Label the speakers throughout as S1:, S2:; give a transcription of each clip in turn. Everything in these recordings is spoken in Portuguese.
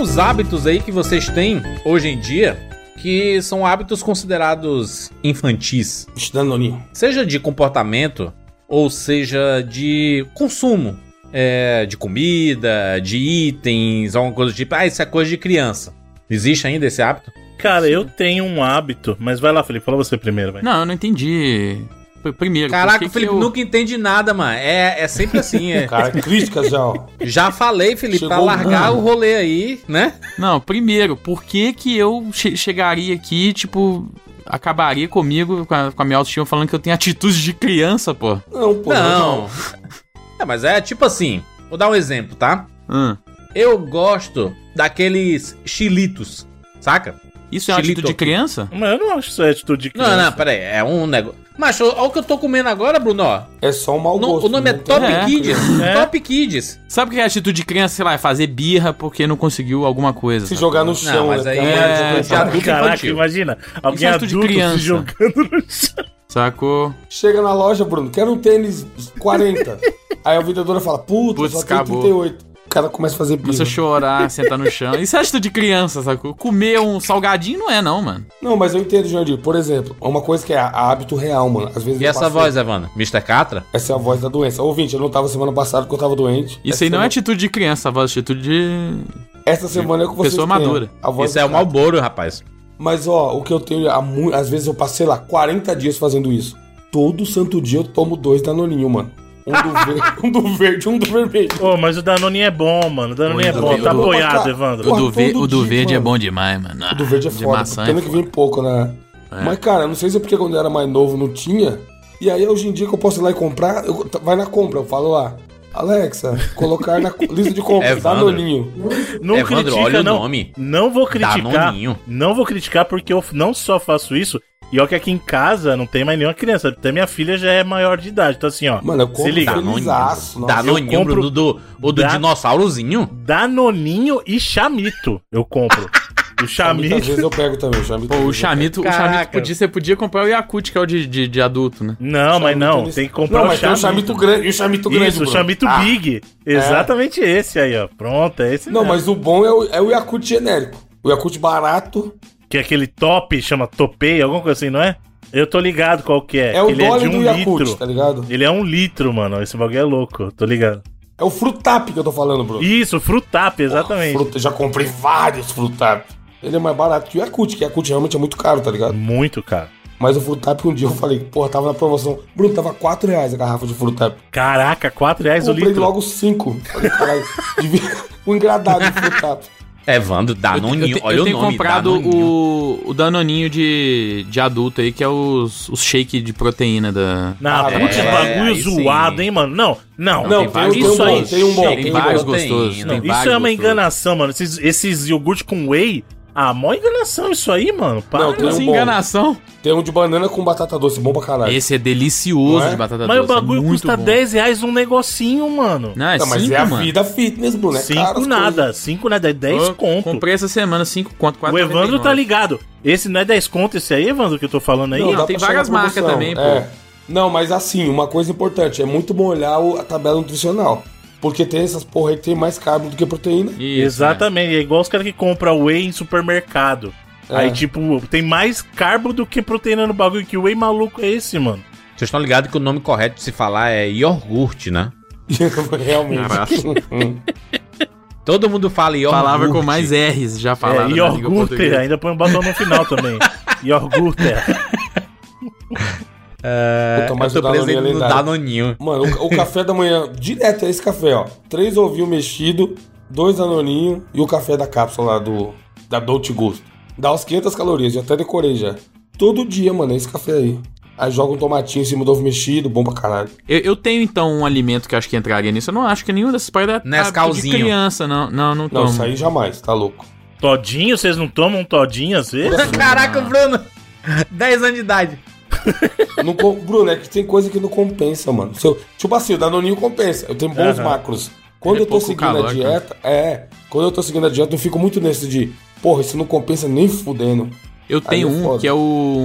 S1: os hábitos aí que vocês têm hoje em dia que são hábitos considerados infantis,
S2: Estudando ali.
S1: seja de comportamento ou seja de consumo é, de comida, de itens, alguma coisa do tipo? Ah, isso é coisa de criança. Existe ainda esse hábito?
S3: Cara, eu tenho um hábito, mas vai lá, Felipe, fala você primeiro, vai.
S4: Não, eu não entendi. P- Primeiro, por
S1: Caraca,
S4: que
S1: o Felipe
S4: que eu...
S1: nunca entende nada, mano. É, é sempre assim. é.
S2: Cara, crítica já, ó.
S1: Já falei, Felipe, pra
S2: Chegou o
S1: largar
S2: burro.
S1: o rolê aí, né?
S4: Não, primeiro, por que que eu che- chegaria aqui, tipo, acabaria comigo, com a, com a minha autoestima, falando que eu tenho atitude de criança, pô?
S2: Não, pô.
S1: não. É, mas é tipo assim. Vou dar um exemplo, tá?
S4: Hum.
S1: Eu gosto daqueles chilitos, saca?
S4: Isso é uma
S1: Chilito
S4: atitude de
S1: aqui.
S4: criança?
S3: Mas eu não acho isso é atitude de
S1: Não,
S3: criança.
S1: não, peraí. É um negócio. Macho, olha o que eu tô comendo agora, Bruno. ó.
S2: É só um mau
S1: No-
S2: gosto.
S1: o nome é
S2: não tem-
S1: Top
S4: É.
S1: Kids.
S3: É.
S1: Top Kids.
S4: Sabe o que é atitude de criança, sei lá, é fazer birra porque não conseguiu alguma coisa?
S2: Se
S4: sabe?
S2: jogar no chão, né?
S1: mas aí
S2: Tem uma
S4: é-
S2: atitude
S1: já-
S2: errada.
S1: adulto
S3: Caraca,
S1: infantil. é
S3: imagina. Alguém
S4: atitude de
S3: adulto se
S4: criança.
S3: jogando no chão.
S4: Sacou?
S2: Chega na loja, Bruno, quero um tênis 40. Aí a vendedora fala, puta,
S4: Putz,
S2: só tem
S4: acabou.
S2: 38. O cara começa a fazer birra.
S4: Começou a chorar, sentar no chão. Isso é atitude de criança, sacou? Comer um salgadinho não é, não, mano.
S2: Não, mas eu entendo, Jandir. Por exemplo, uma coisa que é a- hábito real, mano. Às vezes
S1: E
S2: eu
S1: essa
S2: passo-
S1: voz, Evandro? Mr. Catra?
S2: Essa é a voz da doença. Ouvinte, eu não tava semana passada porque eu tava doente.
S4: Isso
S2: Essa
S4: aí não é
S2: semana-
S4: atitude de criança, a atitude de.
S2: Essa semana é com vocês.
S4: Pessoa
S2: têm
S4: madura.
S2: A voz
S1: tipo Isso é o
S2: mal.
S1: Malboro, rapaz.
S2: Mas, ó, o que eu tenho, há mu- às vezes eu passei lá 40 dias fazendo isso. Todo santo dia eu tomo dois danoninho, mano. Um do, ver- um do verde, um do vermelho.
S3: Ô, mas o Danone é bom, mano. O Danone é
S4: Pô,
S3: bom.
S4: eu
S3: Tá
S4: vou-
S3: apoiado,
S2: Opa,
S3: Evandro.
S4: O
S2: Porra,
S4: do, ve-
S2: todo
S4: o do
S2: dia,
S4: verde é
S2: mano.
S4: bom demais, mano.
S2: O do verde é
S4: de
S2: foda.
S4: maçã é
S2: Pena que vem pouco, né? Mas, cara, não sei se é porque quando eu era mais novo não tinha. E aí, hoje em dia que eu posso ir lá e comprar, eu- t- vai na compra, eu falo lá. Alexa, colocar na co- lista de
S3: É
S2: compras,
S1: Evandro.
S2: danoninho.
S3: Não
S1: Evandro,
S3: critica,
S1: olha o
S3: não.
S1: nome.
S3: Não vou criticar.
S1: Danoninho.
S3: Não vou criticar porque eu não só faço isso, e ó que aqui em casa não tem mais nenhuma criança. Até minha filha já é maior de idade. Então assim, ó.
S2: Mano, eu compro
S3: se liga.
S2: felizaço. nossa.
S1: Danoninho,
S3: eu compro-
S1: Bruno, do, o do
S3: Da-
S1: dinossaurozinho.
S3: Danoninho e chamito eu compro. O
S2: Chamito, Às
S3: chamito...
S2: vezes eu pego também, o chamito.
S4: Pô, o chamito, o
S1: Caraca.
S4: chamito podia, você podia comprar o Yakut, que é o de, de, de adulto, né?
S3: Não, mas não.
S2: Chamito-
S3: Tem que comprar
S2: não,
S3: o
S2: mas tem
S3: chamito.
S2: o chamito grande. E o chamito grande,
S3: Isso, o
S2: Bruno.
S3: chamito
S2: Ah,
S3: big. Exatamente esse aí, ó. Pronto, é esse
S2: Não,
S3: mesmo.
S2: mas o bom é o, é o Yakult genérico. O Yakult barato
S3: Que é aquele top, chama topei, alguma coisa assim, não é? Eu tô ligado qual que é.
S2: é, o
S3: ele é de
S2: dólar
S3: um
S2: do Yakult,
S3: litro.
S2: tá ligado?
S3: Ele é um litro, mano. Esse bagulho é louco, tô ligado.
S2: É o Frutap que eu tô falando, Bruno.
S3: Isso, frutap, exatamente.
S2: Fruta- já comprei vários Frutap. Ele é mais barato que o Yakult, que o Yakult realmente é muito caro, tá ligado?
S3: Muito, cara.
S2: Mas o Frutap um dia eu falei, porra, tava na promoção. Bruno, tava 4 reais a garrafa de Frutap.
S3: Caraca, 4 reais o
S2: Comprei
S3: litro.
S2: logo 5. Falei, caralho, devia... um engradado de Frutap.
S1: Evandro, Danoninho.
S4: eu, te-
S1: Ah, olha
S4: eu
S1: o
S4: tenho
S1: nome,
S4: comprado
S1: Danoninho.
S4: o, o danoninho de, de adulto aí, que é os, os shake de proteína da...
S3: Na
S2: Ah,
S3: putz,
S2: é,
S3: bagulho
S1: aí sim.
S3: zoado, hein, mano. Não, não.
S2: Não, tem- tem um
S3: isso aí.
S2: bom, tem um bom.
S4: Tem,
S2: tem um
S4: vários
S2: bom.
S4: gostosos.
S1: Tem,
S4: Tem,
S3: Não, isso
S4: vários
S3: é uma
S4: gostosos.
S3: enganação, mano. Esses, esses iogurte com whey. Ah, mó enganação isso aí, mano. Para.
S2: Não, tem
S4: Essa
S2: um bom.
S4: é enganação?
S2: Tem um de banana com batata doce, bom pra caralho.
S4: Esse é delicioso
S2: Não é?
S4: de batata
S3: Mas o
S4: doce. é
S3: bagulho
S4: muito
S3: custa
S4: bom.
S3: 10 reais um negocinho, mano.
S4: Não, é
S2: Não, mas
S4: cinco,
S2: é a
S4: mano.
S2: vida fitness, Bruno. É caro
S3: 5
S2: as
S3: nada, 5 nada, é 10
S4: Eu
S3: conto.
S4: Comprei essa semana, 5 conto, 4
S3: O Evandro tá ligado. Esse não é 10 conto esse aí, Evandro, que eu tô falando aí?
S4: Não,
S3: ó?
S4: tem
S2: pra chegar
S4: várias
S2: na
S4: marcas
S2: promoção,
S4: também, pô.
S2: é. Não, mas assim, uma coisa importante, é muito bom olhar o- a tabela nutricional. Porque tem essas porra aí que tem mais carbo do que proteína.
S4: né?
S3: Exatamente, é igual os caras que compram whey em supermercado.
S2: É.
S3: Aí, tipo, tem mais carbo do que proteína no bagulho. Que whey maluco é esse, mano?
S1: Vocês estão ligados que o nome correto de se falar é iogurte, né?
S2: Realmente. Hum.
S1: Todo mundo fala iogurte.
S4: É Palavra com mais R's já
S3: É,
S4: falada. na língua
S3: iogurte,
S4: portuguesa.
S3: ainda põe um batom no final também. iogurte.
S1: É,
S2: Puta, mas
S1: eu
S2: o
S1: tô preso
S2: Danoninho é
S1: ainda no
S2: lendário.
S1: Danoninho.
S2: Mano, o, o café da manhã, direto é esse café, ó. Três ovinhos mexido, dois anoninho e o café da cápsula lá do, da Dolce Gusto. Dá uns 500 calorias, já até decorei já. Todo dia, mano, é esse café aí. Aí joga um tomatinho em cima do ovo mexido, bom pra caralho.
S4: Eu, eu tenho, então, um alimento que eu acho que entraria nisso. Eu não acho que nenhum dessas paradas é hábito de
S1: Nescauzinho.
S4: criança, não. Não, não
S2: Não,
S4: tomo.
S2: isso aí jamais, tá louco.
S3: Todinho, vocês não tomam um todinho às vezes?
S1: Caraca, Bruno! 10 anos de idade.
S2: Não com- Bruno, é que tem coisa que não compensa, mano. Se eu- tipo assim, o Danoninho compensa. Eu tenho bons
S3: Aham.
S2: macros. Quando
S4: Ele é
S2: eu tô
S4: pouco
S2: seguindo a
S4: calórico, né?
S2: dieta, é. Quando eu tô seguindo a dieta, eu fico muito nesse de, porra, isso não compensa nem fudendo.
S4: Eu tenho
S2: é
S4: um
S2: foda.
S4: que é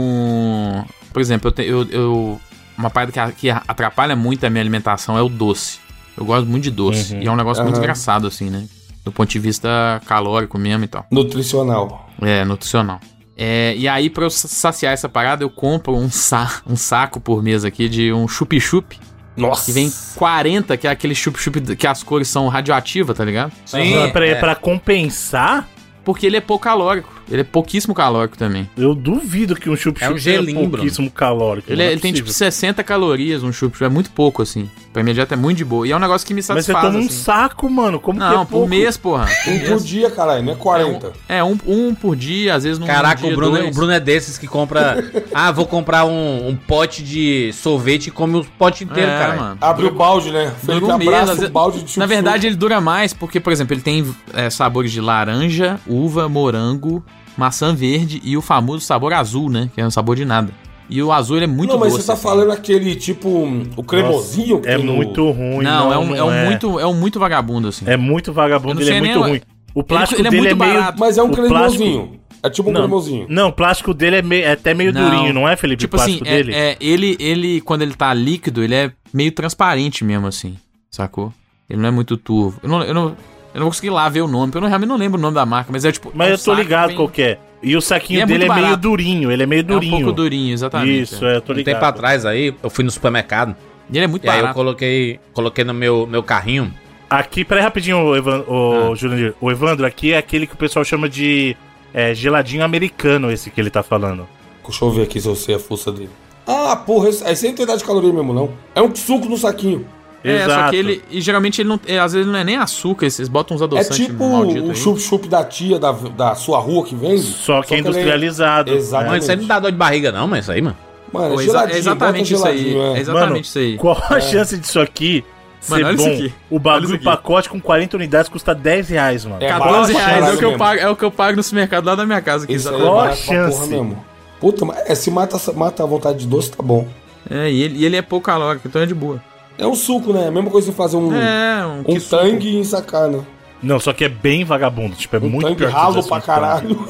S4: o. Por exemplo, eu tenho. Eu, eu- uma parada que, a- que atrapalha muito a minha alimentação é o doce. Eu gosto muito de doce. E é um negócio muito
S2: Aham.
S4: engraçado, assim, né? Do ponto de vista calórico mesmo e tal.
S2: Nutricional.
S4: É, nutricional. É, e aí, pra eu sa- saciar essa parada, eu compro um, sa um saco por mês aqui de um chup-chup,
S2: Nossa.
S4: que vem 40, que é aquele chup-chup d- que as cores são radioativas, tá ligado?
S3: Pra, pra-
S1: é.
S3: pra compensar,
S4: Porque ele é pouco calórico. Ele é pouquíssimo calórico também.
S3: eu duvido que um chup-chup
S1: É um gelinho, Bruno.
S3: pouquíssimo calórico.
S4: Ele,
S3: não
S4: é-
S3: é
S4: ele tem tipo
S3: possível.
S4: 60 calorias um chup-chup, é muito pouco, assim. Pra minha dieta é muito de boa. E é um negócio que me
S3: Mas você
S4: satisfaz,
S3: toma um
S4: assim.
S3: saco, mano. Como que é
S4: Não, por
S3: pouco?
S4: mês, porra. Por
S2: Um
S4: mês.
S2: por dia, caralho, não é 40.
S4: É, um, um por dia, às vezes num
S1: Caraca,
S4: dia,
S1: o Bruno,
S4: dois.
S1: o Bruno é desses que compra. ah, vou comprar um, um pote de sorvete e come o pote inteiro,
S4: é,
S1: cara.
S4: mano.
S2: Abre o balde, né?
S4: Dura
S2: Felipe
S4: um mês, às
S2: abraça o
S4: vezes-
S2: balde de chuchu.
S4: Na verdade, ele dura mais, porque, por exemplo, ele tem é, sabores de laranja, uva, morango, maçã verde e o famoso sabor azul, né? Que é um sabor de nada. E o azul ele é muito
S2: Não, mas
S4: doce,
S2: você tá
S4: assim.
S2: falando aquele tipo, um- o cremosinho que
S3: É
S2: tem no-
S3: muito ruim.
S4: Não, é um, é um
S3: é.
S4: Muito, é um muito vagabundo, assim.
S3: É muito
S4: Eu
S3: vagabundo,
S4: não
S3: ele é
S4: sei
S3: muito
S4: nem-
S3: ruim. O plástico
S4: ele é
S3: dele é
S4: muito
S3: meio.
S4: barato.
S2: Mas é um
S3: O
S2: cremosinho. É tipo um cremosinho.
S3: Não, o plástico dele é, meio, é até meio
S4: Não.
S3: durinho, não é, Felipe?
S4: Tipo
S3: o
S4: assim,
S3: plástico
S4: é-
S3: dele?
S4: é, ele, ele, quando ele tá líquido, ele é meio transparente mesmo, assim, sacou? Ele não é muito turvo. Eu não, eu não, eu não vou conseguir lá ver o nome, porque eu não, realmente não lembro o nome da marca, mas é tipo.
S3: Mas
S4: é um
S3: eu tô
S4: saco
S3: ligado
S4: bem-
S3: qual que é. E o saquinho
S4: E é
S3: dele é
S4: muito
S3: meio
S4: barato.
S3: durinho, ele é meio
S4: É um
S3: durinho.
S4: pouco durinho, exatamente.
S3: Isso, é, tô
S1: Um
S3: ligado.
S1: tempo atrás aí, eu fui no supermercado.
S4: E ele é muito
S1: E aí eu
S4: barato.
S1: coloquei, coloquei no meu, meu carrinho.
S3: Aqui, peraí rapidinho, o, Evan,
S4: Ah.
S3: o Jurandir. O Evandro aqui é aquele que o pessoal chama de é, geladinho americano, esse que ele tá falando.
S2: Deixa eu ver aqui se eu sei a força dele. Ah, porra, esse- é sem entidade de caloria mesmo, não. É um suco no saquinho.
S4: É, só que ele. E geralmente ele não. é, às vezes não é nem açúcar, eles botam uns
S2: É
S4: adoçantes
S2: tipo
S4: malditos
S2: o
S4: aí.
S2: chup-chup da tia da, da sua rua que vende.
S3: Só que é
S2: ele
S3: industrializado.
S4: É,
S3: É.
S2: Exatamente.
S1: Mano, isso aí não dá dor de barriga, não, mas isso aí, mano.
S2: Mano,
S4: Pô,
S2: é
S4: exa-
S2: geladinho,
S4: é exatamente isso
S2: bota
S4: aí.
S2: geladinho,
S4: É
S2: é.
S4: exatamente
S3: Mano,
S4: isso aí.
S3: Qual a chance disso aqui ser
S4: É. Mano, olha
S3: bom?
S4: isso aqui.
S3: O
S4: Olha isso
S3: bagulho
S4: aqui.
S3: pacote com 40 unidades custa 10 reais, mano.
S2: É. barato
S4: 14 reais é o,
S2: caralho
S4: que eu
S2: mesmo.
S4: pago, é o que eu pago no supermercado lá da minha casa. Aqui,
S2: Isso aí é
S3: Qual a
S2: barato pra porra
S3: chance?
S2: mesmo. Puta, mas é, se mata, mata a vontade de doce, tá bom.
S4: É, e ele, e ele é pouco calórico, então é de boa.
S2: É um suco, né? É a mesma coisa que você fazer um,
S4: É, um,
S2: um
S4: que suco.
S2: tangue e sacar, né?
S3: Não, só que é bem vagabundo. Tipo, é
S2: Um
S3: muito
S2: tangue
S3: pior que
S2: ralo
S3: os
S2: pra
S3: assuntos,
S2: caralho.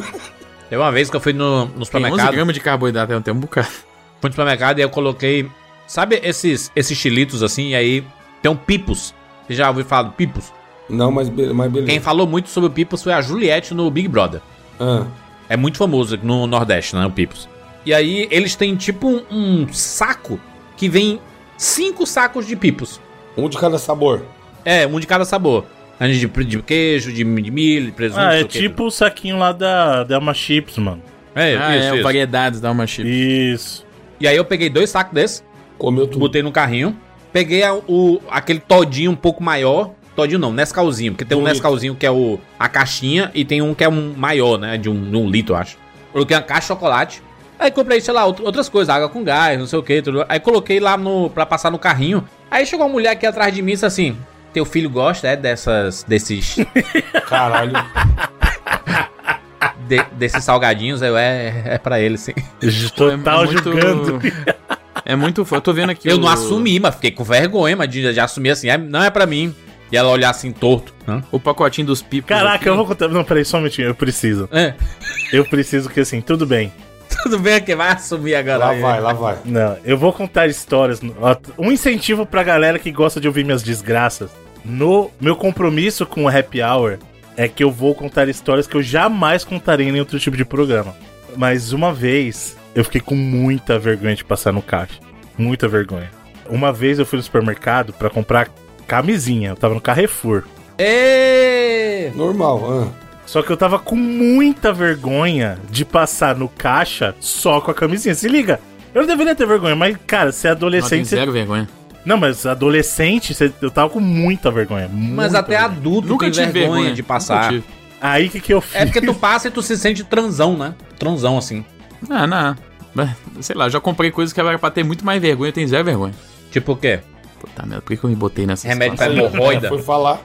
S1: Teve uma vez que eu fui no, no
S4: Tem 11
S1: supermercado.
S4: gramas de carboidrato, é um- tem um bocado.
S1: Fui no supermercado e eu coloquei. Sabe esses, esses chilitos assim? E aí tem um pipos. Você já ouviu falar do pipos?
S2: Não, mas, be- mas beleza.
S1: Quem falou muito sobre o pipos foi a Juliette no Big Brother.
S2: Ah,
S1: É muito famoso no Nordeste, né? O pipos. E aí eles têm tipo um, um saco que vem cinco sacos de pipos.
S2: um de cada sabor.
S1: É, um de cada sabor. A gente De, de queijo, de, de milho, de presunto.
S3: Ah,
S1: sei
S3: é
S1: o quê.
S3: tipo o saquinho lá da Delma Chips, mano.
S1: É,
S4: ah,
S1: isso,
S3: um
S4: é,
S1: isso.
S4: variedades da uma chip.
S3: Isso.
S1: E aí eu peguei dois sacos desses.
S2: Comeu tudo.
S1: Botei no carrinho. Peguei a- o, aquele todinho um pouco maior. Todinho não, Nescauzinho. Porque tem um
S2: Bonito.
S1: Nescauzinho que é o, a caixinha e tem um que é um maior, né? De um, de um litro, eu acho. Coloquei uma caixa de chocolate. Aí comprei, sei lá, out- outras coisas, água com gás, não sei o que. Tudo. Aí coloquei lá no pra passar no carrinho. Aí chegou uma mulher aqui atrás de mim e disse assim: Teu filho gosta, é, dessas, desses,
S2: Caralho.
S1: de- desses salgadinhos? Eu, é, é pra ele, sim.
S3: Total julgando.
S4: É muito fo- Eu tô vendo aqui.
S1: eu
S4: o-
S1: não assumi, mas fiquei com vergonha, mas de, de assumir assim, "Ah, não é pra mim. E ela olhar assim torto. né?
S4: O pacotinho dos pipos.
S3: Caraca,
S4: aqui.
S3: eu vou contar. Não, peraí, só um minutinho. Eu preciso.
S1: É.
S3: Eu preciso que assim, tudo bem.
S1: Tudo bem que vai assumir agora.
S4: é.
S2: lá vai, lá vai.
S3: Não, eu vou contar histórias. Ó, Um incentivo pra galera que gosta de ouvir minhas desgraças. No meu compromisso com o Happy Hour é que eu vou contar histórias que eu jamais contarei em nenhum outro tipo de programa. Mas uma vez eu fiquei com muita vergonha de passar no caixa. Muita vergonha. Uma vez eu fui no supermercado pra comprar camisinha. Eu tava no Carrefour.
S1: Ê!
S2: Normal. ah.
S3: Só que eu tava com muita vergonha de passar no caixa só com a camisinha. Se liga. Eu não deveria ter vergonha, mas, cara, ser
S4: Não, tem
S3: adolescente, você
S4: zero vergonha.
S3: não, mas adolescente, cê- eu tava com muita vergonha.
S1: Mas
S3: muita
S1: até
S3: vergonha.
S1: adulto
S4: Nunca
S1: tem
S4: tive
S1: vergonha,
S4: vergonha,
S1: de passar.
S4: Nunca tive.
S3: Aí o que, que eu fiz?
S1: É porque tu passa e tu se sente transão, né? Transão, assim.
S4: Ah, não. Mas, Sei lá, eu já comprei coisas que era pra ter muito mais vergonha, eu tenho zero vergonha.
S1: Tipo o quê?
S4: Puta merda, por que que eu me botei nessa
S1: Remédio pra
S4: situação?
S1: hemorroida.
S2: Foi falar.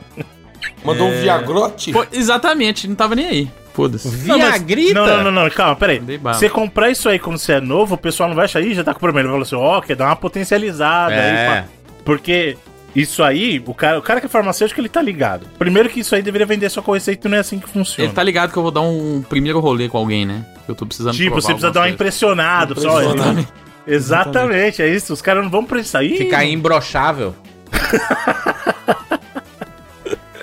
S2: Mandou um viagrote.
S4: Pô, exatamente, não tava nem aí. Foda-se.
S3: Não, mas-
S1: Viagrita?
S3: Não, não, não, não, calma, peraí.
S4: Dei bala.
S3: Você comprar isso aí quando você é novo, o pessoal não vai achar, ih, já tá com problema. Ele falou assim, ó, quer dar uma potencializada.
S1: É.
S3: Aí, pá. porque isso aí, o cara, o cara que é farmacêutico, ele tá ligado. Primeiro que isso aí deveria vender só com receita, não é assim que funciona.
S4: Ele tá ligado que eu vou dar um primeiro rolê com alguém, né? Eu tô precisando
S3: tipo,
S4: provar
S3: você precisa
S4: algumas
S3: dar uma
S4: coisas.
S3: impressionada. Só,
S2: Impressionado.
S3: exatamente. exatamente, é isso. Os caras não vão precisar. Ih,
S1: Ficar imbrochável.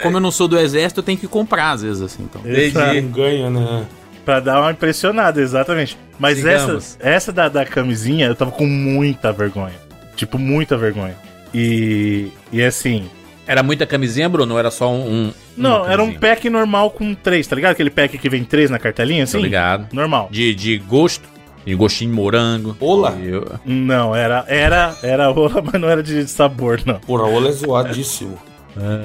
S4: como eu não sou do exército, eu tenho que comprar às vezes, assim. Então.
S3: Exato.
S2: Não ganha, né?
S3: Pra dar uma impressionada, exatamente. Mas
S1: Digamos.
S3: essa, essa da, da camisinha, eu tava com muita vergonha. Tipo, muita vergonha. E, e assim.
S1: Era muita camisinha, Bruno? Ou era só um. um-
S3: Não,
S1: uma
S3: era um
S1: camisinha?
S3: pack normal com três, tá ligado? Aquele pack que vem três na cartelinha, assim?
S1: Tô ligado.
S3: Normal.
S1: De, de gosto. De gostinho de morango.
S2: Ola.
S1: E eu-
S3: Não, era, era, era rola, mas não era de sabor, não.
S2: Porra, ola é zoadíssimo.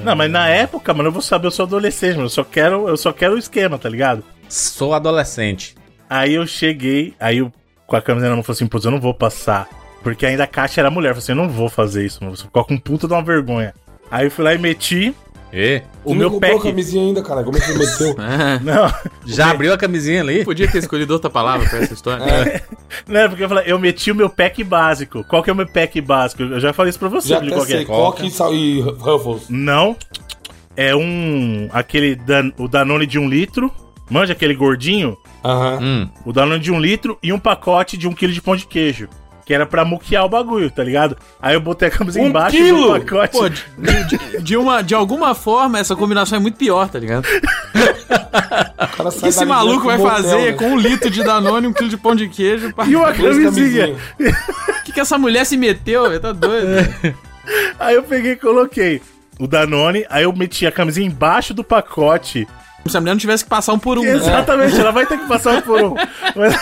S3: Não, mas na época, mano, eu vou saber, eu sou adolescente, mano. Eu só quero, eu só quero o esquema, tá ligado?
S1: Sou adolescente.
S3: Aí eu cheguei, aí eu, com a câmera na mão, falei assim, putz, eu não vou passar. Porque ainda a caixa era mulher. Eu falei assim, eu não vou fazer isso, mano. Você ficou com um puta de uma vergonha. Aí eu fui lá e meti
S1: E?
S3: o
S2: Tu
S3: meu
S2: não comprou
S3: pack.
S2: camisinha ainda, cara. Como é que meteu?
S4: É.
S3: Não,
S1: Já abriu a camisinha ali?
S4: Podia ter escolhido outra palavra pra essa história.
S3: né? Porque eu falei, eu meti o meu pack básico. Qual que é o meu pack básico? Eu já falei isso pra você,
S2: Já
S3: de
S2: até sei.
S3: qualquer.
S2: Coca e, sal- e Ruffles.
S3: Não. É um. aquele. Dan, o Danone de um litro. Manja aquele gordinho.
S2: Aham.
S1: Hum.
S3: O Danone de um litro e um pacote de um quilo de pão de queijo. Que era pra muquear o bagulho, tá ligado? Aí eu botei a camisa
S2: Um
S3: embaixo
S2: quilo?
S3: do pacote.
S4: Pô, de, de- de uma, de alguma forma, essa combinação é muito pior, tá ligado?
S2: O cara
S4: O que
S2: sai
S4: esse
S2: dali
S4: maluco vai
S2: direto pro motel,
S4: fazer
S2: né?
S4: com um litro de Danone, um quilo de pão de queijo? pá?
S3: e uma
S2: Dois
S3: camisinha.
S2: camisinhas.
S4: O que, que essa mulher se meteu? velho? Tá doido. velho.
S3: Aí eu peguei e coloquei o Danone, aí eu meti a camisinha embaixo do pacote.
S4: Se a mulher não tivesse que passar um por um. né?
S3: Exatamente, ela vai ter que passar um por um. Mas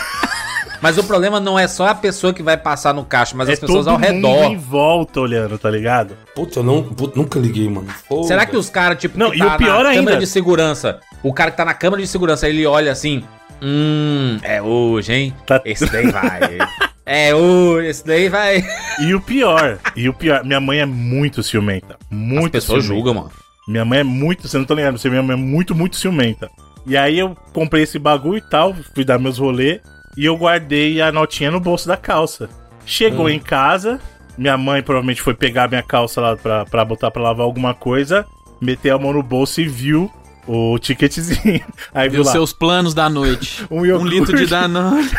S1: Mas o problema não é só a pessoa que vai passar no caixa, mas as
S3: é todo
S1: pessoas ao
S3: mundo
S1: redor.
S3: em volta olhando, tá ligado?
S2: Puta, eu não, puta, nunca liguei, mano. Foda.
S1: Será que os caras, tipo,
S3: Não,
S1: que
S3: e o pior
S1: na
S3: ainda-
S1: câmera de segurança, o cara que tá na câmera de segurança, ele olha assim, hum, é hoje, hein?
S3: Tá-
S1: Esse daí vai. é hoje, esse daí vai.
S3: E o pior, e o pior, minha mãe é muito ciumenta. Muito
S1: As pessoas
S3: ciumenta.
S1: julgam, mano.
S3: Minha mãe é muito, você não tá ligado, você minha mãe é muito, muito ciumenta. E aí eu comprei esse bagulho e tal, fui dar meus rolê e eu guardei a notinha no bolso da calça.
S2: Hum.
S3: Chegou em casa, minha mãe provavelmente foi pegar minha calça lá pra, pra botar pra lavar alguma coisa, meteu a mão no bolso e viu o ticketzinho. Aí
S4: Viu
S3: viu lá,
S4: seus planos da noite.
S3: um,
S4: Um
S3: iogurte.
S4: litro de Danone.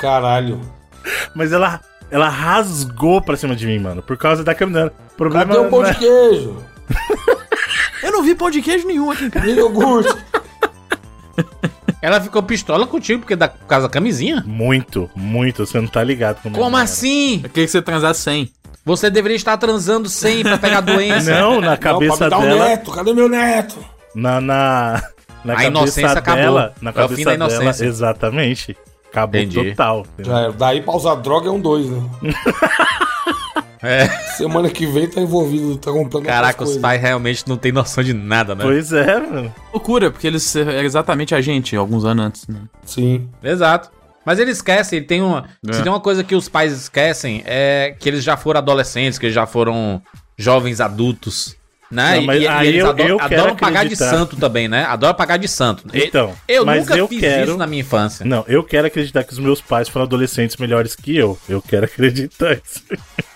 S2: Caralho.
S3: Mas ela, ela rasgou pra cima de mim, mano, por causa da caminhada. O Problema
S2: Cadê o pão
S3: não é-
S2: de queijo?
S4: Eu não vi pão de queijo nenhum aqui.
S2: E iogurte?
S1: Ela ficou pistola contigo porque da por causa da camisinha.
S3: Muito, muito, você não tá ligado. minha
S1: Como
S3: mãe era.
S1: assim?
S4: Eu queria que você transasse 100.
S1: Você deveria estar transando sem pra pegar doença.
S3: Não, na
S2: né? não,
S3: cabeça
S2: pra me dar
S3: dela.
S2: um neto. Cadê meu neto?
S3: Na, na, na
S1: A
S3: cabeça
S1: inocência acabou.
S3: dela.
S1: É
S3: Na
S1: o
S3: cabeça
S1: fim da inocência.
S3: dela, exatamente. Acabou
S1: Entendi.
S3: total. entendeu?
S2: Já era. Daí pra usar droga é um dois, né?
S1: É.
S2: Semana que vem tá envolvido, tá comprando
S1: Caraca, os
S2: outras coisas.
S1: pais realmente não têm noção de nada, né?
S3: Pois é, mano.
S4: Loucura, porque eles eram exatamente a gente, alguns anos antes. Né?
S2: Sim.
S1: Exato. Mas eles esquecem, ele tem uma.
S4: É.
S1: Se tem uma coisa que os pais esquecem, é que eles já foram adolescentes, que eles já foram jovens adultos. Né?
S3: Não, mas
S1: e, e
S3: aí
S1: eles
S3: eu-
S1: adoram,
S3: eu quero
S1: adoram pagar de
S3: acreditar.
S1: santo também, né? Adoram pagar de santo. E-
S3: Então,
S1: eu
S3: mas
S1: nunca
S3: eu
S1: fiz
S3: quero-
S1: isso na minha infância.
S3: Não, eu quero acreditar que os meus pais foram adolescentes melhores que eu. Eu quero acreditar isso.
S1: Mas,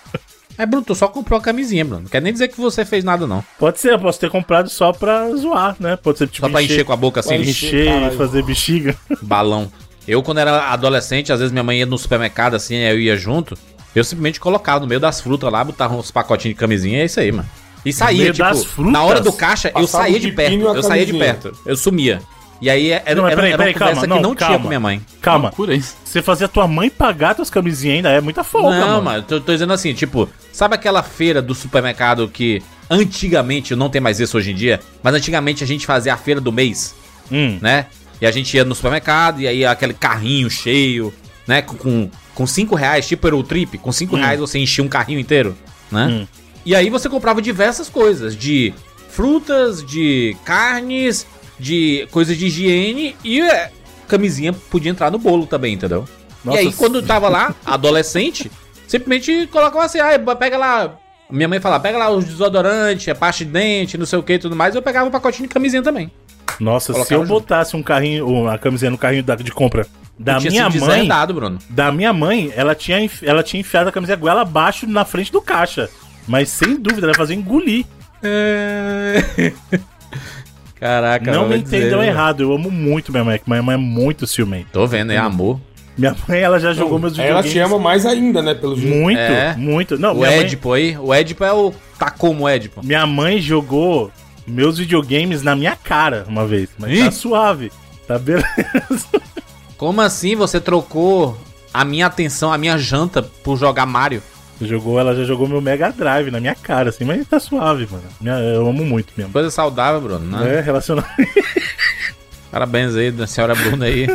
S1: É, Bruno, tu só comprou a camisinha, Bruno. Não quer nem dizer que você fez nada, não.
S3: Pode ser, eu posso ter comprado só pra zoar, né? Pode ser tipo
S1: Só pra encher com a boca assim,
S2: Pra
S1: de
S3: encher e
S2: Caralho.
S3: fazer bexiga.
S1: balão. Eu, quando era adolescente, às vezes minha mãe ia no supermercado assim, eu ia junto. Eu simplesmente colocava no meio das frutas lá, botava uns pacotinhos de camisinha, é isso aí, mano. E saía,
S3: meio
S1: tipo,
S3: das frutas? um
S1: na hora do caixa, eu
S2: Passava
S1: saía
S2: o
S1: de
S2: pepino e
S1: perto,
S2: a
S1: eu saía de
S2: camisinha.
S1: perto, eu sumia. E aí era,
S3: Não, mas
S1: era,
S3: peraí,
S1: era uma
S3: peraí,
S1: conversa
S3: calma,
S1: que não,
S3: não,
S1: tinha
S3: calma.
S1: com minha mãe.
S3: Calma,
S4: Loucura isso.
S3: você fazia tua mãe pagar tuas camisinhas ainda é muita folga,
S1: não,
S3: mano.
S1: mano, eu tô, tô dizendo assim, tipo, sabe aquela feira do supermercado que antigamente, não tem mais isso hoje em dia, mas antigamente a gente fazia a feira do mês?
S3: Hum,
S1: né? E a gente ia no supermercado, e aí aquele carrinho cheio, né? Com- Com, com cinco reais, tipo era o trip, com cinco
S3: Hum.
S1: reais você enchia um carrinho inteiro, né?
S3: Hum.
S1: E aí você comprava diversas coisas, de frutas, de carnes, de coisas de higiene e é, camisinha podia entrar no bolo também, entendeu?
S3: Nossa,
S1: e aí quando eu tava lá, adolescente, simplesmente colocava assim, ah, pega lá... Minha mãe falava, pega lá os desodorantes, a pasta de dente, não sei o que e tudo mais, eu pegava o pacotinho de camisinha também.
S3: Nossa, se
S1: Colocava
S3: eu
S1: junto.
S3: botasse um carrinho, uma camisinha no carrinho da- de compra da
S1: Eu tinha
S3: minha
S1: sido
S3: mãe,
S1: deserdado, Bruno.
S3: Da minha mãe, ela tinha, enf- ela tinha enfiado a camisa goela abaixo na frente do caixa. Mas sem dúvida, ela fazia engolir.
S1: Caraca,
S3: não me
S1: vai dizer,
S3: entendam
S1: né?
S3: errado, eu amo muito minha mãe, que minha mãe é muito ciumenta.
S1: Tô vendo, é amor.
S3: Minha mãe, ela já jogou meus
S2: Ela te ama mais ainda, né, pelo jeito.
S3: Muito,
S1: É.
S3: muito. Não,
S1: O
S3: minha mãe,
S1: Édipo aí. O Édipo é o. Tá como Édipo.
S3: minha mãe jogou meus videogames na minha cara uma vez. Mas
S1: Ih!
S3: tá suave. Tá beleza.
S1: Como assim você trocou a minha atenção, a minha janta por jogar Mario?
S3: Jogou, ela já jogou meu Mega Drive na minha cara, assim, mas tá suave, mano. Minha- Eu amo muito mesmo.
S1: Coisa saudável, Bruno, né?
S3: É, relacionado.
S1: Parabéns aí da senhora Bruna aí.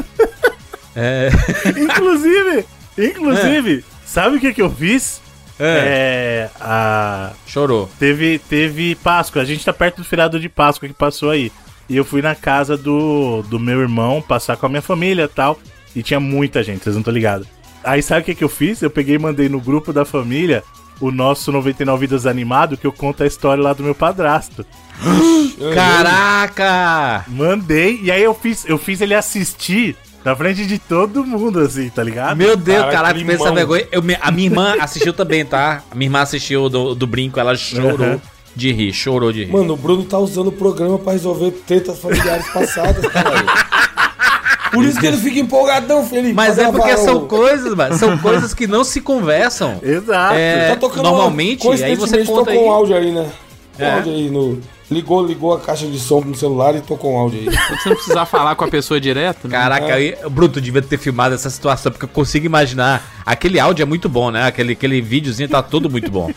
S1: é.
S3: inclusive, inclusive, sabe o que, que eu fiz? É. a...
S1: Chorou.
S3: Teve, teve Páscoa. A gente tá perto do feriado de Páscoa que passou aí. E eu fui na casa do, do meu irmão passar com a minha família e tal. E tinha muita gente, vocês não estão ligados. Aí sabe o que, que eu fiz? Eu peguei e mandei no grupo da família o nosso 99 Vidas Animado, que eu conto a história lá do meu padrasto.
S1: Caraca!
S3: Mandei, e aí eu fiz, eu fiz ele assistir na frente de todo mundo, assim, tá ligado?
S1: Meu Deus,
S2: cara,
S1: caralho,
S2: que
S1: pensa
S2: limão.
S1: vergonha. Eu me- a minha irmã assistiu também, tá? A minha irmã assistiu do, do brinco, ela chorou
S3: Uhum.
S1: de rir, chorou de rir.
S2: Mano, o Bruno tá usando o programa pra resolver tretas familiares passadas, cara. Por isso que ele fica empolgadão, Felipe.
S1: Mas
S2: pra
S1: é porque
S2: gravar
S1: são
S2: o-
S1: coisas, mano. São coisas que não se conversam.
S3: Exato.
S1: É,
S2: Tá tocando
S1: normalmente, aí você
S2: coincidentemente,
S1: conta aí.
S2: tocou um áudio aí, né? Um
S1: É.
S2: áudio aí no... Ligou, ligou a caixa de som no celular e tocou um áudio aí.
S4: Pra Você não precisar falar com a pessoa direto, né?
S3: É.
S1: Caraca, aí, Bruto devia ter filmado essa situação, porque eu consigo imaginar. Aquele áudio é muito bom, né? Aquele, aquele videozinho tá tudo muito bom.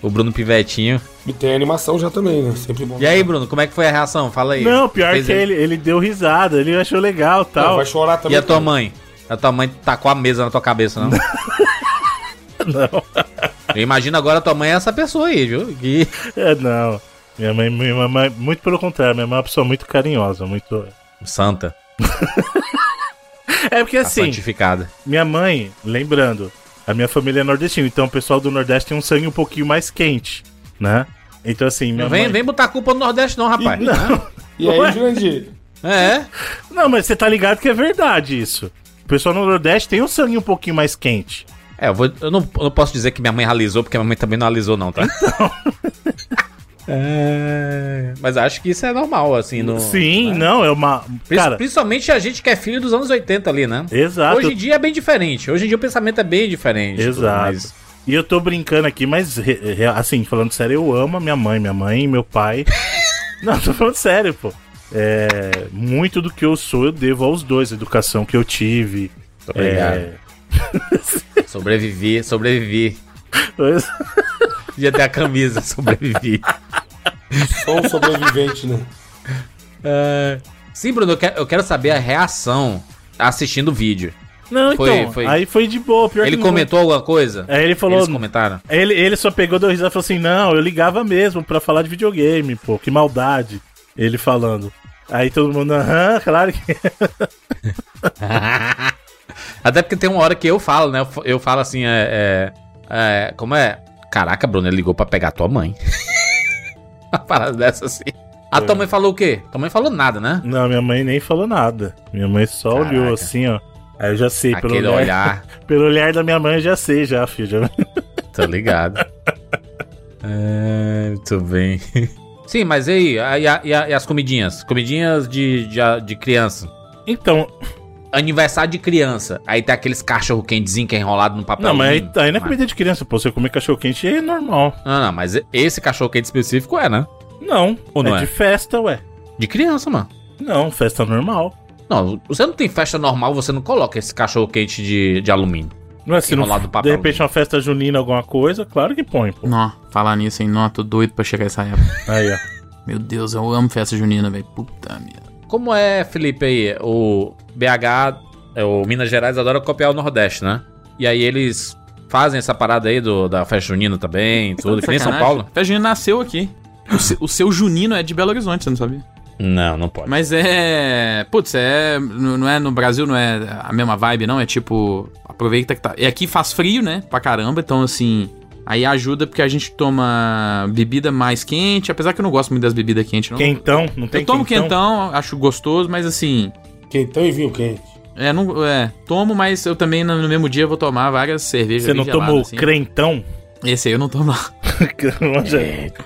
S1: O Bruno Pivetinho.
S2: E tem a animação já também, né? Sempre bom.
S1: E aí, Bruno, como é que foi a reação? Fala aí.
S3: Não, pior
S1: Fez
S3: que
S1: aí.
S3: ele, ele deu risada, ele achou legal e
S2: Não,
S3: tal.
S2: vai chorar
S1: E
S2: também.
S1: a tua mãe? A tua mãe tacou a mesa na tua cabeça, não?
S3: Não.
S1: Eu imagino agora a tua mãe é essa pessoa aí, viu? Que...
S3: É, não. Minha mãe, minha mamãe- muito pelo contrário, minha mãe é uma pessoa muito carinhosa, muito.
S1: Santa.
S3: É porque
S1: Tá
S3: assim,
S1: santificada.
S3: minha mãe, lembrando, a minha família é nordestina, então o pessoal do Nordeste tem um sangue um pouquinho mais quente, né? Então assim, minha
S1: Não vem,
S3: mãe.
S1: vem botar a culpa no Nordeste, não, rapaz.
S2: E aí, Jurandir?
S1: É.
S3: Não, mas você tá ligado que é verdade isso. O pessoal no Nordeste tem um sangue um pouquinho mais quente.
S1: É, eu, vou- eu não, eu não posso dizer que minha mãe realizou, porque minha mãe também não realizou, não, tá?
S3: Então.
S1: É, Mas acho que isso é normal, assim. No,
S3: Sim, não, é uma.
S1: Pris-
S3: Cara,
S1: Principalmente a gente que é filho dos anos 80 ali, né?
S3: exato.
S1: Hoje em dia é bem diferente. Hoje em dia o pensamento é bem diferente. tudo,
S3: Exato.
S1: mas-
S3: E eu tô brincando aqui, mas re- re- assim, falando sério, eu amo a minha mãe, minha mãe, meu pai. Não, tô falando sério, pô. É, muito do que eu sou eu devo aos dois, a educação que eu tive.
S1: Obrigado. Sobrevivi, sobrevivi.
S3: É,
S1: Podia ter a camisa, sobrevivi.
S2: Sou um sobrevivente, né?
S1: É, Sim, Bruno, eu que- eu quero, saber a reação assistindo o vídeo.
S3: Não,
S1: Foi,
S3: então,
S1: foi.
S3: aí foi de boa, pior
S1: Ele
S3: que não-
S1: comentou alguma coisa?
S3: Aí ele falou,
S1: Eles comentaram.
S3: Ele, ele só pegou, deu risada e falou assim: Não, eu ligava mesmo pra falar de videogame, pô, que maldade. Ele falando. Aí todo mundo, aham, claro que.
S1: Até porque tem uma hora que eu falo, né? Eu fa- Eu falo assim, é. é, é, como é? Caraca, Bruno, ele ligou pra pegar tua mãe. uma parada dessa assim. A tua mãe falou o quê? Tua mãe falou nada, né?
S3: Não, minha mãe nem falou nada. Minha mãe só
S1: Caraca.
S3: olhou assim, ó. Aí eu já sei, pelo
S1: Aquele
S3: olhar,
S1: olhar,
S3: pelo olhar da minha mãe eu já sei, já, filho. já-
S1: tá ligado? é, muito bem. Sim, mas e aí? A- E, a- e a- e as comidinhas? Comidinhas de, de, a- de criança.
S3: Então,
S1: Aniversário de criança. Aí tem aqueles cachorro quentezinho que é enrolado no papel.
S3: não, mas aí, aí não é comida de criança, pô. Você comer cachorro quente é normal.
S1: Não, não, mas esse cachorro quente específico é, né?
S3: Não,
S1: Ou não
S3: é
S1: é?
S3: de festa, ué.
S1: De criança, mano.
S3: Não, festa normal.
S1: Não, você não tem festa normal, você não coloca esse cachorro quente de, de alumínio.
S3: Não é se não,
S1: Enrolado no papel.
S3: de repente uma festa junina, alguma coisa, claro que põe, pô.
S4: Nó, falar nisso, hein? Nó, tô doido pra chegar essa época.
S3: Aí, ó.
S4: Meu Deus, eu amo festa junina, velho. Puta merda.
S1: Como é, Felipe, aí? O BH, é, o Minas Gerais adora copiar o Nordeste, né? E aí eles fazem essa parada aí do, da festa junina também, tudo. Que nem São
S4: Sacanagem.
S1: Paulo?
S4: Festa junina nasceu aqui. O se- o seu Junino é de Belo Horizonte, você não sabia?
S1: Não, não pode.
S4: Mas é. Putz, é. n- Não é no Brasil, não é a mesma vibe, não. É tipo. Aproveita que tá. E aqui faz frio, né? Pra caramba. Então, assim. Aí ajuda porque a gente toma bebida mais quente. Apesar que eu não gosto muito das bebidas quentes, não.
S3: Quentão, não tem
S4: eu tomo quentão? acho gostoso, mas assim.
S2: Quentão e vinho quente.
S4: É, não. É, tomo, mas eu também no no mesmo dia vou tomar várias cervejas.
S3: Você
S4: bem
S3: não
S4: geladas,
S3: tomou
S4: assim.
S3: crentão?
S4: Esse aí eu não tomo, não.
S3: manja,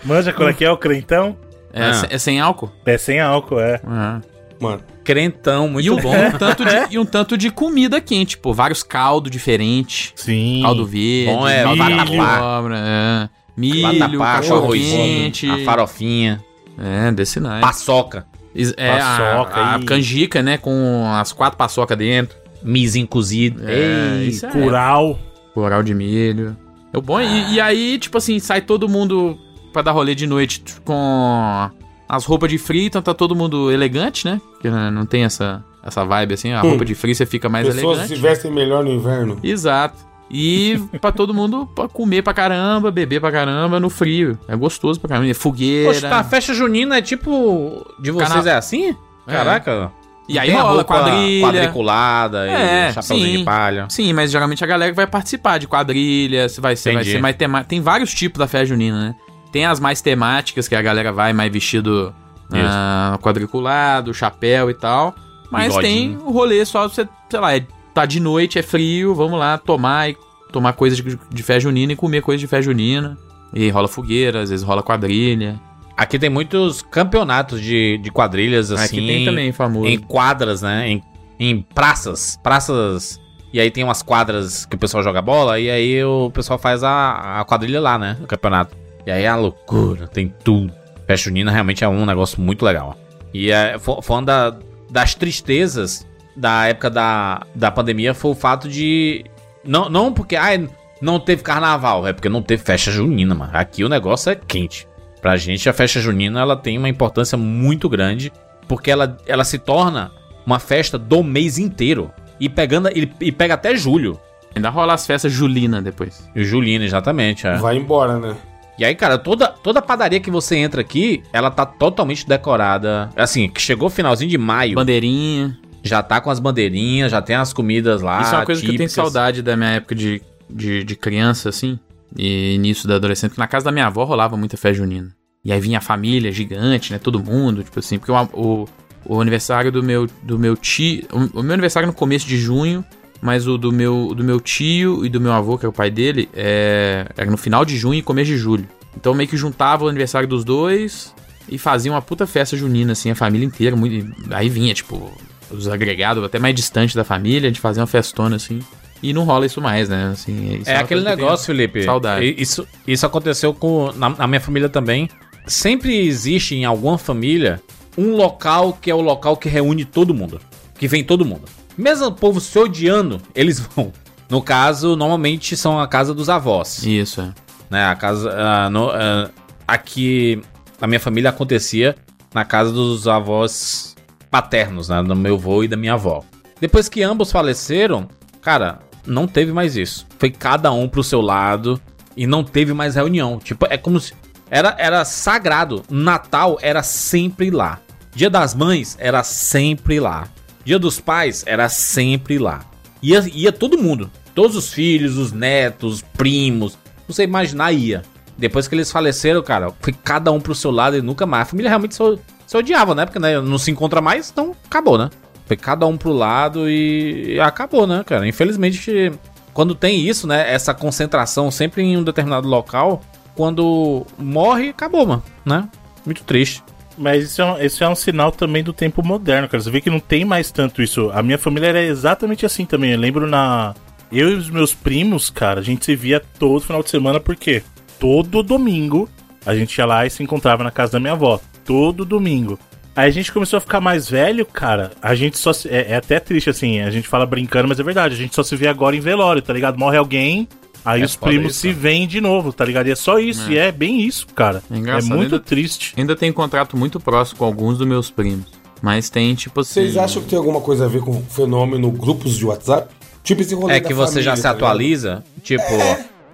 S3: manja qual é que é o crentão?
S4: É,
S1: Ah.
S4: se- é sem álcool?
S3: É sem álcool, é.
S4: Ah.
S2: Mano,
S1: Crentão, muito
S4: e, um,
S1: bom. É.
S4: um tanto de, e um tanto de comida quente, pô. Vários caldos diferentes.
S3: Sim.
S4: Caldo verde,
S1: Bom, é,
S4: caldo de
S3: milho.
S4: abóbora, é. milho,
S1: Vatapá,
S4: cachorro
S1: arrozinho,
S4: quente,
S1: a farofinha.
S4: É, desse naipe.
S1: Paçoca.
S4: Is- É
S3: Paçoca
S4: a, a
S3: e-
S4: canjica, né? Com as quatro paçoca dentro.
S1: Mizinho cozido.
S4: É,
S1: Ei,
S4: isso é-
S3: Curau.
S4: Coral de milho. É o bom. E, e aí, tipo assim, sai todo mundo pra dar rolê de noite t- com as roupas de frio, então tá todo mundo elegante, né? Porque né, não tem essa, essa vibe assim. A roupa de frio você fica mais
S1: é
S2: Pessoas
S4: elegante.
S2: se vestem melhor no inverno.
S4: Exato. E pra todo mundo pra comer pra caramba, beber pra caramba no frio. É gostoso pra caramba. E Fogueira.
S1: Poxa, tá, a festa junina é tipo. De vocês
S4: Cana-
S1: é assim?
S4: É.
S1: Caraca.
S4: E aí
S1: Tem a
S4: rola
S1: roupa
S4: quadrilha.
S1: Quadriculada
S4: É,
S1: e chapéuzinho
S4: sim.
S1: de palha.
S4: Sim, mas geralmente a galera vai participar de quadrilha, se vai ser, vai
S1: Entendi.
S4: ser mais tema... Tem vários tipos da festa junina, né? Tem as mais temáticas, que a galera vai mais vestido
S1: Isso.
S4: ah, quadriculado, chapéu e tal. Mas
S1: Bigodinho.
S4: tem o rolê só, você, sei lá, é- tá de noite, é frio, vamos lá tomar e tomar coisas de, de festa junina e comer coisas de festa junina. E rola fogueira, às vezes rola quadrilha.
S1: Aqui tem muitos campeonatos de, de quadrilhas, assim.
S4: Aqui Ah, tem também famoso.
S1: Em quadras, né? Em, em praças. Praças. E aí tem umas quadras que o pessoal joga bola e aí o pessoal faz a, a quadrilha lá, né? O campeonato. E aí é a loucura, tem tudo. Festa junina realmente é um negócio muito legal. E é, fo- foi uma da- das tristezas da época da, da pandemia foi o fato de. Não, não porque ai, não teve carnaval, é porque não teve festa junina, mano. Aqui o negócio é quente. Pra gente, a festa junina ela tem uma importância muito grande porque ela, ela se torna uma festa do mês inteiro. E, pegando, e, e pega até julho.
S4: Ainda rola as festas julina depois.
S1: E Julina, exatamente. é.
S2: Vai embora, né?
S1: E aí, cara, toda, toda padaria que você entra aqui, ela tá totalmente decorada. Assim, que chegou finalzinho de maio,
S4: Bandeirinha.
S1: já tá com as bandeirinhas, já tem as comidas lá.
S4: Isso é uma coisa que eu tenho
S1: típicas.
S4: saudade da minha época de, de, de criança, assim, e início da adolescente. Na casa da minha avó rolava muita festa junina. E aí vinha a família gigante, né? Todo mundo, tipo assim, porque o, o, o aniversário do meu, do meu tio. O, o meu aniversário é no começo de junho, mas o do meu, do meu tio e do meu avô, que é o pai dele, é, era no final de junho e começo de julho. Então meio que juntava o aniversário dos dois e fazia uma puta festa junina, assim, a família inteira. Muito, e aí vinha, tipo, os agregados, até mais distante da família, de fazer uma festona, assim. E não rola isso mais, né? Assim, isso
S1: É aquele
S4: uma coisa que eu tenho-
S1: negócio, Felipe.
S4: saudade.
S1: I- Isso, isso aconteceu com, na, na minha família também. Sempre existe em alguma família um local que é o local que reúne todo mundo. Que vem todo mundo. Mesmo o povo se odiando, eles vão. No caso, normalmente são a casa dos avós
S4: Isso, é.
S1: né? A casa. ah, no- ah, aqui na minha família acontecia na casa dos avós paternos, né? Do meu avô e da minha avó. Depois que ambos faleceram, cara, não teve mais isso. Foi cada um pro seu lado e não teve mais reunião. Tipo, é como se. Era, era sagrado. Natal era sempre lá. Dia das Mães era sempre lá. Dia dos Pais era sempre lá. Ia, ia todo mundo. Todos os filhos, os netos, primos. Você imaginar, ia. Depois que eles faleceram, cara, foi cada um pro seu lado e nunca mais. A família realmente se, se odiava, né? Porque né, não se encontra mais, então acabou, né? Foi cada um pro lado e acabou, né, cara? Infelizmente, quando tem isso, né? Essa concentração sempre em um determinado local, quando morre, acabou, mano, né? Muito triste.
S3: Mas isso é, um, isso é um sinal também do tempo moderno, cara. Você vê que não tem mais tanto isso. A minha família era exatamente assim também. Eu lembro na. Eu e os meus primos, cara, a gente se via todo final de semana, porque todo domingo a gente ia lá e se encontrava na casa da minha avó. Todo domingo. Aí a gente começou a ficar mais velho, cara. A gente só. se- É, é até triste, assim. A gente fala brincando, mas é verdade. A gente só se vê agora em velório, tá ligado? Morre alguém, aí
S1: É
S3: os
S1: foda
S3: primos
S1: isso,
S3: se veem de novo, tá ligado? E é só isso. E é bem isso, cara.
S4: É
S3: É,
S4: engraçado,
S3: muito
S4: ainda-
S3: triste.
S4: Ainda tenho um contrato muito próximo com alguns dos meus primos. Mas tem, tipo assim.
S2: Vocês acham que tem alguma coisa a ver com o fenômeno grupos de WhatsApp? Tipo esse rolê
S1: É
S2: da
S1: que você
S2: família,
S1: já se
S2: tá ligado?
S1: atualiza, tipo,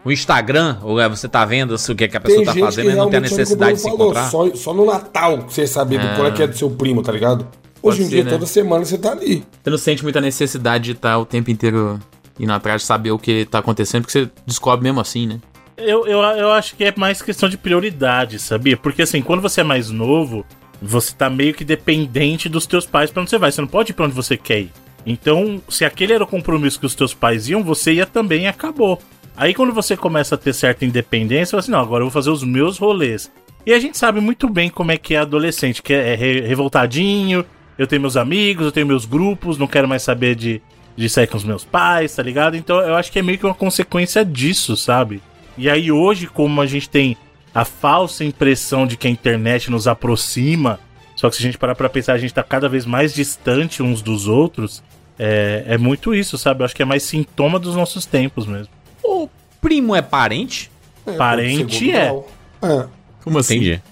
S1: o Instagram, ou é, você tá vendo o que, é que a pessoa
S2: Tem
S1: tá
S2: gente
S1: fazendo
S2: que
S1: e não tem a
S2: realmente, é o que o
S1: necessidade
S2: Bruno
S1: de se
S2: falou,
S1: encontrar. Ah.
S2: Só, só no Natal que você saber do qual é que é do seu primo, tá ligado? Hoje em
S4: ser,
S2: dia,
S4: né?
S2: toda semana você tá ali.
S4: Você não sente muita necessidade de estar o tempo inteiro indo atrás de saber o que tá acontecendo, porque você descobre mesmo assim, né?
S3: Eu, eu, eu acho que é mais questão de prioridade, sabia? Porque assim, quando você é mais novo, você tá meio que dependente dos teus pais pra onde você vai. Você não pode ir pra onde você quer ir. Então, se aquele era o compromisso que os teus pais iam, você ia também e acabou. Aí quando você começa a ter certa independência, você fala assim, não, agora eu vou fazer os meus rolês. E a gente sabe muito bem como é que é adolescente, que é, é re- revoltadinho, eu tenho meus amigos, eu tenho meus grupos, não quero mais saber de, de sair com os meus pais, tá ligado? Então eu acho que é meio que uma consequência disso, sabe? E aí hoje, como a gente tem a falsa impressão de que a internet nos aproxima. Só que se a gente parar pra pensar, a gente tá cada vez mais distante uns dos outros. É, é muito isso, sabe? Eu acho que é mais sintoma dos nossos tempos mesmo.
S1: O primo é parente?
S2: É,
S3: Parente
S2: segundo
S3: é.
S2: grau. É.
S4: Como assim?
S1: Entendi.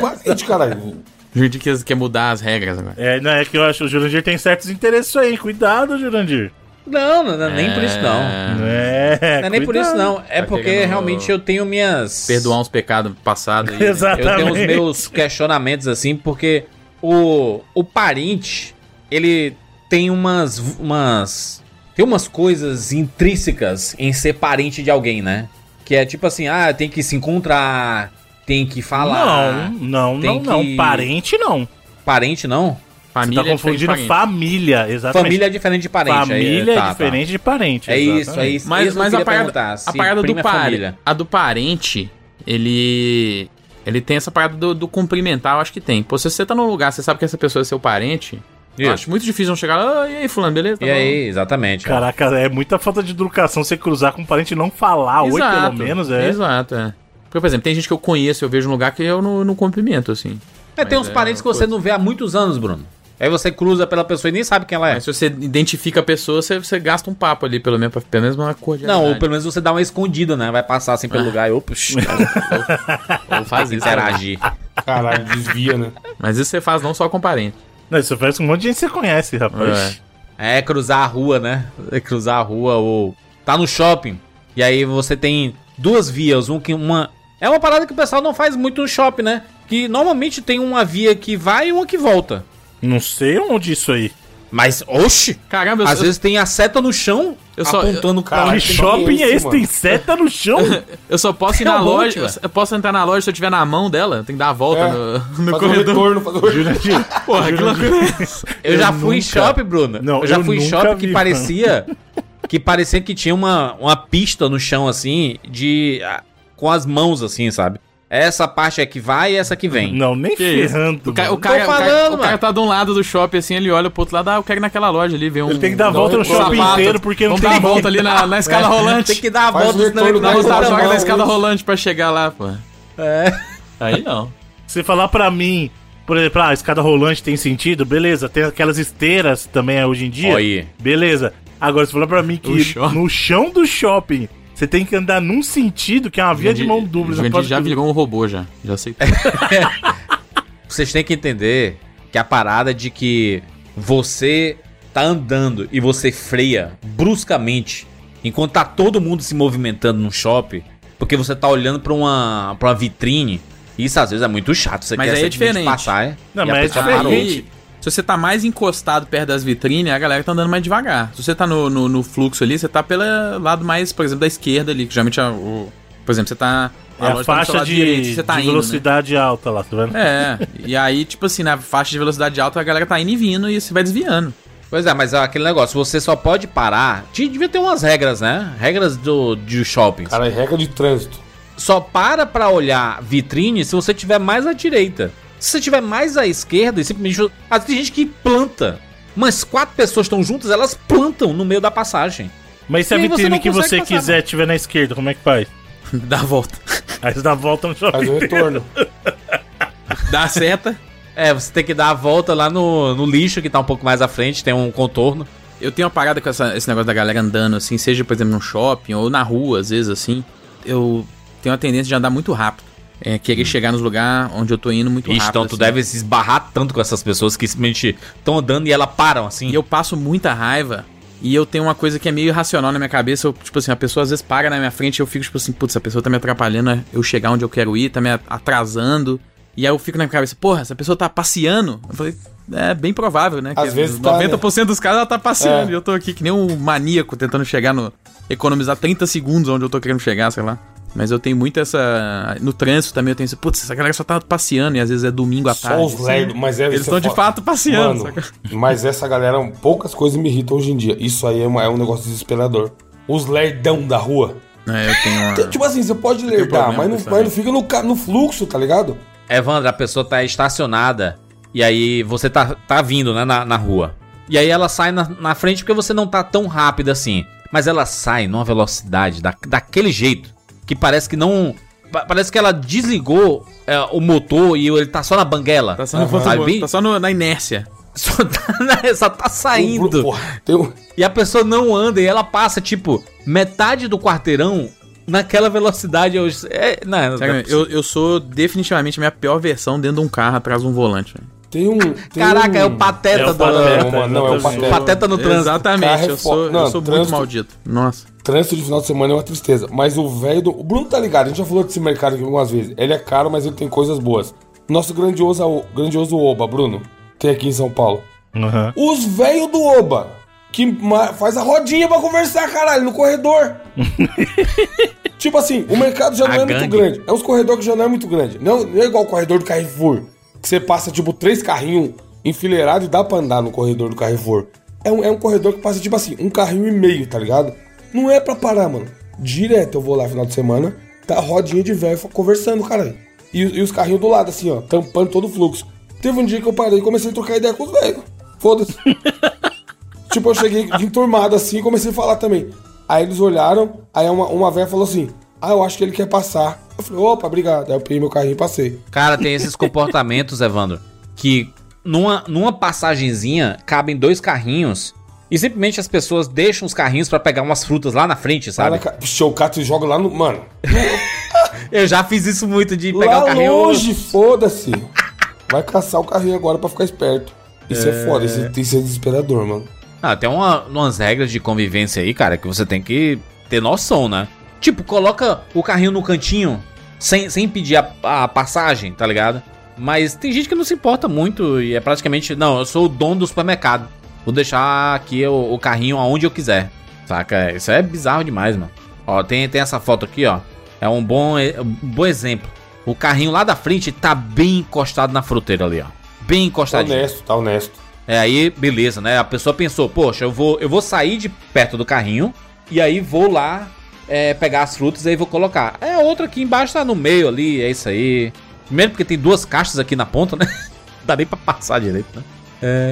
S2: Parente, É. caralho.
S4: Jurandir quer, quer mudar as regras agora.
S3: É, não é que eu acho que o Jurandir tem certos interesses aí. Cuidado, Jurandir.
S1: Não, não, não, nem por isso não. Não
S4: É,
S3: É,
S1: é nem por isso
S3: cuidado.
S1: não. É
S4: Tá
S1: porque
S4: querendo
S1: realmente eu tenho minhas.
S4: Perdoar um uns pecados passados. aí, né?
S3: Exato.
S1: Eu tenho os
S3: Exatamente.
S1: meus questionamentos assim, porque o, o parente, ele tem umas, umas. Tem umas coisas intrínsecas em ser parente de alguém, né? Que é tipo assim, ah, tem que se encontrar, tem que falar.
S3: Não, não,
S1: Tem
S3: não, não.
S1: que-
S3: Parente não.
S1: Parente não?
S3: Você
S4: Família
S3: tá
S4: é diferente de
S3: confundindo
S4: parente.
S3: família, exatamente.
S1: Família é diferente de parente. aí,
S3: Família
S1: tá,
S3: é
S1: tá.
S3: diferente de parente.
S1: É isso, é
S3: exatamente.
S1: isso.
S4: Mas,
S1: isso que eu
S4: mas a
S1: queria
S4: parada,
S1: perguntar,
S4: a
S1: se
S4: parada do
S1: primo é
S4: parente.
S1: família.
S4: A do parente, ele. Ele tem essa parada do, do cumprimentar, eu acho que tem. Pô, se você tá num lugar, você sabe que essa pessoa é seu parente. Eu
S1: Isso.
S4: acho muito difícil não chegar lá. "Ah, e aí, fulano, beleza? Tá
S1: E
S4: bom."
S1: aí, exatamente. cara.
S3: Caraca, é muita falta de educação você cruzar com um parente e não falar. Oi, pelo menos, é.
S4: Exato, é. Porque, por exemplo, tem gente que eu conheço, eu vejo um lugar que eu não, não cumprimento, assim.
S1: É, tem
S4: Mas
S1: uns
S4: é
S1: parentes que
S4: uma
S1: você não vê há muitos anos, Bruno. Aí você cruza pela pessoa e nem sabe quem ela é.
S4: Mas se você identifica a pessoa, você, você gasta um papo ali, pelo menos, pra- pelo menos uma cordialidade.
S1: não, ou pelo menos você dá uma escondida, né? Vai passar assim
S4: Ah.
S1: pelo lugar e opa,
S4: ou faz isso. né?
S1: interagir.
S2: Caralho, desvia, né?
S4: Mas isso você faz não só com parente.
S3: Não, isso faz com um monte de gente que você conhece, rapaz.
S1: É cruzar a rua, né? É cruzar a rua ou tá no shopping. E aí você tem duas vias, um que uma é uma parada que o pessoal não faz muito no shopping, né? Que normalmente tem uma via que vai e uma que volta.
S3: Não sei onde isso aí.
S1: Mas oxe,
S4: Caramba, eu,
S1: às
S4: eu,
S1: vezes tem a seta no chão,
S4: Eu só-
S1: apontando pra
S2: Caralho,
S1: lá.
S3: que
S2: tem
S3: shopping
S2: Ah, isso,
S3: é esse?
S2: mano.
S3: Tem seta no chão?
S4: eu só posso ir
S1: Tem
S4: na
S1: um monte,
S4: loja.
S1: ué.
S4: eu posso entrar na loja se eu tiver na mão dela. Tem que dar a volta
S2: É.
S4: no,
S2: Fazer um
S4: no corredor.
S2: retorno, fazer um retorno.
S3: Jurandir,
S4: Porra, que
S3: Jurandir,
S4: loucura é essa?
S1: Eu, já
S3: eu
S1: fui em
S3: nunca-
S1: shopping, Bruno.
S3: Não,
S1: eu já
S3: eu
S1: fui em
S3: nunca
S1: shopping
S3: vi,
S1: que
S3: mano.
S1: parecia que parecia que tinha uma, uma pista no chão assim de ah, com as mãos assim, sabe? Essa parte é que vai e essa que vem.
S3: Não, nem
S4: Que isso?
S3: ferrando.
S4: O, ca-
S3: mano.
S4: o cara, o cara-
S1: falando,
S4: o cara
S1: mano.
S4: tá de um lado do shopping assim, ele olha pro outro lado, ah, eu quero ir naquela loja ali, ver um.
S3: Ele tem que dar a volta no
S4: um
S3: shopping
S4: sapato.
S3: inteiro, porque não
S4: Vamos
S3: tem
S4: dar a volta ali na, na escada rolante.
S1: É. Tem que dar a
S2: Faz
S1: volta,
S2: o
S1: senão ele
S2: retorno
S4: Dá
S1: dá
S2: da
S1: outra
S4: a
S2: volta
S4: joga
S1: volta.
S4: na
S2: mão,
S4: escada
S2: isso.
S4: rolante pra chegar lá, pô.
S1: É.
S4: Aí não.
S3: Se falar pra mim, por exemplo, ah, a escada rolante tem sentido, beleza. Tem aquelas esteiras também é, hoje em dia.
S1: Aí.
S3: Beleza. Agora, se falar pra mim que
S4: O shopping.
S3: no chão do shopping você tem que andar num sentido que é uma via de mão dupla. você
S4: Jurandir
S3: pode-
S4: já virou um robô já. Já sei.
S1: Vocês têm que entender que a parada de que você tá andando e você freia bruscamente enquanto tá todo mundo se movimentando num shopping, porque você tá olhando pra uma, pra uma vitrine, isso às vezes é muito chato. Você
S4: Mas
S1: quer
S4: aí é
S1: simplesmente
S4: diferente.
S1: passar. é?
S3: Não,
S1: E a
S3: mas é
S1: pessoa
S3: diferente.
S1: parou.
S4: Aí, se você tá mais encostado perto das vitrines, a galera tá andando mais devagar. Se você tá no, no, no fluxo ali, você tá pelo lado mais, por exemplo, da esquerda ali, que geralmente é o. Por exemplo, você tá.
S3: É a
S4: loja tá no seu
S3: faixa
S4: lado
S3: de,
S4: direito, você tá
S3: de
S4: indo, né?
S3: velocidade alta lá, tá vendo?
S4: É, e aí, tipo assim, na faixa de velocidade alta, a galera tá indo e vindo e você vai desviando.
S1: Pois é, mas é aquele negócio, você só pode parar. Tinha- Devia ter umas regras, né? Regras do, de shoppings.
S2: Caralho, regra de trânsito.
S1: Só para pra olhar vitrine se você tiver mais à direita. Se você tiver mais à esquerda, e simplesmente. Ah, Tem gente que planta. Mas quatro pessoas estão juntas, elas plantam no meio da passagem.
S3: Mas se a
S1: E aí você
S3: vitrine
S1: não
S3: que
S1: consegue
S3: você
S1: passar, né?
S3: quiser tiver na esquerda, como é que faz?
S4: Dá a volta.
S3: Aí você dá a volta no shopping.
S2: Faz um retorno.
S4: Dá a seta.
S1: É, você tem que dar a volta lá no, no lixo que tá um pouco mais à frente, tem um contorno.
S4: Eu tenho uma parada com essa- esse negócio da galera andando, assim, seja, por exemplo, num shopping ou na rua, às vezes, assim. Eu tenho a tendência de andar muito rápido. É, querer chegar nos lugares onde eu tô indo muito
S1: Hum. Ixi,
S4: rápido.
S1: então tu
S4: assim.
S1: deve se esbarrar tanto com essas pessoas que simplesmente estão andando e elas param assim.
S4: E eu passo muita raiva. E eu tenho uma coisa que é meio irracional na minha cabeça. Eu, tipo assim, a pessoa às vezes para na minha frente e eu fico, tipo assim, putz, a pessoa tá me atrapalhando a eu chegar onde eu quero ir, tá me a- atrasando. E aí eu fico na minha cabeça, porra, essa pessoa tá passeando. Eu falei, é bem provável, né?
S2: Às vezes tá,
S4: 90% dos casos ela tá passeando.
S2: É.
S4: E eu tô aqui que nem um maníaco tentando chegar no. economizar 30 segundos onde eu tô querendo chegar, sei lá. Mas eu tenho muito essa. No trânsito também eu tenho isso, putz, essa galera só tá passeando e às vezes é domingo à tarde.
S2: Só os
S4: assim.
S2: lerdos, mas é,
S4: Eles
S2: isso é
S4: estão de
S2: foda.
S4: fato passeando.
S2: Mano,
S4: saca?
S2: mas essa galera, poucas coisas me irritam hoje em dia. Isso aí é, uma- é um negócio desesperador. Os lerdão da rua.
S4: É, eu tenho uma...
S2: Tipo assim, você pode
S4: problema
S2: lerdar, mas
S4: com
S2: não,
S4: isso
S2: mas
S4: também.
S2: não fica no, ca- no fluxo, tá ligado?
S1: Evandro, a pessoa tá estacionada e aí você tá, tá vindo, né, na, na rua. E aí ela sai na, na frente porque você não tá tão rápido assim. Mas ela sai numa velocidade da, daquele jeito que parece que não pa- parece que ela desligou é, o motor e ele tá só na banguela.
S4: Tá só, no ponto
S1: Sabe?
S4: morto, tá só no- na inércia.
S1: Só tá, na- só tá saindo.
S2: Porra, tem um-
S1: E a pessoa não anda e ela passa, tipo, metade do quarteirão naquela velocidade. Eu, é, não, não,
S4: Sério, eu, eu sou definitivamente a minha pior versão dentro de um carro atrás de um volante. velho.
S2: Tem um. tem
S1: Caraca,
S2: um-
S1: é o pateta
S3: É
S1: do.
S3: o pateta.
S2: Não, mano, não, é o
S3: Exatamente.
S2: pateta.
S4: tá
S1: Pateta no trânsito.
S4: Exatamente,
S2: Carro é
S4: eu
S2: fo-
S4: sou,
S2: Não,
S4: eu sou muito
S2: trânsito-
S4: maldito. Nossa.
S2: Trânsito de final de semana é uma tristeza. Mas o velho do. O Bruno tá ligado, a gente já falou desse mercado aqui algumas vezes. Ele é caro, mas ele tem coisas boas. Nosso grandioso, grandioso Oba, Bruno, tem aqui em São Paulo.
S3: Aham.
S2: Os velhos do Oba, que ma- faz a rodinha pra conversar, caralho, no corredor. tipo assim, o mercado já não
S1: A
S2: é
S1: gangue.
S2: muito grande. É uns corredores que já não é muito grande. Não, não é igual o corredor do Carrefour, que você passa, tipo, três carrinhos enfileirados e dá pra andar no corredor do Carrefour. É um, é um corredor que passa, tipo assim, um carrinho e meio, tá ligado? Não é pra parar, mano. Direto eu vou lá final de semana, tá rodinha de velho conversando, caralho. E, e os carrinhos do lado, assim, ó, tampando todo o fluxo. Teve um dia que eu parei e comecei a trocar ideia com os velhos. Foda-se. Tipo, eu cheguei enturmado assim e comecei a falar também. Aí eles olharam, aí uma, uma véia falou assim: Ah, eu acho que ele quer passar. Eu falei: Opa, obrigado. Aí eu peguei meu carrinho e passei.
S1: Cara, tem esses comportamentos, Evandro, que numa, numa passagenzinha cabem dois carrinhos e simplesmente as pessoas deixam os carrinhos pra pegar umas frutas lá na frente,
S2: Aí ela
S1: sabe?
S2: ca- Puxa, o cato e joga lá no. Mano,
S1: Eu já fiz isso muito de pegar
S2: lá
S1: o carrinho.
S2: longe, foda-se. Vai caçar o carrinho agora pra ficar esperto. Isso é, foda, isso, é- isso é desesperador, mano.
S1: Ah, tem uma- umas regras de convivência aí, cara, que você tem que ter noção, né? Tipo, coloca o carrinho no cantinho sem, sem pedir a, a passagem, tá ligado? Mas tem gente que não se importa muito e é praticamente, não, eu sou o dono do supermercado. Vou deixar aqui o, o carrinho aonde eu quiser, saca? Isso é bizarro demais, mano. Ó, tem, tem essa foto aqui, ó. É um bom, e- um bom exemplo. O carrinho lá da frente tá bem encostado na fruteira ali, ó. Bem
S2: Tá
S1: encostadinho.
S2: honesto, tá honesto.
S1: É, aí, beleza, né? A pessoa pensou, poxa, eu vou, eu vou sair de perto do carrinho e aí vou lá é, pegar as frutas e aí vou colocar. É, outra aqui embaixo tá no meio ali, é isso aí. Primeiro porque tem duas caixas aqui na ponta, né? Não dá nem pra passar direito, né?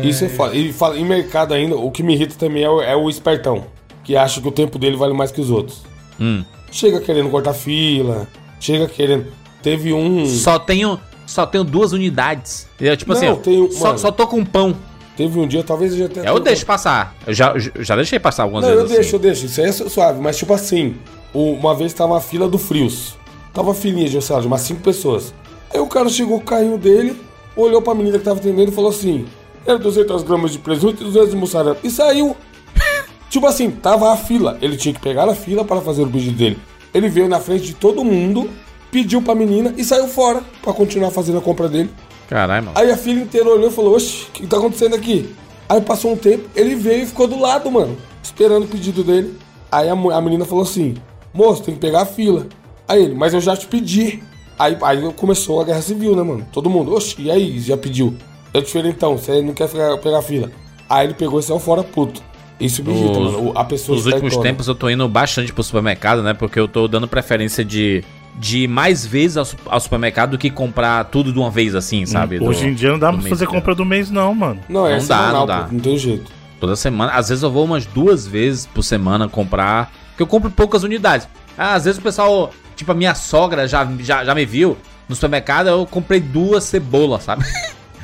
S2: Isso é foda. E fala, em mercado ainda, o que me irrita também é o, é o espertão, que acha que o tempo dele vale mais que os outros.
S1: Hum.
S2: Chega querendo cortar fila, chega querendo. Teve um.
S1: Só tenho, só tenho duas unidades. E eu, tipo
S2: Não,
S1: assim, ó,
S2: tem um-
S1: só,
S2: mano.
S1: só tô com pão.
S2: Teve um dia, talvez eu já tenha.
S1: Eu É deixo passar. Eu já, eu já deixei passar algumas
S2: Não, eu
S1: vezes. assim.
S2: deixo, eu deixo. Isso aí é su- suave, mas tipo assim, o- uma vez tava a fila do Frios. Tava a filinha de, sei lá, de umas cinco pessoas. Aí o cara chegou com o carrinho dele, olhou pra menina que tava atendendo e falou assim: era 200 gramas de presunto e 200 de mussarela. E saiu. tipo assim, tava a fila. Ele tinha que pegar a fila para fazer o pedido dele. Ele veio na frente de todo mundo, pediu pra menina e saiu fora pra continuar fazendo a compra dele.
S1: Caralho, mano.
S2: Aí a filha inteira olhou e falou, oxe, o que que tá acontecendo aqui? Aí passou um tempo, ele veio e ficou do lado, mano, esperando o pedido dele. Aí a, mu- a menina falou assim, moço, tem que pegar a fila. Aí ele, mas eu já te pedi. Aí, aí começou a guerra civil, né, mano? Todo mundo, oxe, e aí, já pediu? Eu te falei então, você não quer ficar- pegar a fila. Aí ele pegou e saiu fora puto. Isso me irrita,
S1: Os-
S2: mano. o- A pessoa tá
S1: Nos últimos
S2: espertona.
S1: tempos eu tô indo bastante pro supermercado, né? Porque eu tô dando preferência de, de ir mais vezes ao, su- ao supermercado do que comprar tudo de uma vez assim, sabe? Do-
S3: Hum, Hoje em dia não dá
S1: do
S3: pra
S1: mês né?
S3: fazer
S1: inteiro.
S3: compra do mês, não, mano.
S2: Não, é
S1: Não dá,
S2: semanal,
S1: não dá.
S2: pô, não tem jeito.
S1: Toda semana. Às vezes eu vou umas duas vezes por semana comprar. Porque eu compro poucas unidades. Ah, Às vezes o pessoal, tipo, a minha sogra já, já, já me viu no supermercado, eu comprei duas cebolas, sabe?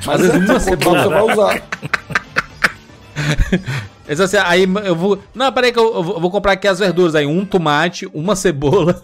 S2: Mas
S1: vezes uma
S2: você vai usar.
S1: Eles assim, aí eu vou. Não, peraí que eu, eu vou- eu vou comprar aqui as verduras. Aí um tomate, uma cebola.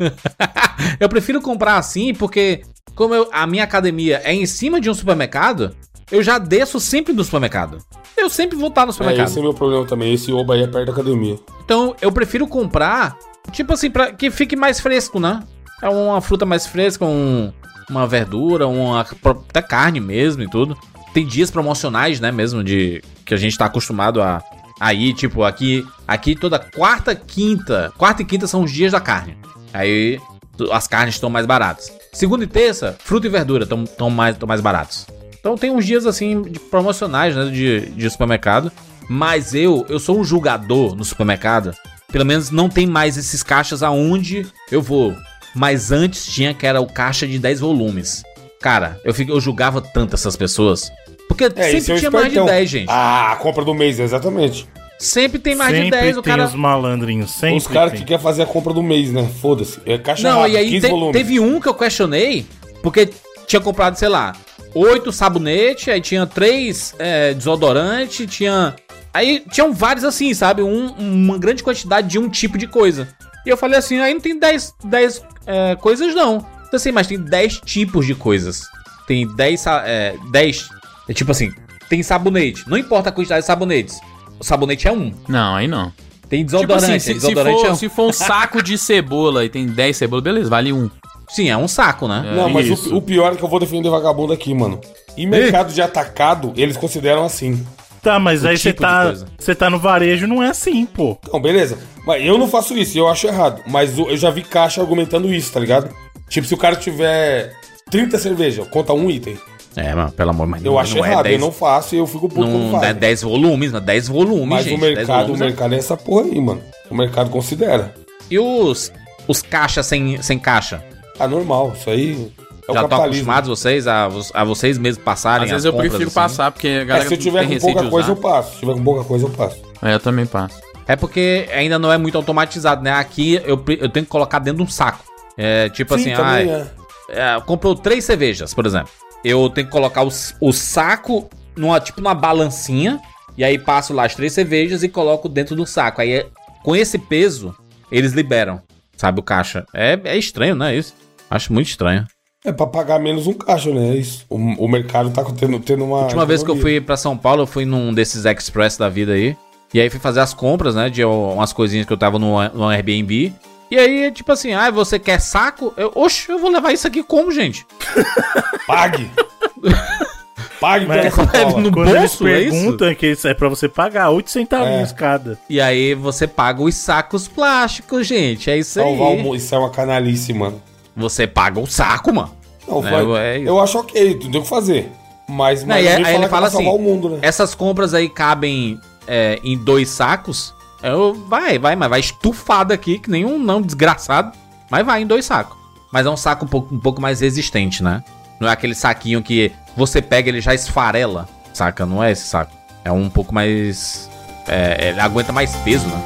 S1: eu prefiro comprar assim porque, como eu- a minha academia é em cima de um supermercado, eu já desço sempre do supermercado. Eu sempre vou estar no
S2: É,
S1: supermercado.
S2: esse é meu problema também, esse oba aí é perto da academia.
S1: Então eu prefiro comprar, tipo assim, pra que fique mais fresco, né? É uma fruta mais fresca, um- uma verdura, uma pro- até carne mesmo e tudo. Tem dias promocionais, né, mesmo, de que a gente tá acostumado a, a ir, tipo, aqui, aqui toda quarta, quinta. Quarta e quinta são os dias da carne. Aí tu- as carnes estão mais baratas. Segunda e terça, fruta e verdura estão mais, tão mais baratos. Então tem uns dias assim de promocionais, né, de, de supermercado. Mas eu, eu sou um julgador no supermercado. Pelo menos não tem mais esses caixas aonde eu vou. Mas antes tinha que era o caixa de 10 volumes. Cara, eu, fico, eu julgava tanto essas pessoas. Porque
S2: É, esse
S1: sempre
S2: é o
S1: tinha mais de
S2: espertão.
S1: 10, gente.
S2: Ah, a compra do mês, exatamente.
S1: Sempre tem mais
S3: sempre
S1: de 10,
S3: tem
S1: o cara.
S3: os malandrinhos, sempre
S2: Os caras
S3: tem.
S2: que querem fazer a compra do mês, né? Foda-se. É caixa
S1: Não,
S2: errada,
S1: e aí
S2: 15
S1: te-
S2: volumes.
S1: teve um que eu questionei, porque tinha comprado, sei lá, oito sabonete, aí tinha três é, desodorante, tinha. Aí tinham vários assim, sabe? Um- uma grande quantidade de um tipo de coisa. E eu falei assim, aí não tem 10 dez, é, coisas, não. Então assim, mas tem 10 tipos de coisas. Tem 10. É, dez- é tipo assim, tem sabonete. Não importa a quantidade de sabonetes. O sabonete é um.
S4: Não, aí não.
S1: Tem
S4: Tipo
S1: desodorante.
S4: assim, se, se
S1: desodorante é um.
S4: for, se for um saco de cebola e tem 10 cebolas, beleza, vale um.
S1: Sim, é um saco, né?
S2: Não, mas
S3: Isso.
S2: o, o pior é que eu vou defender vagabundo aqui, mano. E mercado de atacado, eles consideram assim.
S3: Tá, mas aí você
S1: tipo de
S3: tá,
S1: coisa.
S3: você tá no varejo, não é assim, pô.
S2: Então, beleza. Mas eu não faço isso, eu acho errado. Mas o- eu já vi caixa argumentando isso, tá ligado? Tipo, se o cara tiver 30 cervejas, conta um item.
S1: É, mano, pelo amor de Deus.
S2: Eu acho errado, eu não faço e eu fico puto quando
S1: é Não, dá
S2: fazem.
S1: 10 volumes, mas 10 volumes,
S2: Mas
S1: gente.
S2: o
S1: 10
S2: mercado, o
S1: volumes é-
S2: mercado é essa porra aí, mano. O mercado considera.
S1: E os, os caixas sem, sem caixa?
S2: Ah, normal, isso aí é o
S1: Já tá estão
S2: capitalismo.
S1: acostumados vocês a, vo- a vocês mesmos passarem
S4: Às
S1: as
S4: vezes eu
S1: compras,
S4: prefiro
S1: assim?
S4: passar, porque a
S2: É,
S4: galera
S2: se eu tiver
S4: tem
S2: com
S4: receio de
S2: pouca coisa,
S4: usar.
S2: eu passo. Se tiver com pouca coisa, eu passo.
S1: Tipo
S4: É, eu também passo.
S1: É porque ainda não é muito automatizado, né? Aqui eu, pre- eu tenho que colocar dentro de um saco. É, tipo
S2: Sim,
S1: assim, ai,
S2: também é.
S1: é, comprou três cervejas, por exemplo. Eu tenho que colocar os- o saco numa, tipo numa balancinha, e aí passo lá as três cervejas e coloco dentro do saco. Aí, é- com esse peso, eles liberam, sabe, o caixa. É, é estranho, né? Isso. Acho muito estranho.
S2: É pra pagar menos um caixa, né? É isso. O, o mercado tá tendo, tendo uma.
S1: A última vez que eu fui pra São Paulo, eu fui num desses express da vida aí. E aí fui fazer as compras, né? De umas coisinhas que eu tava no, no Airbnb. E aí, tipo assim, ah, você quer saco? Eu, Oxe, eu vou levar isso aqui como, gente?
S2: Pague! Pague
S3: Mas é
S2: pela Coca-Cola.
S1: no
S3: Quando eles
S1: bolso, é isso?
S3: perguntam que isso é pra você pagar 8 centavinhos
S2: É.
S3: cada.
S1: E aí você paga os sacos plásticos, gente. É isso aí.
S2: Salvar o mundo. Isso é uma canalice, mano.
S1: Você paga o saco, mano.
S2: Não,
S1: É,
S2: vai.
S1: ué, é isso.
S2: eu acho ok, não tem o que fazer. Mas,
S1: Não,
S2: mas
S1: e aí-
S2: ninguém
S1: aí ele
S2: que
S1: fala
S2: vai salvar
S1: assim,
S2: o mundo, né?
S1: Essas compras aí cabem é, em dois sacos. É, Eu, vai, vai, mas vai estufado aqui, que nenhum não desgraçado. Mas vai em dois sacos. Mas é um saco um pouco, um pouco mais resistente, né? Não é aquele saquinho que você pega e ele já esfarela, saca? Não é esse saco. É um pouco mais. É, ele aguenta mais peso, né?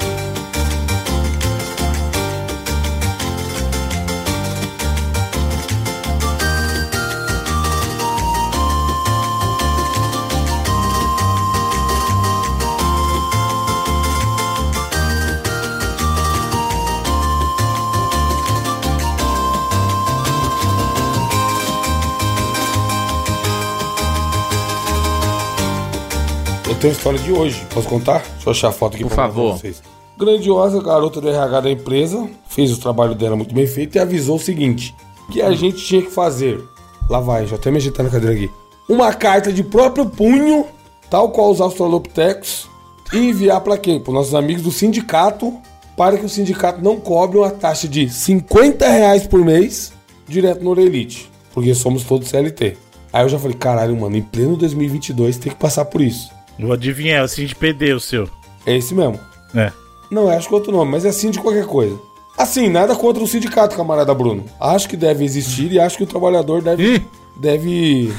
S2: Eu tenho a história de hoje. Posso contar? Deixa eu achar a foto aqui
S1: Por
S2: mandar
S1: favor.
S2: vocês. Grandiosa garota do RH da empresa fez o trabalho dela muito bem feito e avisou o seguinte: que a gente tinha que fazer. Lá vai, já até me agitar na cadeira aqui. Uma carta de próprio punho, tal qual os australopitecos, e enviar para quem? Para nossos amigos do sindicato, para que o sindicato não cobre uma taxa de 50 reais por mês direto no Orelite, porque somos todos CLT. Aí eu já falei: caralho, mano, em pleno 2022 tem que passar por isso.
S3: Não vou adivinhar, é o Cindy PD, o seu.
S2: É esse mesmo.
S3: É.
S2: Não, eu acho que é outro nome, mas é assim de qualquer coisa. Assim, nada contra o sindicato, camarada Bruno. Acho que deve existir e acho que o trabalhador deve, deve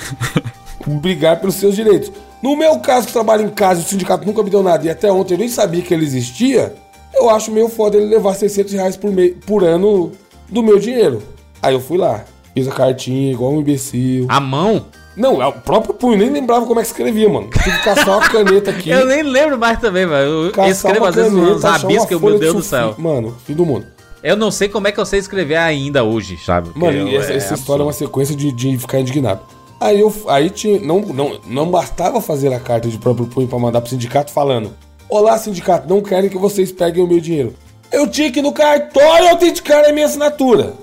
S2: brigar pelos seus direitos. No meu caso, que trabalho em casa, o sindicato nunca me deu nada e até ontem eu nem sabia que ele existia, eu acho meio foda ele levar 600 reais por, mei- por ano do meu dinheiro. Aí eu fui lá, fiz a cartinha igual um imbecil.
S1: A mão.
S2: Não, é o próprio punho, nem lembrava como é que escrevia, mano. Tive que caçar uma caneta aqui
S1: Eu nem lembro mais também, velho. Eu
S2: caçar
S1: escrevo
S2: uma
S1: às vezes
S2: caneta,
S1: uns
S2: achar
S1: rabiscos,
S2: folha
S1: meu
S2: de
S1: Deus do
S2: sulfite.
S1: céu.
S2: Mano, fim do mundo.
S1: Eu não sei como é que eu sei escrever ainda hoje, sabe? Porque
S2: Mano, e
S1: eu-
S2: essa,
S1: é
S2: essa história é uma sequência de, de ficar indignado. Aí eu aí tinha, não, não, não bastava fazer a carta de próprio punho pra mandar pro sindicato falando: Olá, sindicato, não querem que vocês peguem o meu dinheiro. Eu tinha que ir no cartório autenticar a minha assinatura.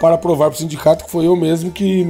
S2: para provar pro sindicato que foi eu mesmo que,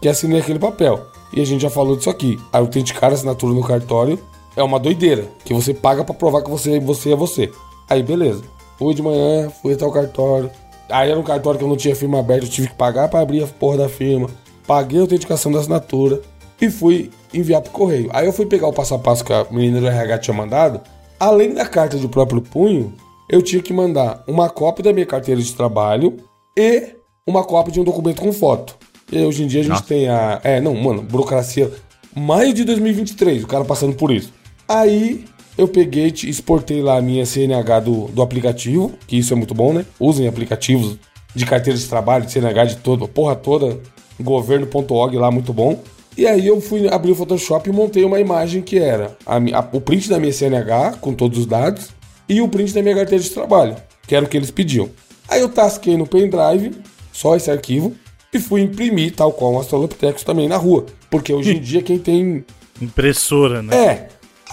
S2: que assinei aquele papel. E a gente já falou disso aqui. A autenticar a assinatura no cartório é uma doideira, que você paga pra provar que você, você é você. Aí, beleza. Fui de manhã, fui até o cartório. Aí era um cartório que eu não tinha firma aberta, eu tive que pagar pra abrir a porra da firma. Paguei a autenticação da assinatura e fui enviar pro correio. Aí eu fui pegar o passo a passo que a menina do RH tinha mandado. Além da carta de próprio punho, eu tinha que mandar uma cópia da minha carteira de trabalho, e uma cópia de um documento com foto. E hoje em dia a gente tem a. É, não, mano, burocracia. Maio de 2023, o cara passando por isso. Aí Eu peguei e exportei lá a minha CNH do, do aplicativo, que isso é muito bom, né? Usem aplicativos de carteira de trabalho, de CNH, de todo, porra toda, governo.org lá, muito bom. E aí eu fui abrir o Photoshop e montei uma imagem que era a mi- a- o print da minha CNH, com todos os dados, e o print da minha carteira de trabalho, que era o que eles pediam. Aí eu tasquei no pendrive, só esse arquivo, e fui imprimir, tal qual o Astrolopithecus também, na rua. Porque hoje em dia quem tem
S3: Impressora, né?
S2: é.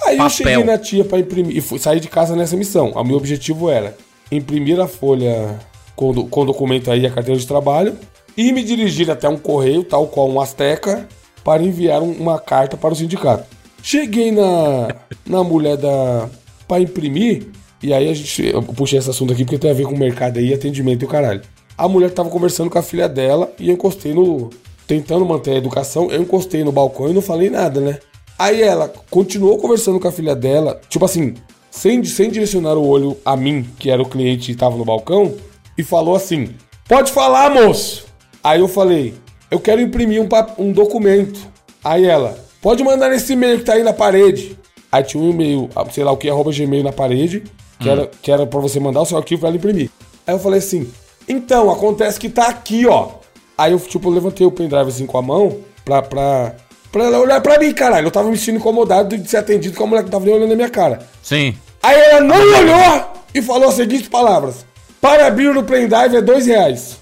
S2: Aí eu
S1: Papel.
S2: cheguei na tia pra imprimir. E fui, saí de casa nessa missão. O meu objetivo era imprimir a folha com, do- com o documento aí, a carteira de trabalho, e me dirigir até um correio, tal qual um Azteca, para enviar um- uma carta para o sindicato. Cheguei na, na mulher da. pra imprimir, e aí a gente. Eu puxei esse assunto aqui porque tem a ver com o mercado aí, atendimento e o caralho. A mulher tava conversando com a filha dela e eu encostei no. Tentando manter a educação, eu encostei no balcão e não falei nada, né? Aí ela continuou conversando com a filha dela, tipo assim, sem, sem direcionar o olho a mim, que era o cliente e tava no balcão, e falou assim: Pode falar, moço! Aí eu falei: Eu quero imprimir um, pap- um documento. Aí ela: Pode mandar nesse e-mail que tá aí na parede. Aí tinha um e-mail, sei lá o que, arroba gmail na parede, que, era, que era pra você mandar o seu arquivo pra ela imprimir. Aí eu falei assim: Então, acontece que tá aqui, ó. Aí eu, tipo, levantei o pendrive assim com a mão pra, pra, pra ela olhar pra mim, caralho. Eu tava me sentindo incomodado de ser atendido com a mulher que não tava nem olhando na minha cara.
S1: Sim.
S2: Aí ela não me olhou e falou as seguintes palavras: Para abrir no pendrive é dois reais.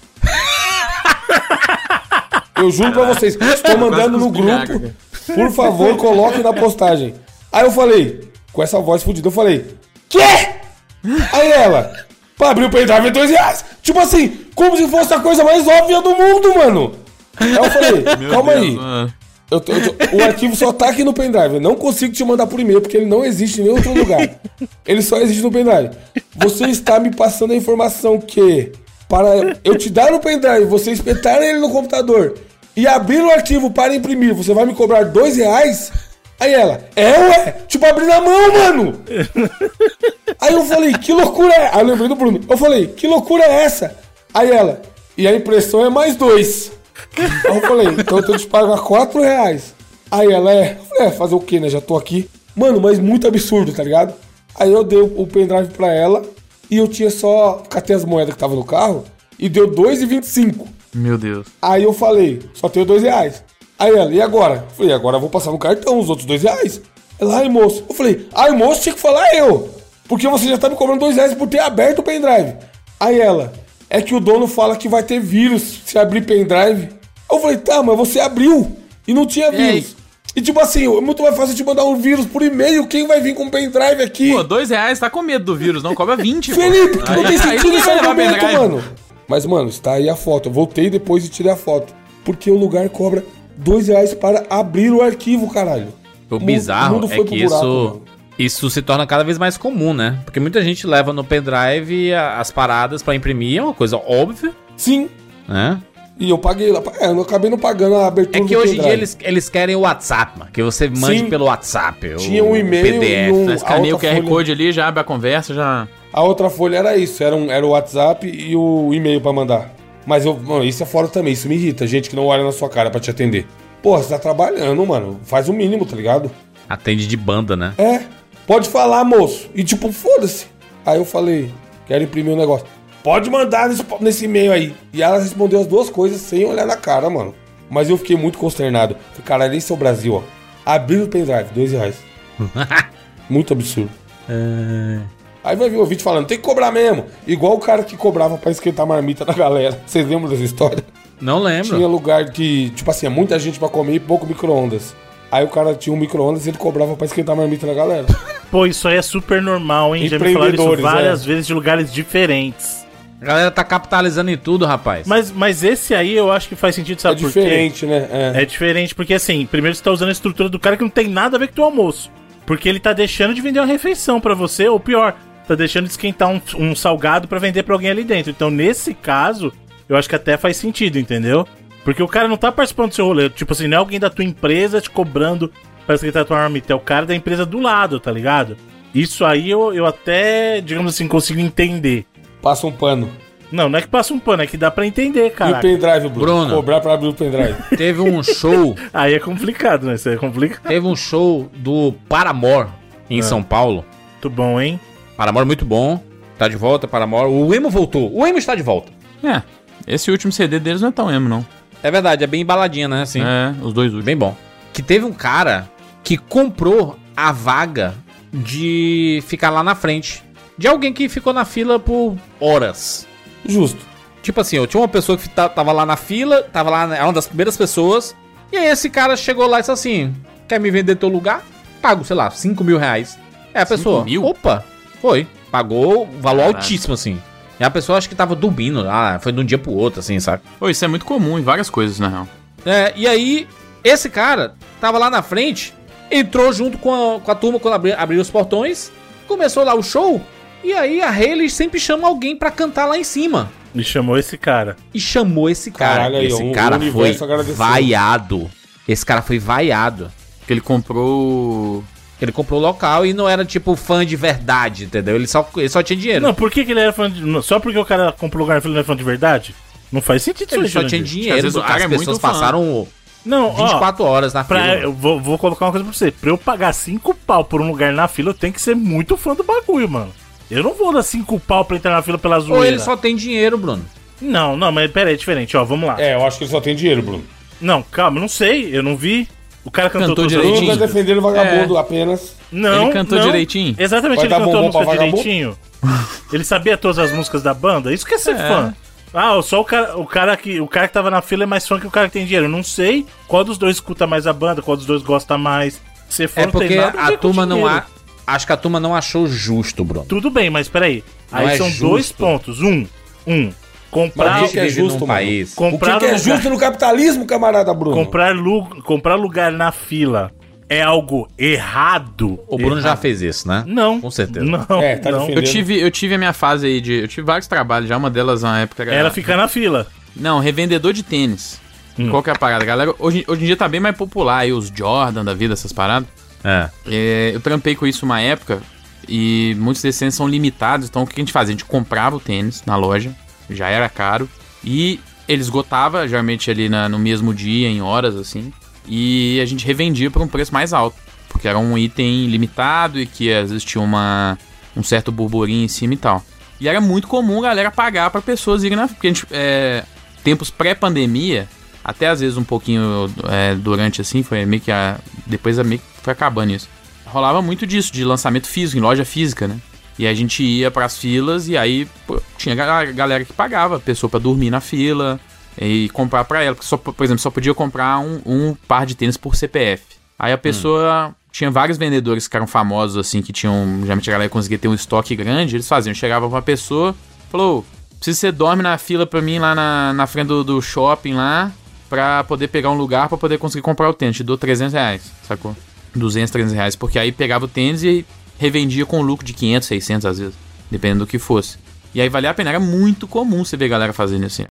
S2: Eu juro pra vocês, estou mandando no
S4: cuspi na água,
S2: grupo. Por favor, coloque na postagem. Aí eu falei, com essa voz fodida, eu falei: Quê? Aí ela, pra abrir o pendrive é dois reais. Tipo assim, como se fosse a coisa mais óbvia do mundo, mano. Aí eu falei, calma aí.
S4: é.
S2: Eu tô- eu tô- o arquivo só tá aqui no pendrive. Eu não consigo te mandar por e-mail, porque ele não existe em nenhum outro lugar. Ele só existe no pendrive. Você está me passando a informação que, para eu te dar o pendrive, você espetar ele no computador e abrir o arquivo para imprimir, você vai me cobrar dois reais? Aí ela, é ué, tipo abrir na mão, mano! Aí eu falei, que loucura é? Aí eu lembrei do Bruno. Eu falei, que loucura é essa? Aí ela, e a impressão é mais dois. Aí eu falei, então eu tenho que te pagar 4 reais. Aí ela é, eu falei, é, fazer o quê, né? Já tô aqui. Mano, mas muito absurdo, tá ligado? Aí eu dei o pendrive pra ela e eu tinha só. Catei as moedas que tava no carro e deu 2,25.
S4: Meu Deus.
S2: Aí eu falei, só tenho dois reais. Aí ela, e agora? Eu falei, agora eu vou passar no cartão os outros dois reais. Ela, ai moço. Eu falei, ai moço, tinha que falar eu. Porque você já tá me cobrando dois reais por ter aberto o pendrive. Aí ela, é que o dono fala que vai ter vírus se abrir pendrive. Eu falei, tá, mas você abriu e não tinha vírus. E tipo assim, é muito mais fácil te mandar um vírus por e-mail. Quem vai vir com um pendrive aqui?
S4: Pô, dois reais, tá com medo do vírus, não? Cobra 20, pô.
S2: Felipe, que não
S4: Aí-
S2: tem
S4: aí
S2: sentido
S4: ninguém
S2: esse
S4: vai levar
S2: argumento,
S4: pendrive.
S2: mano. Mas, mano, está aí a foto. Eu voltei depois e tirei a foto. Porque o lugar cobra dois reais para abrir o arquivo, caralho.
S1: O
S2: Mu-
S1: bizarro
S2: mundo
S1: é
S2: foi pro
S1: que
S2: buraco,
S1: isso,
S2: mano.
S1: isso se torna cada vez mais comum, né? Porque muita gente leva no pendrive a- as paradas pra imprimir, é uma coisa óbvia,
S2: Sim.
S1: né?
S2: E eu paguei lá. É, eu acabei não pagando a abertura
S1: É que
S2: do
S1: hoje em dia
S2: pendrive.
S1: eles, eles querem o WhatsApp, mano. Que você mande
S2: Sim.
S1: pelo WhatsApp. o-
S2: Tinha um
S1: o
S2: e-mail
S1: PDF.
S2: e um-
S1: né?
S4: Escaneia o QR
S2: Alta folha.
S4: Code ali, já abre a conversa, já.
S2: A outra folha era isso. Era, um, era o WhatsApp e o e-mail pra mandar. Mas eu, mano, isso é fora também. Isso me irrita. Gente que não olha na sua cara pra te atender. Porra, você tá trabalhando, mano. Faz o mínimo, tá ligado?
S1: Atende de banda, né?
S2: É, pode falar, moço. E tipo, foda-se. Aí eu falei, quero imprimir um negócio. Pode mandar nesse, nesse e-mail aí. E ela respondeu as duas coisas sem olhar na cara, mano. Mas eu fiquei muito consternado. Falei, Caralho, esse é o Brasil, ó. Abrir o pendrive, dois reais. muito absurdo. É. Aí vai vir o vídeo falando, tem que cobrar mesmo. Igual o cara que cobrava pra esquentar a marmita da galera. Vocês lembram dessa história?
S1: Não
S3: É,
S1: lembro.
S2: Tinha lugar que, tipo assim, é muita gente pra comer e pouco micro-ondas. Aí o cara tinha um micro-ondas e ele cobrava pra esquentar a marmita da galera.
S3: Pô, isso aí é super normal, hein? Já me falaram isso
S2: Empreendedores, é.
S3: várias vezes de lugares diferentes.
S1: A galera tá capitalizando em tudo, rapaz.
S3: Mas, mas esse aí eu acho que faz sentido,
S2: É
S3: sabe por quê?
S2: diferente, né? É.
S3: É diferente, porque assim, primeiro você tá usando a estrutura do cara que não tem nada a ver com o teu almoço. Porque ele tá deixando de vender uma refeição pra você, ou pior, tá deixando de esquentar um, um salgado pra vender pra alguém ali dentro. Então, nesse caso, eu acho que até faz sentido, entendeu? Porque o cara não tá participando do seu rolê. Tipo assim, não é alguém da tua empresa te cobrando pra esquentar tua marmita, é o cara da empresa do lado, tá ligado? Isso aí eu, eu até, digamos assim, consigo entender.
S2: Passa um pano.
S3: Não, não é que passa um pano, é que dá pra entender,
S2: E o
S3: cara.
S2: pendrive, Bruno?
S1: Bruno.
S2: Cobrar pra abrir o pendrive.
S1: Teve um show.
S3: Aí é complicado, né? Isso aí é complicado.
S1: Teve um show do Paramore em São Paulo.
S3: muito bom, hein?
S1: Paramore é muito bom. Tá de volta, Paramore. O Emo voltou. O Emo está de volta.
S4: É, esse último CD deles não é tão emo, não.
S1: É verdade, é bem embaladinha, né? Assim,
S4: É, os dois últimos.
S1: bem bom. Que teve um cara que comprou a vaga de ficar lá na frente. De alguém que ficou na fila por horas.
S2: Justo.
S1: Tipo assim, eu tinha uma pessoa que ta- tava lá na fila, tava lá, era uma das primeiras pessoas. E aí esse cara chegou lá e disse assim: Quer me vender teu lugar? Pago, sei lá, 5 mil reais. É a pessoa.
S4: mil?
S1: Opa, foi. Pagou um valor
S4: Caralho.
S1: altíssimo, assim. E a pessoa acho que tava dormindo lá, foi de um dia pro outro, assim, sabe?
S4: Pô, isso é muito comum em várias coisas, na real.
S1: É, e aí, esse cara tava lá na frente, entrou junto com a, com a turma quando abri, abriram os portões, começou lá o show, e aí a Hayley sempre chama alguém pra cantar lá em cima.
S3: Me chamou esse cara.
S1: E chamou esse cara.
S2: Caralho, aí,
S1: esse
S2: o-
S1: cara
S2: o
S1: foi
S2: universo agradeceu.
S1: vaiado. Esse cara foi vaiado.
S4: Porque ele comprou. o-
S1: Ele comprou o local e não era tipo fã de verdade, entendeu? Ele só, ele só tinha dinheiro.
S3: Não, por que, que ele era fã de. não, Só porque o cara comprou lugar na fila não é fã de verdade? Não faz sentido
S1: ele
S3: aí,
S1: só tinha
S3: Jurandir.
S1: dinheiro.
S4: Às vezes o
S1: porque
S4: cara
S1: as
S4: é muito
S1: pessoas
S4: fã.
S1: passaram
S3: Não, ó,
S1: 24 horas na fila.
S3: pra, eu vou, vou colocar uma coisa pra você. Pra eu pagar cinco pau por um lugar na fila, eu tenho que ser muito fã do bagulho, mano. Eu não vou dar cinco pau pra entrar na fila pela zoeira.
S1: Ou ele só tem dinheiro, Bruno.
S3: Não, não, mas pera aí, é diferente, ó, vamos lá.
S2: É, eu acho que ele só tem dinheiro, Bruno.
S3: Não, calma, não sei, eu não vi. O cara cantou,
S4: Cantou
S3: todas-
S4: direitinho.
S2: Bruno tá defendendo o
S1: É.
S2: vagabundo apenas.
S3: Não,
S4: Ele cantou
S3: não.
S4: direitinho?
S3: Exatamente,
S2: Vai
S3: ele
S2: dar
S3: cantou a
S2: bombom pra
S3: música
S2: vagabundo?
S3: direitinho. ele sabia todas as músicas da banda? Isso que é ser
S4: É.
S3: fã. Ah, só o cara, o cara que o cara que tava na fila é mais fã que o cara que tem dinheiro. Eu não sei qual dos dois escuta mais a banda, qual dos dois gosta mais. Ser fã
S1: É
S3: não tem
S1: porque
S3: nada ver
S1: a
S3: com
S1: turma não
S3: dinheiro.
S1: há. Acho que a turma não achou justo, Bruno.
S3: Tudo bem, mas peraí. Aí
S1: Não é
S3: são
S1: justo.
S3: dois pontos. Um, um, comprar,
S2: Mas o que é
S1: vive
S2: justo,
S1: num
S2: mano?
S1: país.
S2: O que,
S3: comprar um
S2: que é
S3: lugar-
S2: justo no capitalismo, camarada Bruno?
S3: comprar, lu- comprar lugar na fila é algo errado.
S1: O Bruno já fez isso, né?
S3: Não.
S1: Com certeza.
S3: Não.
S2: É, tá
S3: não.
S2: defendendo.
S4: Eu tive, eu tive a minha fase aí de. Eu tive vários trabalhos já, uma delas na época. era-
S3: Ela fica Hum. na fila.
S4: Não, revendedor de tênis. Qual que é a parada, galera? Hoje, hoje em dia tá bem mais popular aí os Jordan da vida, essas paradas.
S1: É.
S4: É, eu trampei com isso uma época e muitos desses tênis são limitados. Então o que a gente fazia? A gente comprava o tênis na loja, já era caro, e ele esgotava, geralmente ali na- no mesmo dia, em horas assim, e a gente revendia por um preço mais alto, porque era um item limitado e que às vezes tinha uma, um certo burburinho em cima e tal. E era muito comum a galera pagar pra pessoas irem na. Porque a gente, é, tempos pré-pandemia, até às vezes um pouquinho é, durante assim, foi meio que a. Depois a meio que foi acabando isso. Rolava muito disso, de lançamento físico, em loja física, né? E a gente ia pras filas e aí pô, tinha a galera que pagava, a pessoa pra dormir na fila e comprar pra ela. Porque só, por exemplo, só podia comprar um, um par de tênis por CPF. Aí a pessoa. Tinha vários vendedores que eram famosos, assim, que tinham. Geralmente a galera conseguia ter um estoque grande. Eles faziam, chegava pra uma pessoa, falou: Preciso que você dorme na fila pra mim lá na, na frente do, do shopping lá, pra poder pegar um lugar pra poder conseguir comprar o tênis. Te dou 300 reais, sacou? 200, 300 reais. Porque aí pegava o tênis e revendia com lucro de 500, 600 às vezes, dependendo do que fosse. E aí valia a pena, era muito comum você ver galera fazendo assim.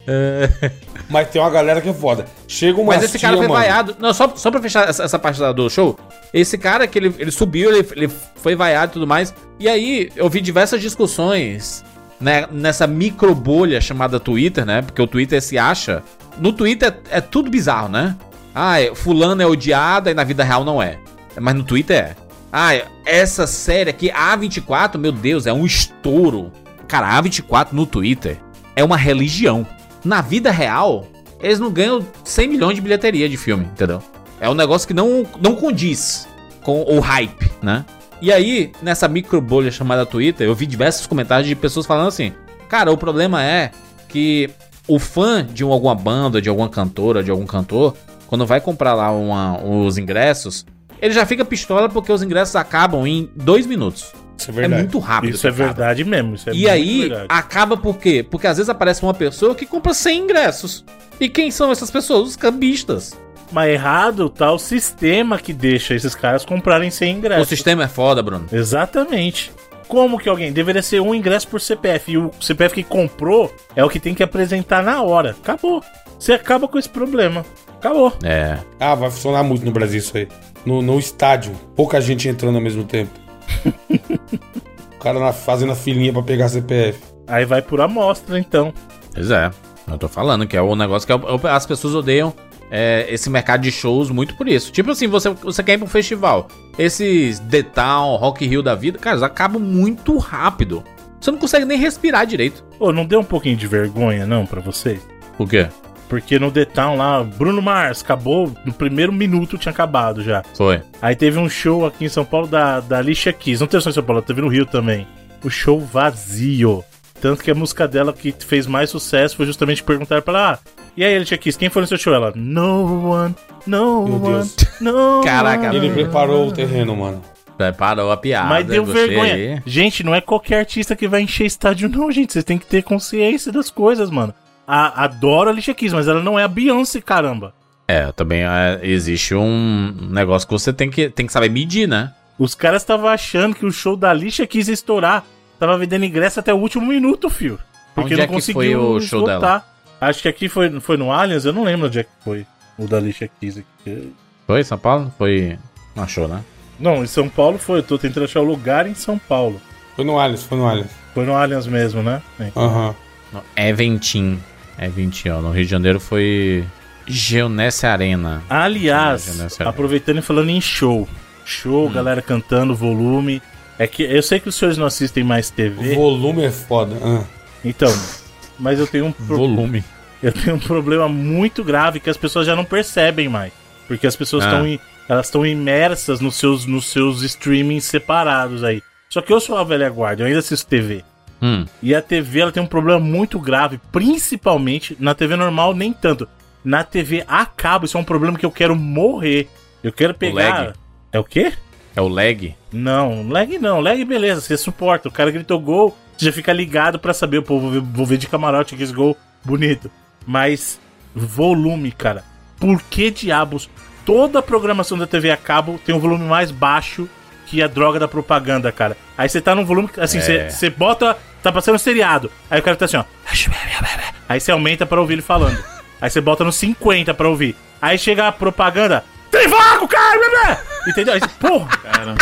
S2: Mas tem uma galera que é foda. Chega uma
S1: Mas esse cara foi
S2: mano.
S1: vaiado. Não, só, só pra fechar essa, essa parte da- do show. Esse cara que ele, ele subiu, ele, ele foi vaiado e tudo mais. E aí, eu vi diversas discussões né, nessa micro bolha chamada Twitter, né? Porque o Twitter se acha. No Twitter é, é tudo bizarro, né? Ah, é- fulano é odiado e na vida real não é. Mas no Twitter é. Ah, é- essa série aqui, A24, meu Deus, é um estouro. Cara, A24 no Twitter é uma religião. Na vida real, eles não ganham 100 milhões de bilheteria de filme, entendeu? É um negócio que não, não condiz com o hype, né? E aí, nessa micro bolha chamada Twitter, eu vi diversos comentários de pessoas falando assim: Cara, o problema é que o fã de um- alguma banda, de alguma cantora, de algum cantor, quando vai comprar lá uma- os ingressos, ele já fica pistola porque os ingressos acabam em dois minutos.
S2: Isso é verdade.
S1: É muito rápido.
S3: Isso é
S1: que acaba.
S3: verdade mesmo. Isso é
S1: E
S3: muito
S1: aí,
S3: verdade.
S1: acaba por quê? Porque às vezes aparece uma pessoa que compra 100 ingressos. E quem são essas pessoas? Os cambistas.
S3: Mas errado tá o sistema que deixa esses caras comprarem sem
S1: O
S3: ingresso.
S1: sistema é foda, Bruno.
S3: Exatamente. Como que alguém? Deveria ser um ingresso por CPF. E o CPF que comprou é o que tem que apresentar na hora. Acabou. Você acaba com esse problema. Acabou.
S1: É.
S2: Ah, vai funcionar muito no Brasil isso aí. No, no estádio, pouca gente entrando ao mesmo tempo. o cara na, fazendo a filinha pra pegar CPF.
S3: Aí vai por amostra, então.
S1: Pois é. Eu tô falando que é o negócio que é o- é as pessoas odeiam é, esse mercado de shows muito por isso. Tipo assim, você, você quer ir pra um festival. Esses The Town, Rock Hill da vida, cara, eles acabam muito rápido. Você não consegue nem respirar direito.
S3: Ô, não deu um pouquinho de vergonha, não, pra vocês?
S1: O quê?
S3: Porque no The Town lá, Bruno Mars acabou, no primeiro minuto tinha acabado já.
S1: Foi.
S3: Aí teve um show aqui em São Paulo da, da Alicia Keys. Não teve só em São Paulo, teve no Rio também. O show vazio. Tanto que a música dela que fez mais sucesso foi justamente perguntar pra ela: ah, e aí, Alicia Keys, quem foi no seu show? Ela, no one, no
S2: Meu
S3: one,
S2: Deus.
S3: no
S1: Caraca,
S3: one."
S2: Ele preparou o terreno, mano.
S1: Preparou a piada.
S3: Mas deu
S1: gostei.
S3: vergonha. Gente, não é qualquer artista que vai encher estádio, não, gente. Vocês têm que ter consciência das coisas, mano. A, adoro a Alicia Keys, mas ela não é a Beyoncé, caramba.
S1: É, também é, existe um negócio que você tem que, tem que saber medir, né?
S3: Os caras estavam achando que o show da Alicia Keys ia estourar. Tava vendendo ingresso até o último minuto, fio. Porque
S1: Onde
S3: não
S1: é que
S3: conseguiu
S1: foi o show
S3: esgotar.
S1: dela?
S3: Acho que aqui foi, foi no Allianz, eu não lembro onde é que foi o da Alicia Keys. aqui.
S1: Foi São Paulo? Foi. Não achou, né?
S3: Não, em São Paulo foi. Eu tô tentando achar o lugar em São Paulo.
S2: Foi no Alice, foi no Alice.
S3: Foi no Allianz mesmo, né? É.
S2: Aham.
S1: No Eventim. Eventim, ó. No Rio de Janeiro foi. Geonesse Arena. Deixa eu ver,
S3: Aliás,
S1: deixa eu ver.
S3: aproveitando e falando em show.
S1: Hum.
S3: Show, galera cantando, volume. É que eu sei que os senhores não assistem mais TV.
S2: Volume é foda. Ah.
S3: Então, mas eu tenho um pro-
S1: Volume.
S3: eu tenho um problema muito grave que as pessoas já não percebem mais, porque as pessoas
S1: Ah.
S3: estão elas estão imersas nos seus nos seus streamings separados aí. Só que eu sou a velha guarda, eu ainda assisto TV.
S1: Hum.
S3: E a TV ela tem um problema muito grave, principalmente na TV normal, nem tanto. Na TV a cabo, isso é um problema que eu quero morrer. Eu quero pegar.
S1: lag.
S3: É o quê?
S1: É o lag?
S3: Não, lag não, lag beleza, você suporta. O cara gritou gol, você já fica ligado pra saber, pô, vou ver, vou ver de camarote aqui esse gol bonito. Mas volume, cara. Por que diabos toda a programação da TV a cabo tem um volume mais baixo que a droga da propaganda, cara? Aí você tá num volume, que, assim, você
S1: É.
S3: você bota, tá passando um seriado. Aí o cara tá assim, ó. Aí você aumenta pra ouvir ele falando. Aí você bota no 50 pra ouvir. Aí chega a propaganda. Tem vácuo, cara! blá, blá". Entendeu? Aí você, porra!
S4: Cara,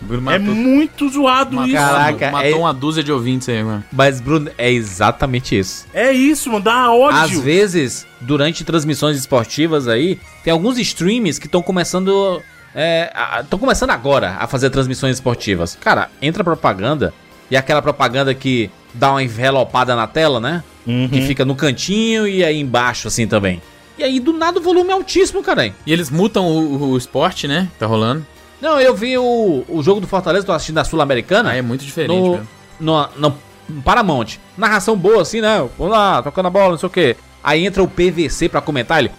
S4: o Bruno
S3: É
S4: matou,
S3: muito zoado
S4: matou,
S3: isso.
S1: Caraca,
S4: matou
S1: é-
S4: uma dúzia de ouvintes aí, mano.
S1: Mas, Bruno, é exatamente isso.
S3: É isso, mano. Dá
S1: Às
S3: ódio.
S1: vezes, durante transmissões esportivas aí, tem alguns streams que estão começando. é, Estão começando agora a fazer transmissões esportivas. Cara, entra propaganda. E aquela propaganda que dá uma envelopada na tela, né?
S3: Uhum.
S1: Que fica no cantinho e aí embaixo, assim também. E aí, do nada, o volume é altíssimo, caralho.
S4: E eles mutam o, o esporte, né? Tá rolando.
S1: Não, eu vi o, o jogo do Fortaleza, tô assistindo na Sul-Americana.
S4: Ah, é muito diferente,
S1: no,
S4: velho.
S1: no, no Paramount. Narração boa, assim, né? Vamos lá, tocando a bola, não sei o quê. Aí entra o PVC pra comentar ele.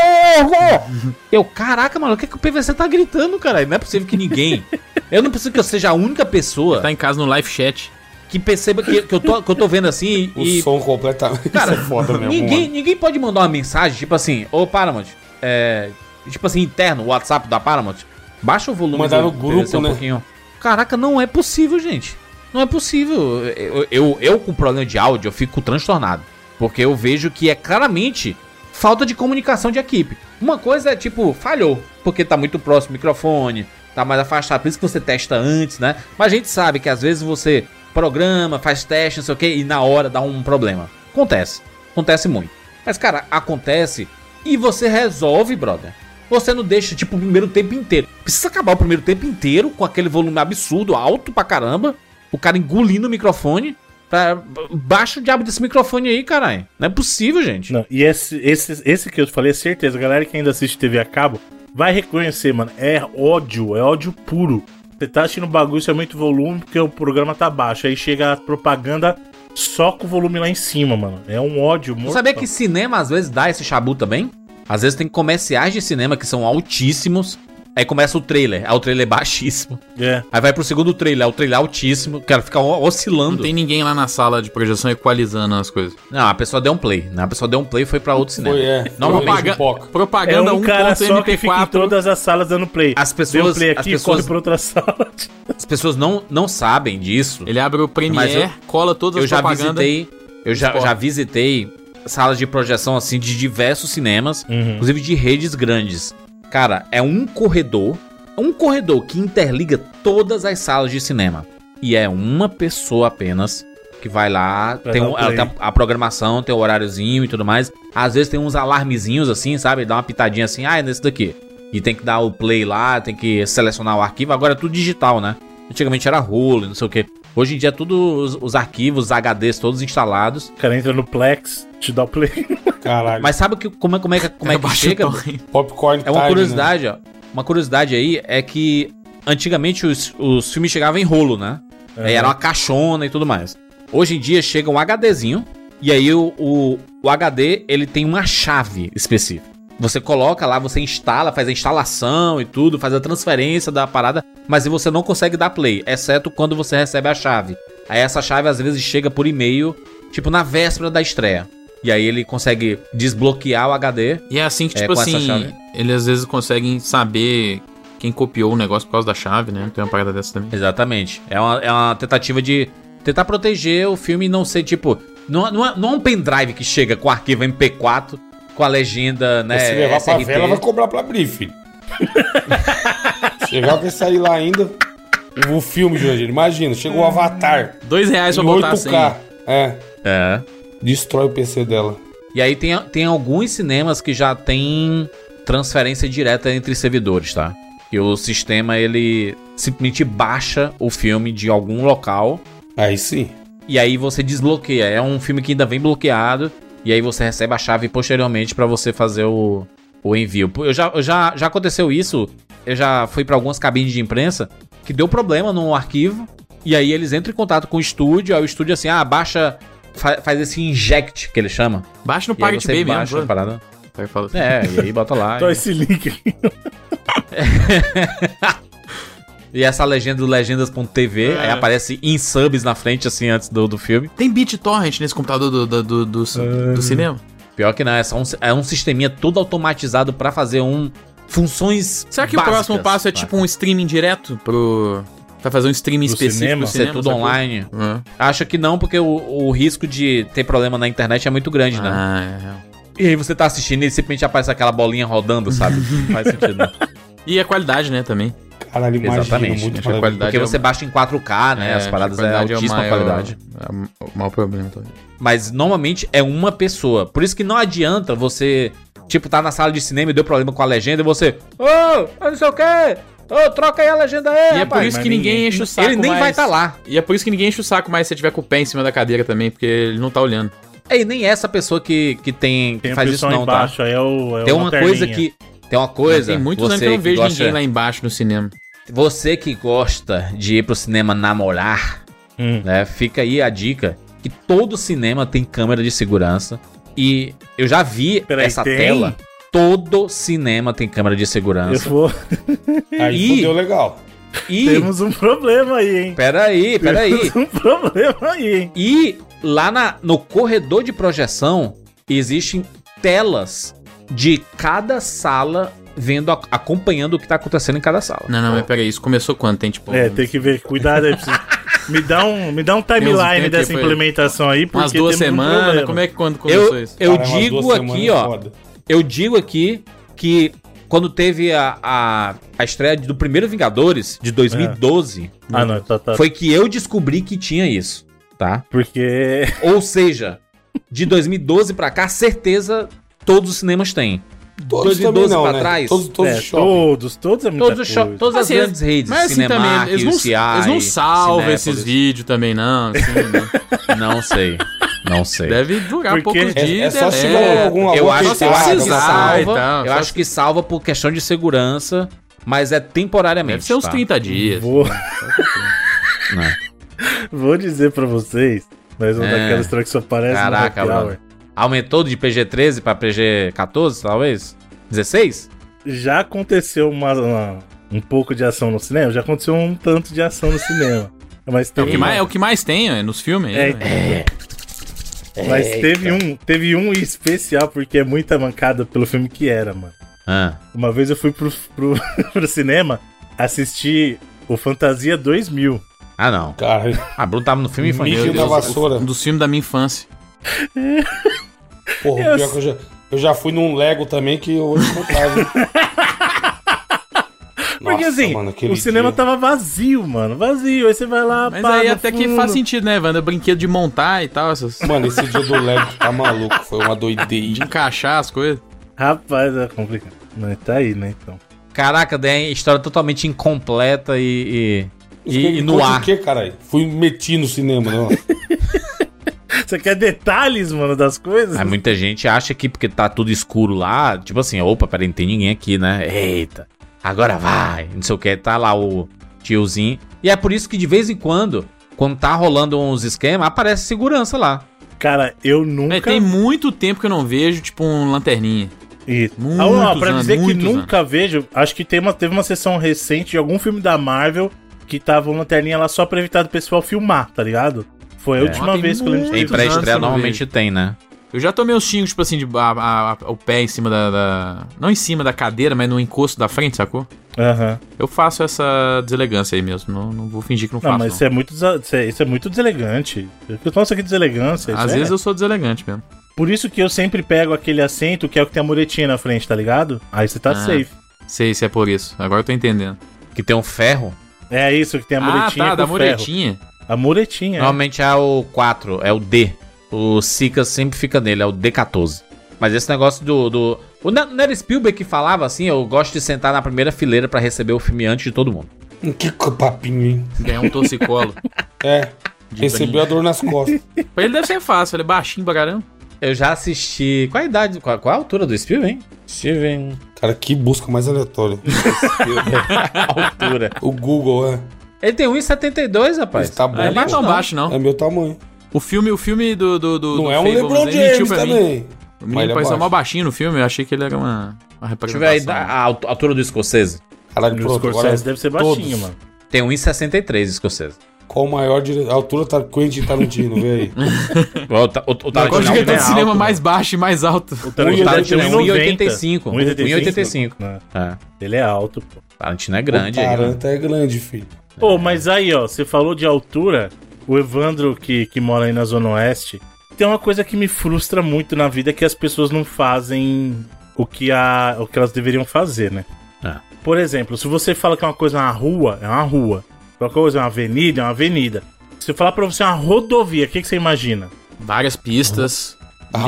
S1: Eu, caraca, mano, o que, que o PVC tá gritando, cara? Não é possível que ninguém. Eu não preciso que eu seja a única pessoa
S4: Tá em casa no live chat.
S1: que perceba que, que eu, tô, que eu tô vendo assim
S2: O
S1: e.
S2: som completamente.
S1: Cara,
S2: Isso é foda mesmo.
S1: Ninguém,
S2: mano.
S1: ninguém pode mandar uma mensagem, tipo assim, ô Paramount, é. Tipo assim, interno, o WhatsApp da Paramount. Baixa o volume
S2: Mandar
S1: do
S2: no grupo,
S1: PVC
S2: né?
S1: um pouquinho. Caraca, não é possível, gente. Não é possível. Eu, eu, eu com problema de áudio, eu fico transtornado. Porque eu vejo que é claramente falta de comunicação de equipe. Uma coisa é, tipo, falhou, porque tá muito próximo o microfone, tá mais afastado, por isso que você testa antes, né? Mas a gente sabe que às vezes você programa, faz teste, não sei o quê, e na hora dá um problema. Acontece. Acontece muito. Mas, cara, acontece e você resolve, brother. Você não deixa, tipo, o primeiro tempo inteiro. Precisa acabar o primeiro tempo inteiro com aquele volume absurdo, alto pra caramba. O cara engolindo o microfone. Pra... Baixa o diabo desse microfone aí, caralho. Não é possível, gente.
S3: Não, e esse, esse, esse que eu falei, é certeza. A galera que ainda assiste TV a cabo vai reconhecer, mano. É ódio, é ódio puro. Você tá assistindo bagulho, isso é muito volume, porque o programa tá baixo. Aí chega a propaganda só com o volume lá em cima, mano. É um ódio
S1: Não
S3: mortal.
S1: sabia que cinema às vezes dá esse chabu também? Às vezes tem comerciais de cinema que são altíssimos. Aí começa o trailer. Aí o trailer é baixíssimo.
S3: É.
S1: Aí vai pro segundo trailer. Aí o trailer é altíssimo. O cara fica o-
S4: Não
S1: oscilando.
S4: tem ninguém lá na sala de projeção equalizando as coisas.
S1: Não, a pessoa deu um play. né? A pessoa deu um play e foi pra outro cinema.
S2: Foi, é.
S1: Não,
S2: Foi
S1: paga-
S2: mesmo, pipoca.
S3: É
S4: Propaganda
S3: um cara só que fica em
S4: 1.mp4.
S3: todas as salas dando play.
S1: As
S3: Deu
S1: pessoas,
S3: play
S1: as
S3: aqui, corre
S1: pessoas,
S3: pra outra sala.
S1: as pessoas não, não sabem disso.
S4: Ele abre o
S1: Mas
S4: Premiere,
S1: eu-
S4: cola todas
S1: Eu
S4: as
S1: já
S4: propagandas.
S1: visitei, eu já,
S4: Esporte.
S1: já visitei salas de projeção assim de diversos cinemas,
S3: Uhum.
S1: inclusive de redes grandes. Cara, é um corredor, é um corredor que interliga todas as salas de cinema e é uma pessoa apenas que vai lá,
S3: Vai
S1: tem
S3: dar
S1: um-
S3: o
S1: ela
S3: play.
S1: tem a, a programação, tem o horáriozinho e tudo mais. Às vezes tem uns alarmezinhos assim, sabe? Dá uma pitadinha assim, ah, é nesse daqui. E tem que dar o play lá, tem que selecionar o arquivo. Agora é tudo digital, né? Antigamente era rolo, e não sei o quê. Hoje em dia é tudo os, os arquivos, os HDs todos instalados.
S3: O cara entra no Plex, te dá o play.
S2: Caralho.
S1: Mas sabe o que, como, é, como é que, como é que
S4: Abaixa o
S1: chega?
S4: torrent.
S2: Popcorn
S1: É uma
S2: time,
S1: curiosidade, ó. Uma curiosidade aí é que antigamente os, os filmes chegavam em rolo, né? Aí
S3: É.
S1: Era uma caixona e tudo mais. Hoje em dia chega um HDzinho e aí o, o, o HD ele tem uma chave específica. Você coloca lá, você instala, faz a instalação e tudo, faz a transferência da parada, mas você não consegue dar play, exceto quando você recebe a chave. Aí essa chave às vezes chega por e-mail, tipo na véspera da estreia. E aí ele consegue desbloquear o HD
S4: E é assim que,
S1: É,
S4: tipo
S1: com essa
S4: assim,
S1: chave.
S4: eles às vezes conseguem saber quem copiou o negócio por causa da chave, né? Tem uma parada dessa também.
S1: Exatamente. É uma, é uma tentativa de tentar proteger o filme e não ser tipo. Não, não, é, não é um pendrive que chega com arquivo MP4, com a legenda, né?
S2: Né? Se levar pra
S1: SRT.
S2: vela, vai cobrar pra abrir, filho. Chegar que sair lá ainda. O filme, Jurandir, imagina, chega o Avatar
S4: Dois reais
S2: em
S4: pra botar assim.
S2: 8K. É,
S1: É.
S2: destrói o PC dela.
S1: E aí tem, tem alguns cinemas que já tem transferência direta entre servidores, tá? Que o sistema ele simplesmente baixa o filme de algum local
S2: Aí sim.
S1: e aí você desbloqueia. É um filme que ainda vem bloqueado e aí você recebe a chave posteriormente pra você fazer o, o envio. Pô, Eu já, eu já, já aconteceu isso. Eu já fui pra algumas cabines de imprensa que deu problema num arquivo e aí eles entram em contato com o estúdio. Aí o estúdio assim, ah, baixa, fa- faz esse inject que ele chama.
S4: Baixa no
S1: E aí
S4: Pirate
S1: você
S4: Bay
S1: baixa
S4: mesmo. né?
S1: a parada.
S4: pô. Aí fala assim.
S1: É, e aí bota lá.
S3: Então esse link aqui.
S1: E essa legenda do
S4: É.
S1: legendas.tv, aí aparece em subs na frente, assim, antes do, do filme.
S4: Tem BitTorrent nesse computador do, do, do, do, do
S3: Ah.
S4: cinema?
S1: Pior que não, é só um, é um sisteminha todo automatizado pra fazer um funções
S4: Será que
S1: básicas,
S4: o próximo passo é
S1: tá?
S4: tipo um streaming direto pro. Pra fazer um streaming
S3: Pro
S4: específico
S3: cinema?
S4: pro
S1: ser tudo
S4: sacou?
S1: online?
S4: Hã?
S1: Acho que não, porque o, o risco de ter problema na internet é muito grande, né?
S4: Ah, é real.
S1: E aí você tá assistindo e simplesmente aparece aquela bolinha rodando, sabe? não faz sentido,
S4: né?
S1: não.
S4: E a qualidade, né, também.
S2: Caralho, imagina
S1: Exatamente.
S2: muito
S1: Acho
S4: que a
S2: maravilhoso.
S1: Porque
S4: é o-
S1: você baixa em 4K, né? As
S4: É,
S1: paradas
S4: a
S1: é
S4: qualidade
S1: altíssima
S4: o maior-
S1: qualidade.
S4: É o maior problema, então.
S1: Mas normalmente é uma pessoa. Por isso que não adianta você, tipo, tá na sala de cinema e deu problema com a legenda e você. Ô, eu não sei o quê! Ô, troca aí a legenda aí,
S4: E é por
S1: rapaz.
S4: isso
S3: mas
S4: que ninguém
S3: ninguém-
S4: enche o saco.
S1: Ele nem
S4: mais-
S1: vai
S3: tá
S1: estar lá.
S4: E é por isso que ninguém enche o saco mais se você tiver com o pé em cima da cadeira também, porque ele não tá olhando.
S1: É, e nem essa pessoa que, que tem, que
S3: Tem
S1: faz isso
S3: opção
S1: não,
S3: embaixo, aí é o. É
S1: tá? Tem
S3: o
S1: uma
S3: lanterninha.
S1: coisa que. Tem uma coisa.
S4: Tem muitos anos
S1: é, você
S4: que eu não vejo
S1: gosta, é.
S4: ninguém lá embaixo no cinema.
S1: Você que gosta de ir pro cinema namorar,
S3: Hum.
S1: né? Fica aí a dica que todo cinema tem câmera de segurança e eu já vi
S3: Peraí,
S1: essa
S3: tem?
S1: tela. Todo cinema tem câmera de
S3: Eu
S1: segurança.
S3: vou.
S2: Aí
S1: Ih!
S2: fudeu legal.
S1: E
S3: Temos um problema aí, hein?
S1: peraí, peraí.
S3: Temos um problema aí, hein?
S1: E lá na- no corredor de projeção existem telas de cada sala vendo a- acompanhando o que tá acontecendo em cada sala.
S4: Não, não, mas peraí, isso começou quando? Tem tipo.
S3: É,
S4: um-
S3: tem que ver. Cuidado aí. Preciso... me dá um, me dá um
S4: Tem uns-
S3: timeline
S4: tem
S3: dessa
S4: que-
S3: implementação aí. Porque
S4: Umas duas
S3: temos um
S4: semanas?
S3: problema.
S4: como é que quando começou
S1: Eu,
S4: isso?
S1: eu
S2: Cara, umas
S1: digo
S2: duas semanas
S1: aqui,
S2: é
S1: ó,
S2: foda.
S1: Eu digo aqui que quando teve a, a, a estreia do primeiro Vingadores, de 2012,
S2: É.
S3: Ah, não, tá, tá.
S1: é? foi que eu descobri que tinha isso, tá?
S3: Porque.
S1: Ou seja, de 2012 pra cá, certeza todos os cinemas têm.
S2: Todos
S1: 2012
S2: também não,
S1: pra
S2: né?
S1: trás.
S2: Todos, todos
S3: é,
S2: os shopping.
S3: todos, todos é muita
S1: Todos os
S3: coisa.
S1: cho- todas as
S4: Assim,
S1: grandes redes,
S4: Mas assim
S1: Cinemark,
S4: também, eles não,
S1: UCI,
S4: eles não salvam
S1: Cinépolis.
S4: esses vídeos também, não. assim, né?
S1: Não sei, não sei.
S4: Deve durar
S3: Porque
S4: poucos
S2: É, é
S4: dias.
S2: só
S4: deleta.
S2: chegar em algum
S1: eu
S2: algum
S1: acho,
S4: se
S1: eu
S2: fechado,
S1: acho que
S4: precisar
S2: alguma
S1: salva,
S4: e tal,
S1: eu
S4: então, só
S1: acho que salva por questão de segurança, mas é temporariamente.
S4: Deve ser uns
S1: tá?
S4: 30 dias.
S3: Vou,
S1: Né?
S3: vou dizer pra vocês, mas uma
S1: É.
S3: daquelas histórias que só aparece
S1: Caraca,
S3: no happy
S1: mano. Aumentou de PG-13 pra PG-14, talvez? 16?
S3: Já aconteceu uma, uma- um pouco de ação no cinema? Já aconteceu um tanto de ação no cinema. Mas
S4: É o,
S3: teve, um,
S4: que mais, é o que mais tem é, nos filmes.
S3: É,
S4: né?
S3: mas teve um, teve um especial porque é muita mancada pelo filme que era, mano.
S1: Ah,
S3: Uma vez eu fui pro, pro, pro cinema assistir o Fantasia 2000.
S1: ah não.
S2: Caralho.
S1: Ah, Bruno tava no filme
S4: Meu
S2: Fio
S1: infantil.
S2: da
S4: Deus,
S2: vassoura.
S4: Um dos filmes da minha infância.
S2: Porra, o pior que eu já, eu já fui num Lego também que eu hoje contava.
S3: Porque
S2: Nossa,
S3: assim,
S2: mano, aquele
S3: o cinema
S2: dia.
S3: tava vazio, mano. Vazio. Aí você vai lá,
S4: Mas
S3: pá,
S4: aí
S3: no
S4: até que
S3: fundo.
S4: faz sentido, né, Wanda? Brinquedo de montar e tal, essas...
S3: tá-
S2: Mano, esse dia do Lego tá maluco, foi uma
S4: de
S2: doideira.
S4: encaixar as coisas.
S3: Rapaz, é complicado. Mas tá aí, né, então.
S1: Caraca, daí é história totalmente incompleta e. e...
S2: Isso
S1: e-
S2: que-
S1: e no
S2: conta
S1: ar.
S2: O que, caralho? Fui meti no cinema, não.
S3: Você quer detalhes, mano, das coisas?
S1: Aí muita gente acha que porque tá tudo escuro lá, tipo assim, opa, peraí, não tem ninguém aqui, né? Eita, agora vai, não sei o que, tá lá o tiozinho. E é por isso que de vez em quando, quando tá rolando uns esquemas, aparece segurança lá.
S3: Cara, eu
S4: Véi,
S3: nunca.
S4: Né, tem muito tempo que eu não vejo, tipo, um lanterninha.
S3: Isso.
S4: Muitos
S3: Ah, ó, pra
S4: anos,
S3: dizer que
S4: muitos
S3: nunca vejo, acho que tem uma, teve uma sessão recente de algum filme da Marvel que tava uma lanterninha lá só pra evitar do pessoal filmar, tá ligado? Foi a
S1: É.
S3: última
S4: Ah, tem
S3: vez que eu lembro
S1: Em
S4: Muitos anos
S1: pré-estreia
S4: eu não
S1: normalmente tem, né?
S4: Eu já tomei os xingos, tipo assim, de, a- a- a- o pé em cima da, da- Não em cima da cadeira, mas no encosto da frente, sacou?
S3: Aham.
S4: Eu faço essa deselegância aí mesmo. Não, não vou fingir que não,
S3: Não,
S4: faço.
S3: mas
S4: não.
S3: isso é muito, desa- isso é, isso é muito deselegante. Nossa, que deselegância. isso
S4: Às
S3: é.
S4: vezes eu sou deselegante mesmo.
S3: Por isso que eu sempre pego aquele assento que é o que tem a muretinha na frente, tá ligado? Aí você tá
S4: Ah.
S3: safe.
S4: Sei se é por isso. Agora eu tô entendendo.
S1: Que tem um ferro.
S3: É isso que tem a
S4: ah,
S3: muretinha.
S4: tá, da
S3: com ferro.
S4: muretinha.
S3: A muretinha. é.
S1: Normalmente é o 4, é o D. O Sika sempre fica nele, é o D14. Mas esse negócio do. do... O Ne- não era Spielberg que falava assim, eu gosto de sentar na primeira fileira pra receber o filme antes de todo mundo.
S2: que co- papinho, hein?
S4: Ganhar um torcicolo.
S2: É,
S4: de
S2: recebeu a dor nas costas.
S4: brinde. Pra ele deve ser fácil, ele é baixinho pra caramba.
S1: Eu já assisti. Qual a idade? Qual, qual a altura do Steven? Steven.
S2: Cara, que busca mais aleatória.
S1: altura.
S2: O Google, é.
S1: Ele tem 1,72, rapaz.
S2: Ele tá bom.
S4: Ah, ele não é tão baixo, não.
S2: É meu tamanho.
S4: O filme, o filme do. do, do
S2: Não
S4: do
S2: é um
S4: Fablemans,
S2: LeBron
S4: ele mentiu
S2: James
S4: pra mim.
S2: também.
S4: O
S2: Mas ele
S4: menino
S2: é
S4: parecia
S2: baixo.
S4: mal baixinho no filme, eu achei que ele era uma, uma
S1: Deixa eu ver a,
S4: representação.
S2: tá
S1: ida- a alt- a altura do escocês.
S2: Caralho,
S3: O
S2: pronto, agora
S3: Scorsese deve ser baixinho,
S2: todos.
S3: mano.
S1: Tem 1,63 escocês.
S2: qual o maior diretor? A altura tá Quentin Tarantino, vê aí.
S1: O, ta- o, o
S4: Eu gosto de
S1: Tarantino
S4: quem
S1: é
S4: tem
S1: alto.
S4: cinema
S3: mano.
S4: mais baixo e mais alto.
S3: O
S1: O Tarantino é
S3: 1,90.
S1: 1,85. 1,85.
S3: 1,85. né?
S1: É,
S3: Ele é alto, pô.
S1: Tarantino é grande
S2: o
S1: aí. né?
S2: Taranta é grande, filho.
S3: Pô, mas aí, ó, você falou de altura. O Evandro, que, que mora aí na Zona Oeste, tem uma coisa que me frustra muito na vida é que as pessoas não fazem o que, a, o que elas deveriam fazer, né?
S1: É.
S3: Por exemplo, se você fala que é uma coisa na rua, é uma rua. Qualquer coisa, é uma avenida, é uma avenida. Se eu falar pra você uma rodovia, o que, que você imagina?
S4: Várias pistas.
S2: Raposo.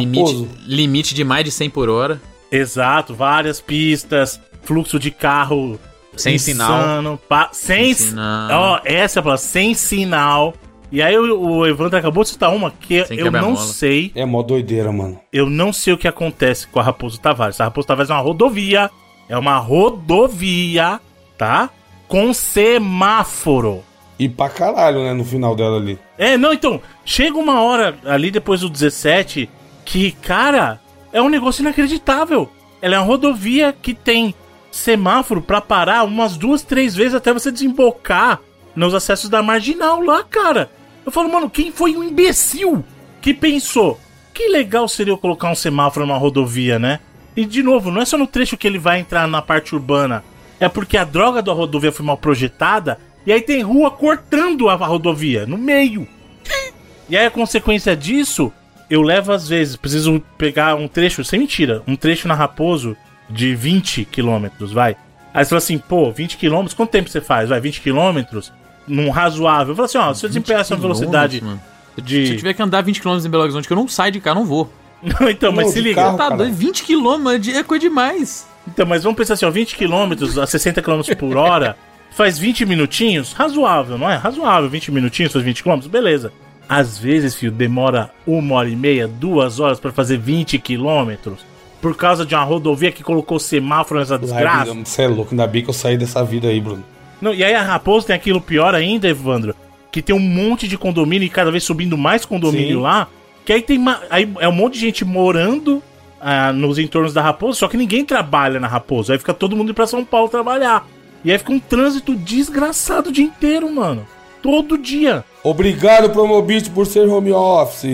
S4: Limite, limite de mais de 100 por hora.
S3: Exato, várias pistas, fluxo de carro.
S1: Sem sinal.
S3: insano, pa- sem,
S4: Sem
S3: si-
S4: sinal.
S3: Ó, essa é a palavra, sem sinal. E aí o, o Evandro acabou de citar uma que
S4: Sem
S3: eu não
S4: quebra-mola.
S3: sei.
S2: É mó doideira, mano.
S3: Eu não sei o que acontece com a Raposo Tavares. A Raposo Tavares é uma rodovia. É uma rodovia, tá? Com semáforo.
S2: E pra caralho, né, no final dela ali.
S3: É, não, então, chega uma hora ali depois do 17 que, cara, é um negócio inacreditável. Ela é uma rodovia que tem semáforo pra parar umas duas, três vezes até você desembocar nos acessos da marginal lá, cara. Eu falo, mano, quem foi um imbecil que pensou que legal seria eu colocar um semáforo numa rodovia, né? E de novo, não é só no trecho que ele vai entrar na parte urbana, é porque a droga da rodovia foi mal projetada e aí tem rua cortando a rodovia no meio. E aí a consequência disso, eu levo às vezes, preciso pegar um trecho, sem mentira, um trecho na Raposo de 20 quilômetros, vai. Aí você fala assim, pô, 20 quilômetros, quanto tempo você faz? Vai, 20 quilômetros? Num razoável. Eu falo assim, ó, se eu desempenhar essa velocidade
S4: Quilômetros, mano.
S3: de...
S4: Se eu tiver que andar 20 km em Belo Horizonte, que eu não saio de cá, não vou.
S3: Não, então, mas
S2: Não,
S3: se
S2: de
S3: liga.
S2: carro.
S4: tá
S2: caralho.
S4: doido, 20 km é coisa demais.
S3: Então, mas vamos pensar assim, ó, 20 km a 60 km por hora faz 20 minutinhos? Razoável, não é? Razoável, 20 minutinhos faz 20 km, beleza. Às vezes, filho, demora uma hora e meia, duas horas pra fazer 20 km por causa de uma rodovia que colocou semáforo nessa desgraça.
S2: Você é louco, ainda bem que eu saí dessa vida aí, Bruno.
S3: Não, e aí a Raposo tem aquilo pior ainda, Evandro, que tem um monte de condomínio e cada vez subindo mais condomínio
S2: Sim.
S3: lá, que aí tem ma- aí é um monte de gente morando ah, nos entornos da Raposo, só que ninguém trabalha na Raposo, aí fica todo mundo indo pra São Paulo trabalhar. E aí fica um trânsito desgraçado o dia inteiro, mano. Todo dia.
S2: Obrigado, Promobit, por ser home office.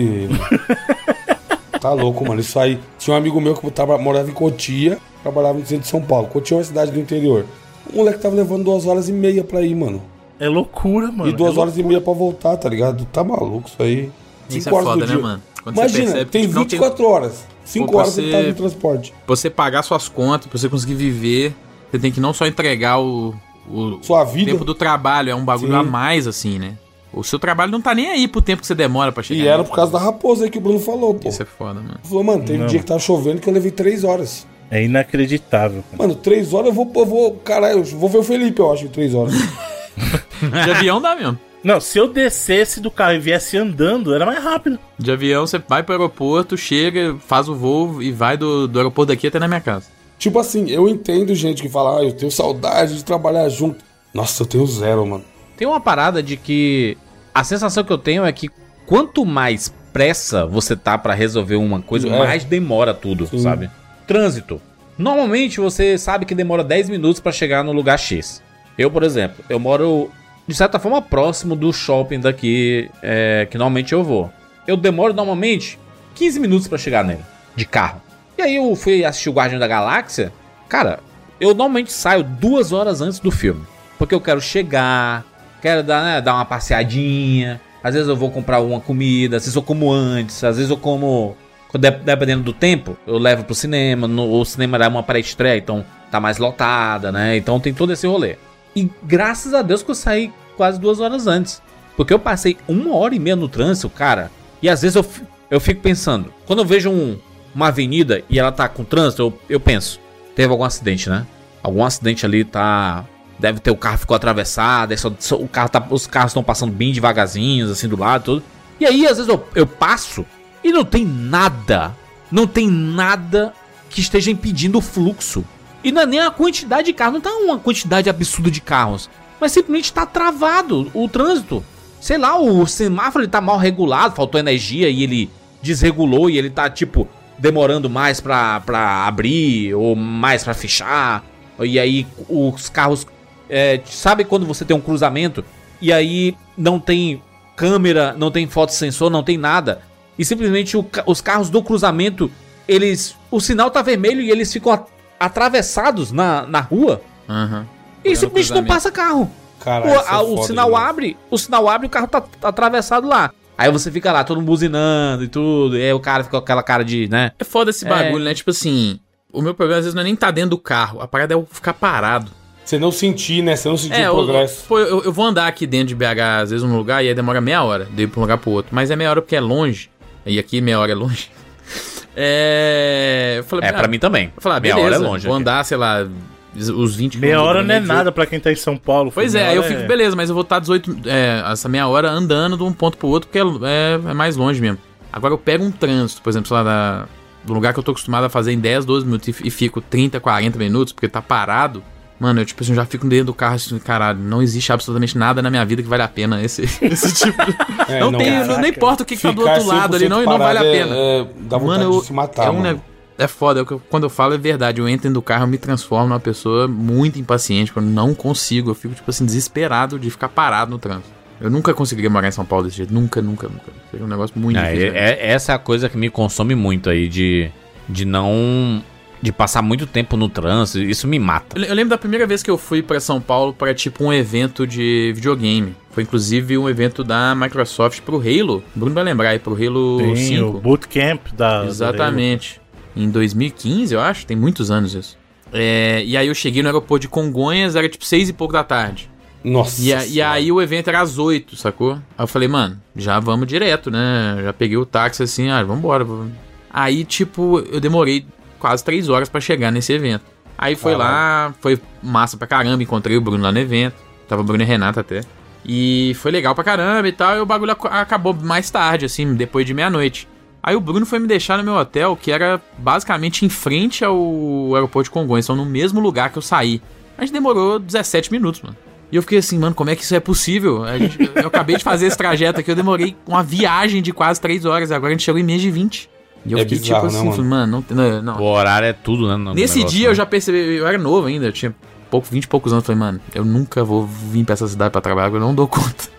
S2: tá louco, mano. Isso aí. Tinha um amigo meu que tava, morava em Cotia, trabalhava no centro de São Paulo. Cotia é uma cidade do interior. O moleque tava levando duas horas e meia pra ir, mano.
S3: É loucura, mano.
S2: e duas
S3: é
S2: horas e meia pra voltar, tá ligado? Tá maluco isso aí.
S4: Isso
S2: Cinco
S4: é foda,
S2: do
S4: né,
S2: dia.
S4: mano? Quando você
S2: Imagina,
S4: percebe que,
S2: tem
S4: tipo, não tem-
S2: 24 horas.
S4: Pô,
S2: 5
S4: pra
S2: horas ele tá
S4: ser-
S2: no transporte.
S4: Pra você pagar suas contas, pra você conseguir viver, você tem que não só entregar o, O,
S2: Sua
S4: o
S2: vida.
S4: tempo do trabalho é um bagulho
S2: Sim.
S4: a mais, assim, né? O seu trabalho não tá nem aí pro tempo que você demora pra chegar.
S2: E era
S4: nisso.
S2: por causa da raposa aí que o Bruno falou, pô.
S4: né? Isso é foda, mano.
S2: Falou, mano, teve
S3: Não.
S2: dia que tava chovendo que eu levei três horas.
S3: É inacreditável, cara.
S2: Mano, três horas eu vou, eu vou caralho, eu vou ver o Felipe, eu acho, em três horas.
S4: De avião dá mesmo.
S3: Não, se eu descesse do carro e viesse andando, era mais rápido.
S4: De avião, você vai pro aeroporto, chega, faz o voo e vai do, do aeroporto daqui até na minha casa.
S2: tipo assim, eu entendo gente que fala, ah, eu tenho saudade de trabalhar junto. Nossa, eu tenho zero, mano.
S1: Tem uma parada de que a sensação que eu tenho é que quanto mais pressa você tá pra resolver uma coisa,
S2: É.
S1: mais demora tudo,
S2: Sim.
S1: sabe? Trânsito. Normalmente você sabe que demora 10 minutos pra chegar no lugar X. Eu, por exemplo, eu moro de certa forma próximo do shopping daqui é, que normalmente eu vou. Eu demoro normalmente 15 minutos pra chegar nele, de carro. E aí eu fui assistir o Guardião da Galáxia. Cara, eu normalmente saio duas horas antes do filme. Porque eu quero chegar, quero dar, né, dar uma passeadinha. Às vezes eu vou comprar uma comida, às vezes eu como antes, às vezes eu como. de- Dependendo do tempo, eu levo pro cinema. No, o cinema era uma pré-estreia, então tá mais lotada, né? Então tem todo esse rolê. E graças a Deus que eu saí quase duas horas antes. Porque eu passei uma hora e meia no trânsito, cara. E às vezes eu, fi- eu fico pensando. Quando eu vejo um- uma avenida e ela tá com trânsito, eu, eu penso. Teve algum acidente, né? Algum acidente ali tá. Deve ter o carro ficou atravessado, aí só- só o carro tá- os carros estão passando bem devagarzinhos, assim, do lado, tudo. E aí, às vezes, eu, eu passo e não tem nada. Não tem nada que esteja impedindo o fluxo. E não é nem a quantidade de carros, não tá uma quantidade absurda de carros. Mas simplesmente tá travado o trânsito. Sei lá, o semáforo ele tá mal regulado, faltou energia e ele desregulou e ele tá, tipo, demorando mais pra, pra abrir ou mais pra fechar. E aí os carros. é, sabe quando você tem um cruzamento e aí não tem câmera, não tem fotossensor, não tem nada. E simplesmente o ca- os carros do cruzamento, eles. O sinal tá vermelho e eles ficam a- atravessados na, na rua.
S4: Aham.
S1: E
S4: Olhando
S1: simplesmente não
S4: cruzamento.
S1: passa carro.
S2: Caralho,
S1: O,
S2: isso é
S1: a- o
S2: foda
S1: sinal
S2: demais.
S1: abre, o sinal abre e o carro tá, tá atravessado lá. Aí você fica lá, todo mundo buzinando e tudo. E aí o cara fica com aquela cara de, né?
S4: É foda esse
S1: É.
S4: bagulho, né? Tipo assim, o meu problema às vezes não é nem tá dentro do carro, a parada é eu ficar parado.
S2: Você não sentir, né? Você não sentir
S4: é,
S2: o
S4: eu,
S2: progresso.
S4: pô, eu, eu vou andar aqui dentro de BH, às vezes, num lugar, e aí demora meia hora de ir pra um lugar pro outro. Mas é meia hora porque é longe. E aqui meia hora é longe. É. Eu falei,
S1: É, pra mim também.
S4: Eu falei, ah,
S1: Meia
S4: beleza,
S1: hora é longe
S4: vou
S1: aqui.
S4: andar, sei lá, os 20
S3: Meia
S4: quilômetros,
S3: hora
S4: né,
S3: não é
S4: de-
S3: nada pra quem tá em São Paulo.
S4: Pois é,
S3: Meia
S4: aí eu
S3: hora
S4: fico, beleza, mas eu vou estar 18, é, essa meia hora andando de um ponto pro outro, porque é, é mais longe mesmo. Agora eu pego um trânsito, por exemplo, sei lá, da- do lugar que eu tô acostumado a fazer em 10, 12 minutos e, f- e fico 30, 40 minutos, porque tá parado. Mano, eu tipo assim, já fico dentro do carro assim, caralho, não existe absolutamente nada na minha vida que vale a pena esse, esse tipo.
S2: É,
S4: não, tem, não,
S2: cara.
S4: não importa o que, que tá do outro
S2: Ficar
S4: lado ali,
S2: 100%
S4: não, e não vale a
S2: parado é-
S4: pena.
S2: é- dá vontade
S4: Mano, eu-
S2: de se
S1: Tá
S2: matar,
S4: é um
S2: mano.
S4: ne- É foda, é o que eu- quando eu falo é verdade. Eu entro dentro do carro, eu me transformo numa pessoa muito impaciente, quando eu não consigo. Eu fico, tipo assim, desesperado de ficar parado no trânsito. Eu nunca conseguiria morar em São Paulo desse jeito. Nunca, nunca, nunca. Seria um negócio muito
S1: É,
S4: difícil. né?
S1: é- é- essa é a coisa que me consome muito aí, de, de não. de passar muito tempo no trânsito. Isso me mata.
S4: Eu, eu lembro da primeira vez que eu fui pra São Paulo pra, tipo, um evento de videogame. Foi, inclusive, um evento da Microsoft pro Halo. O Bruno vai lembrar aí, pro Halo
S3: Tem
S4: 5.
S3: o bootcamp da.
S4: Exatamente. Em 2015, eu acho, tem muitos anos isso. É, e aí eu cheguei no aeroporto de Congonhas, era tipo seis e pouco da tarde.
S2: Nossa.
S4: E, a- e
S2: senhora.
S4: aí o evento era às oito, sacou? Aí eu falei, mano, já vamos direto, né? Já peguei o táxi assim, ah, vambora. vamos. Aí, tipo, eu demorei quase três horas pra chegar nesse evento. Aí foi lá, foi massa pra caramba, encontrei o Bruno lá no evento. Tava o Bruno e a Renata até. E foi legal pra caramba e tal. E o bagulho ac- acabou mais tarde, assim, depois de meia-noite. Aí o Bruno foi me deixar no meu hotel, que era basicamente em frente ao aeroporto de Congonhas, então no mesmo lugar que eu saí. A gente demorou 17 minutos, mano. E eu fiquei assim, mano, como é que isso é possível? A gente- eu acabei de fazer esse trajeto aqui, eu demorei uma viagem de quase 3 horas, agora a gente chegou em menos de 20. E eu
S2: É
S4: fiquei
S2: bizarro,
S4: tipo
S2: né,
S4: assim,
S2: mano?
S4: falei, mano, não, não, não,
S1: O horário é tudo, né? no
S4: Nesse
S1: negócio,
S4: dia
S1: né?
S4: eu já percebi, eu era novo ainda, eu tinha pouco, 20 e poucos anos. eu Falei, mano, eu nunca vou vir pra essa cidade pra trabalhar, eu não dou conta.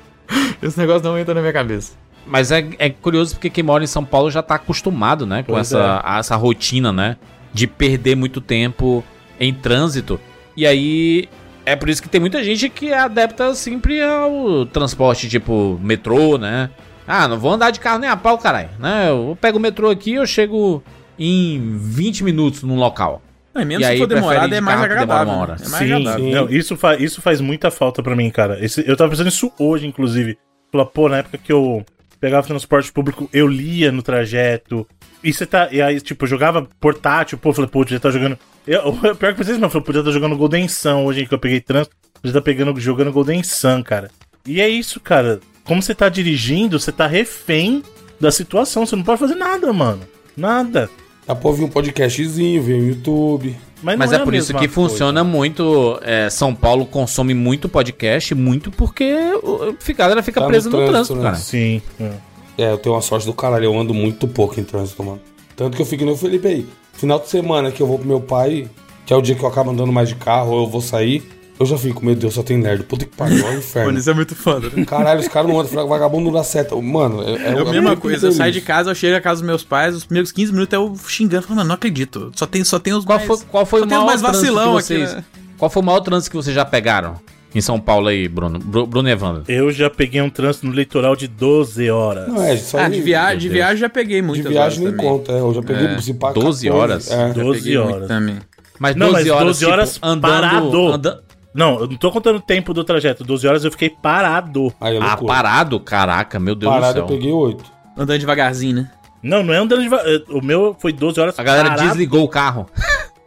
S4: Esse negócio não entra na minha cabeça.
S1: Mas é, é curioso porque quem mora em São Paulo já tá acostumado, né? Com
S3: Pois
S1: essa, a essa rotina, né? De perder muito tempo em trânsito. E aí. É por isso que tem muita gente que é adepta sempre ao transporte tipo metrô, né? Ah, não vou andar de carro nem a pau, caralho. Né? Eu pego o metrô aqui e eu chego em 20 minutos num local.
S4: É, menos
S1: E
S4: se
S1: aí,
S4: for
S1: prefere
S4: demorado,
S1: de
S4: é mais
S1: carro que demora
S4: agradável.
S1: uma hora.
S4: né? É mais
S3: Sim,
S4: agradável.
S2: sim.
S3: Não, isso, fa isso faz muita falta pra mim, cara. Esse- eu tava pensando nisso hoje, inclusive. Falar, pô, na época que eu pegava transporte público, eu lia no trajeto. E você tá. E aí, tipo, eu jogava portátil, pô, eu falei, pô, eu podia estar jogando. Eu, pior que vocês não, eu falei, podia estar jogando Golden Sun hoje que eu peguei trânsito. Podia estar pegando, jogando Golden Sun, cara. E é isso, cara. Como você tá dirigindo, você tá refém da situação. Você não pode fazer nada, mano. Nada.
S2: Dá pra ouvir um podcastzinho, ver o YouTube.
S3: Mas,
S1: Mas
S3: não
S1: é, por
S3: a
S1: isso
S3: mesma
S1: que
S3: coisa.
S1: funciona muito. é, São Paulo consome muito podcast, muito porque o- fica- a galera fica
S2: Tá no
S1: presa no
S2: trânsito,
S1: trânsito,
S2: né?
S1: cara.
S3: Sim. é.
S2: É, eu tenho uma sorte do caralho, eu ando muito pouco em trânsito, mano. Tanto que eu fico no Felipe aí. Final de semana que eu vou pro meu pai, que é o dia que eu acabo andando mais de carro, ou eu vou sair, eu já fico, meu Deus, só tem nerd. Puta que pariu, é um
S4: Mano,
S2: inferno.
S4: isso é muito foda, né?
S2: Caralho, os caras não andam, fraco, vagabundo não dá seta. Mano, é,
S4: É
S2: um
S4: a
S2: lugar
S4: mesma
S2: muito
S4: coisa, eu saio de
S2: infeliz.
S4: casa, eu chego à casa dos meus pais, os primeiros 15 minutos eu xingando, falando, mano, não acredito. Só tem, só tem os
S1: Qual
S4: mais...
S1: foi, qual foi
S4: só
S1: o
S4: tem os
S1: maior
S4: mais
S1: trânsito que
S4: vacilão aqui,
S1: vocês-
S4: né?
S1: Qual foi o maior trânsito que vocês já pegaram em São Paulo aí, Bruno? Bru- Bruno e Evandro.
S3: Eu já peguei um trânsito no litoral de 12 horas.
S2: Não, é, só
S4: Ah, de viagem, de
S1: Deus.
S4: viagem já peguei
S2: de
S4: muitas horas
S2: viagem nem
S4: também.
S2: conta, é. Eu já peguei é,
S1: 12 horas?
S2: É.
S4: Já
S3: 12
S4: peguei muito
S3: horas.
S4: também.
S1: Mas 12
S3: Não, mas
S1: horas,
S3: 12
S1: tipo,
S3: horas
S1: andando.
S3: parado.
S1: anda-
S3: Não, eu não tô contando o tempo do trajeto. 12 horas eu fiquei parado.
S2: Aí é
S1: Ah,
S2: loucura.
S1: parado? Caraca, meu Deus
S2: Parado eu
S1: do céu.
S2: peguei oito.
S4: Andando devagarzinho, né?
S3: Não, não é andando deva- eh, O meu foi 12 horas
S1: A galera
S3: parado.
S1: desligou o carro.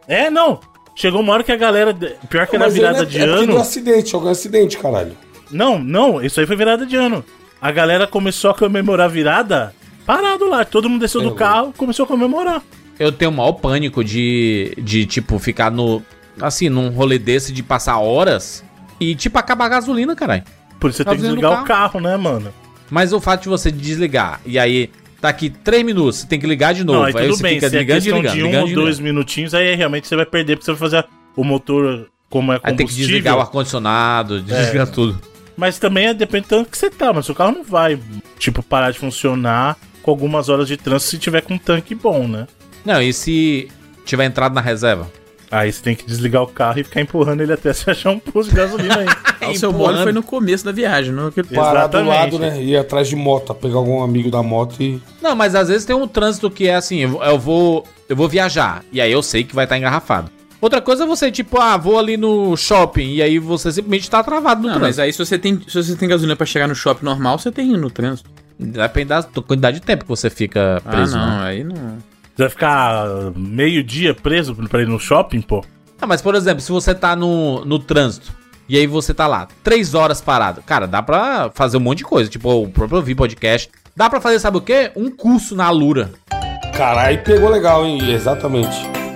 S3: É, não. Chegou uma hora que a galera. de- Pior que era
S2: Mas aí
S3: virada
S2: não é,
S3: de
S2: é porque
S3: ano.
S2: do acidente, algum acidente, caralho.
S3: Não, não, isso aí foi virada de ano. A galera começou a comemorar a virada parado lá. Todo mundo desceu
S2: É,
S3: do
S2: mano.
S3: carro, começou a comemorar.
S1: Eu tenho o maior pânico de, de tipo, ficar no. Assim, num rolê desse de passar horas e, tipo, acabar a gasolina, caralho.
S3: Por isso você
S1: Tá
S3: tem que
S1: dentro do
S3: desligar o carro, né, mano?
S1: Mas o fato de você desligar e aí tá aqui três minutos, você tem que ligar de novo.
S3: Não, aí tudo
S1: você
S3: bem, se é questão de um ou dois
S1: né?
S3: minutinhos, aí realmente você vai perder, porque você vai fazer o motor como é
S1: Aí tem que desligar o
S3: combustível.
S1: ar-condicionado, desligar tudo.
S3: Mas também é depende do tanto que você tá, mas o carro não vai, tipo, parar de funcionar com algumas horas de trânsito se tiver com um tanque bom, né?
S1: Não, e se tiver entrado na reserva?
S3: Aí você tem que desligar o carro e ficar empurrando ele até você achar um posto de gasolina aí.
S4: Ah, o seu
S1: Empurrando.
S4: bolo foi no começo da viagem, não? Que-
S2: Parar do
S3: Exatamente.
S2: lado, né? Ir atrás de moto, pegar algum amigo da moto e.
S1: Não, mas às vezes tem um trânsito que é assim, eu vou- eu vou, eu vou viajar, e aí eu sei que vai estar engarrafado. Outra coisa é você, tipo, ah, vou ali no shopping, e aí você simplesmente tá travado no
S4: Não, mas
S1: trânsito.
S4: aí se você tem, se você tem gasolina pra chegar no shopping normal, você tem no trânsito.
S1: é- Depende da t- quantidade de tempo que você fica
S4: Ah,
S1: preso.
S4: não,
S1: né?
S4: aí não.
S3: Você vai ficar ah, meio-dia preso pra ir no shopping, pô?
S1: Ah, mas por exemplo, se você tá no, no trânsito, e aí você tá lá, três horas parado, cara, dá pra fazer um monte de coisa, tipo, o próprio ouvir podcast. Dá pra fazer, sabe o quê? Um curso na Alura.
S2: Caralho, pegou legal, hein? Exatamente.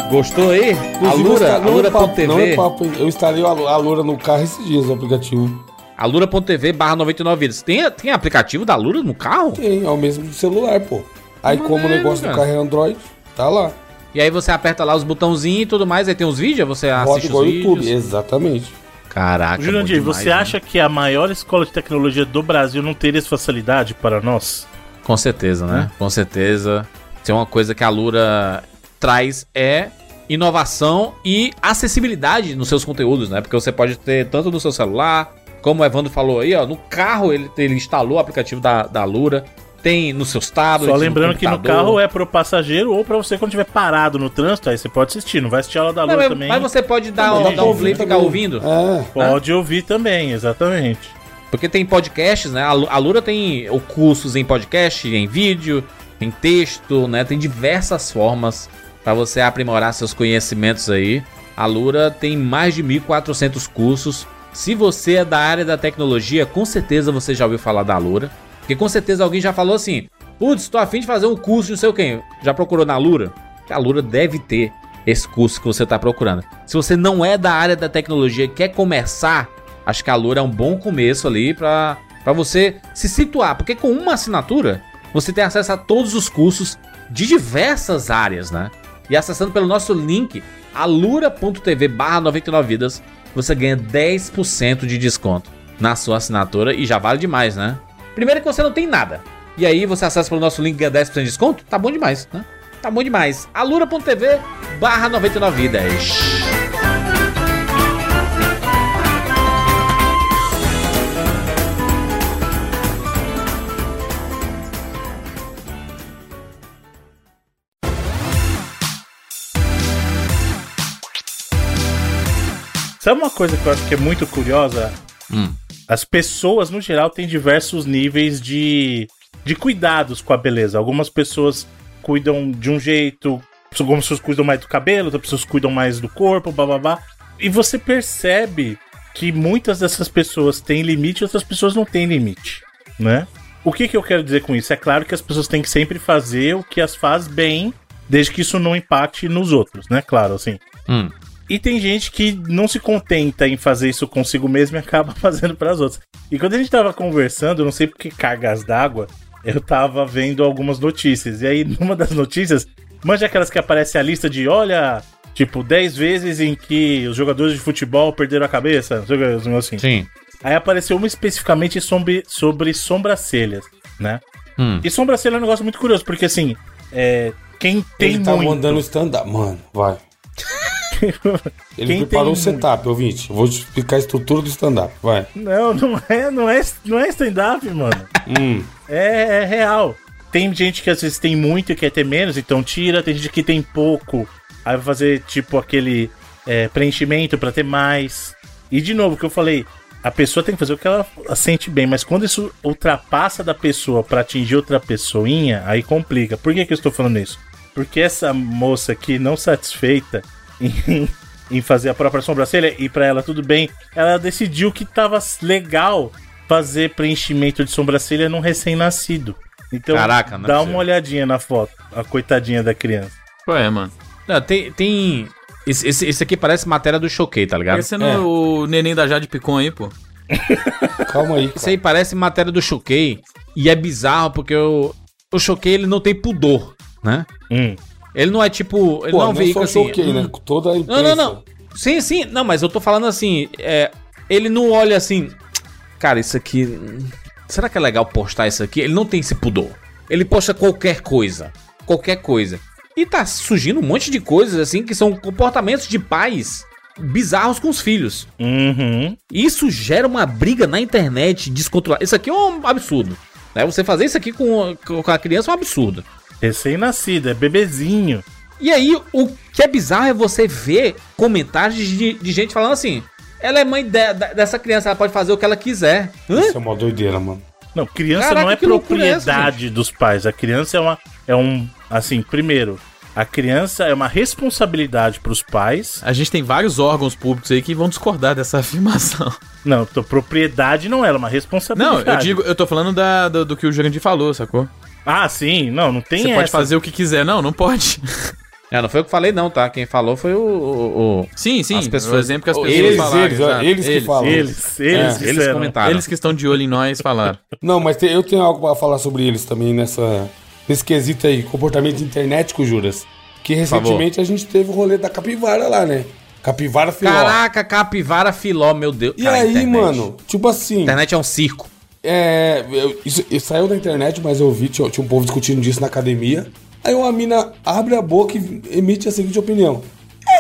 S1: Gostou aí?
S2: Inclusive, eu
S1: Alura,
S2: insta- não é papo, não é
S1: alura.tv.
S2: papo, hein? Eu instalei a Lu- a Lura no carro esses dias, o aplicativo.
S1: Alura.tv barra 99 vidas. Tem, tem aplicativo da Alura no carro?
S2: Tem, é o mesmo do celular, pô. Aí, como o
S1: Maneiro,
S2: negócio do
S1: cara.
S2: carro é Android, tá lá.
S1: E aí você aperta lá os botãozinhos e tudo mais, aí tem os vídeos, aí você
S2: Roda
S1: assiste
S2: igual
S1: os
S2: o
S1: vídeos.
S2: YouTube. né? Exatamente.
S1: Caraca,
S3: Jurandir,
S1: bom demais,
S3: você
S1: né?
S3: acha que a maior escola de tecnologia do Brasil não teria essa facilidade para nós?
S1: Com certeza, né?
S3: É.
S1: Com certeza. Tem uma coisa que a Lura traz é inovação e acessibilidade nos seus conteúdos, né? Porque você pode ter tanto no seu celular, como o Evandro falou aí, ó, no carro ele, ele instalou o aplicativo da, da Lura, tem nos seus tablets.
S3: Só lembrando que no
S1: computador.
S3: carro é pro passageiro ou pra você quando tiver parado no trânsito, aí você pode assistir, não vai assistir a aula da
S1: Não,
S3: lua
S1: mas,
S3: também.
S1: mas você pode dar,
S3: Também,
S1: dar um
S3: ouvindo
S1: play e ficar ouvindo.
S2: É.
S3: Pode ouvir também, exatamente.
S1: Porque tem podcasts, né? A Lu- a Lura tem o cursos em podcast, em vídeo, em texto, né? Tem diversas formas para você aprimorar seus conhecimentos aí. A Lura tem mais de 1.400 cursos. Se você é da área da tecnologia, com certeza você já ouviu falar da Lura. Porque com certeza alguém já falou assim: Putz, tô afim de fazer um curso, de não sei o quem. Já procurou na Lura? A Lura deve ter esse curso que você está procurando. Se você não é da área da tecnologia e quer começar, acho que a Lura é um bom começo ali para você se situar. Porque com uma assinatura, você tem acesso a todos os cursos de diversas áreas, né? E acessando pelo nosso link, alura.tv barra 99 vidas, você ganha 10% de desconto na sua assinatura e já vale demais, né? Primeiro que você não tem nada. E aí você acessa pelo nosso link e ganha 10% de desconto? Tá bom demais, né? Tá bom demais. alura.tv barra 99 vidas.
S3: Sabe uma coisa que eu acho que é muito curiosa?
S4: Hum.
S3: As pessoas, no geral, têm diversos níveis de, de cuidados com a beleza. Algumas pessoas cuidam de um jeito, algumas pessoas cuidam mais do cabelo, outras pessoas cuidam mais do corpo, blá blá blá. E você percebe que muitas dessas pessoas têm limite e outras pessoas não têm limite, né? O que, que eu quero dizer com isso? É claro que as pessoas têm que sempre fazer o que as faz bem, desde que isso não impacte nos outros, né? Claro, assim.
S1: Hum.
S3: E tem gente que não se contenta em fazer isso consigo mesmo e acaba fazendo pras outras. E quando a gente tava conversando, eu não sei por que cargas d'água, eu tava vendo algumas notícias. E aí, numa das notícias, manja aquelas que aparece a lista de, olha, tipo, 10 vezes em que os jogadores de futebol perderam a cabeça, não sei o que, um negócio assim.
S1: Sim.
S3: Aí apareceu uma especificamente sobre, sobre sobrancelhas, né?
S1: Hum.
S3: E sobrancelha é um negócio muito curioso, porque assim, é, quem tem
S2: Ele tá
S3: muito...
S2: mandando stand-up. Mano, vai. Ele
S3: Quem
S2: preparou o
S3: tem-
S2: setup, ouvinte. Eu vou te explicar a estrutura do stand-up. Vai.
S3: Não, não é, não é, não é stand-up, mano.
S2: Hum.
S3: É, é real. Tem gente que às vezes tem muito e quer ter menos, então tira. Tem gente que tem pouco, aí vai fazer tipo aquele é, preenchimento pra ter mais. E de novo, o que eu falei, a pessoa tem que fazer o que ela sente bem, mas quando isso ultrapassa da pessoa pra atingir outra pessoinha, aí complica. Por que, que eu estou falando isso? Porque essa moça aqui, não satisfeita em, em fazer a própria sobrancelha, e pra ela tudo bem, ela decidiu que tava legal fazer preenchimento de sobrancelha num recém-nascido. Então,
S1: Caraca, não é
S3: dá
S1: possível.
S3: uma olhadinha na foto, a coitadinha da criança.
S4: Pô, é, mano.
S1: Não, tem. tem... Esse, esse, esse aqui parece matéria do Choquei, tá ligado?
S2: é
S4: Parecendo o neném da Jade Picon aí, pô.
S2: Calma aí.
S1: Isso aí parece matéria do Choquei. E é bizarro porque o, o Choquei ele não tem pudor, né?
S3: Hum.
S1: Ele não é tipo. Ele
S2: Pô,
S1: não é um
S2: não
S1: veículo
S2: só
S1: assim.
S2: choquei, né? Toda a imprensa.
S1: Não, não, não. Sim, sim. Não, mas eu tô falando assim. é, ele não olha assim. Cara, isso aqui. hum, Será que é legal postar isso aqui? Ele não tem esse pudor. Ele posta qualquer coisa. Qualquer coisa. E tá surgindo um monte de coisas assim que são comportamentos de pais bizarros com os filhos.
S3: Uhum.
S1: Isso gera uma briga na internet descontrolada. Isso aqui é um absurdo. Né? Você fazer isso aqui com, com a criança é um absurdo.
S3: Recém-nascido, é bebezinho.
S1: E aí, o que é bizarro é você ver comentários de, de gente falando assim: ela é mãe de- de- dessa criança, ela pode fazer o que ela quiser. Hã?
S2: Isso é uma doideira, mano.
S3: Não, criança
S1: Caraca,
S3: não é
S1: que loucura é essa,
S3: propriedade dos pais. A criança é uma. É um. Assim, primeiro, a criança é uma responsabilidade pros pais.
S4: A gente tem vários órgãos públicos aí que vão discordar dessa afirmação.
S3: Não, tô, propriedade não é, ela é uma
S4: Não,
S3: responsabilidade.
S4: eu digo, eu tô falando da, do, do que o Jurandir falou, sacou?
S3: Ah, sim, não, não tem
S4: Você
S3: essa.
S4: pode fazer o que quiser. Não, não pode.
S1: É, não foi eu que falei, não, tá? Quem falou foi o. o- o-
S4: Sim, sim.
S1: As pessoas-
S4: O exemplo que as pessoas
S2: Eles,
S4: falaram.
S2: eles, ó,
S4: exato.
S2: eles que falam.
S3: Eles, eles,
S2: É,
S1: eles
S3: disseram.
S1: comentaram.
S4: Eles que estão de olho em nós falaram.
S2: Não, mas tem- eu tenho algo pra falar sobre eles também nessa, nesse quesito aí, comportamento internético, Juras. Que recentemente a gente teve o rolê da capivara lá, né? Capivara filó.
S1: Caraca, capivara filó, meu Deus.
S2: E
S1: Cara,
S2: aí,
S1: internet.
S2: mano, tipo assim,
S1: Internet é um circo.
S2: é, eu- isso, isso saiu da internet, mas eu vi, tinha, tinha um povo discutindo disso na academia. Aí uma mina abre a boca e emite a seguinte opinião.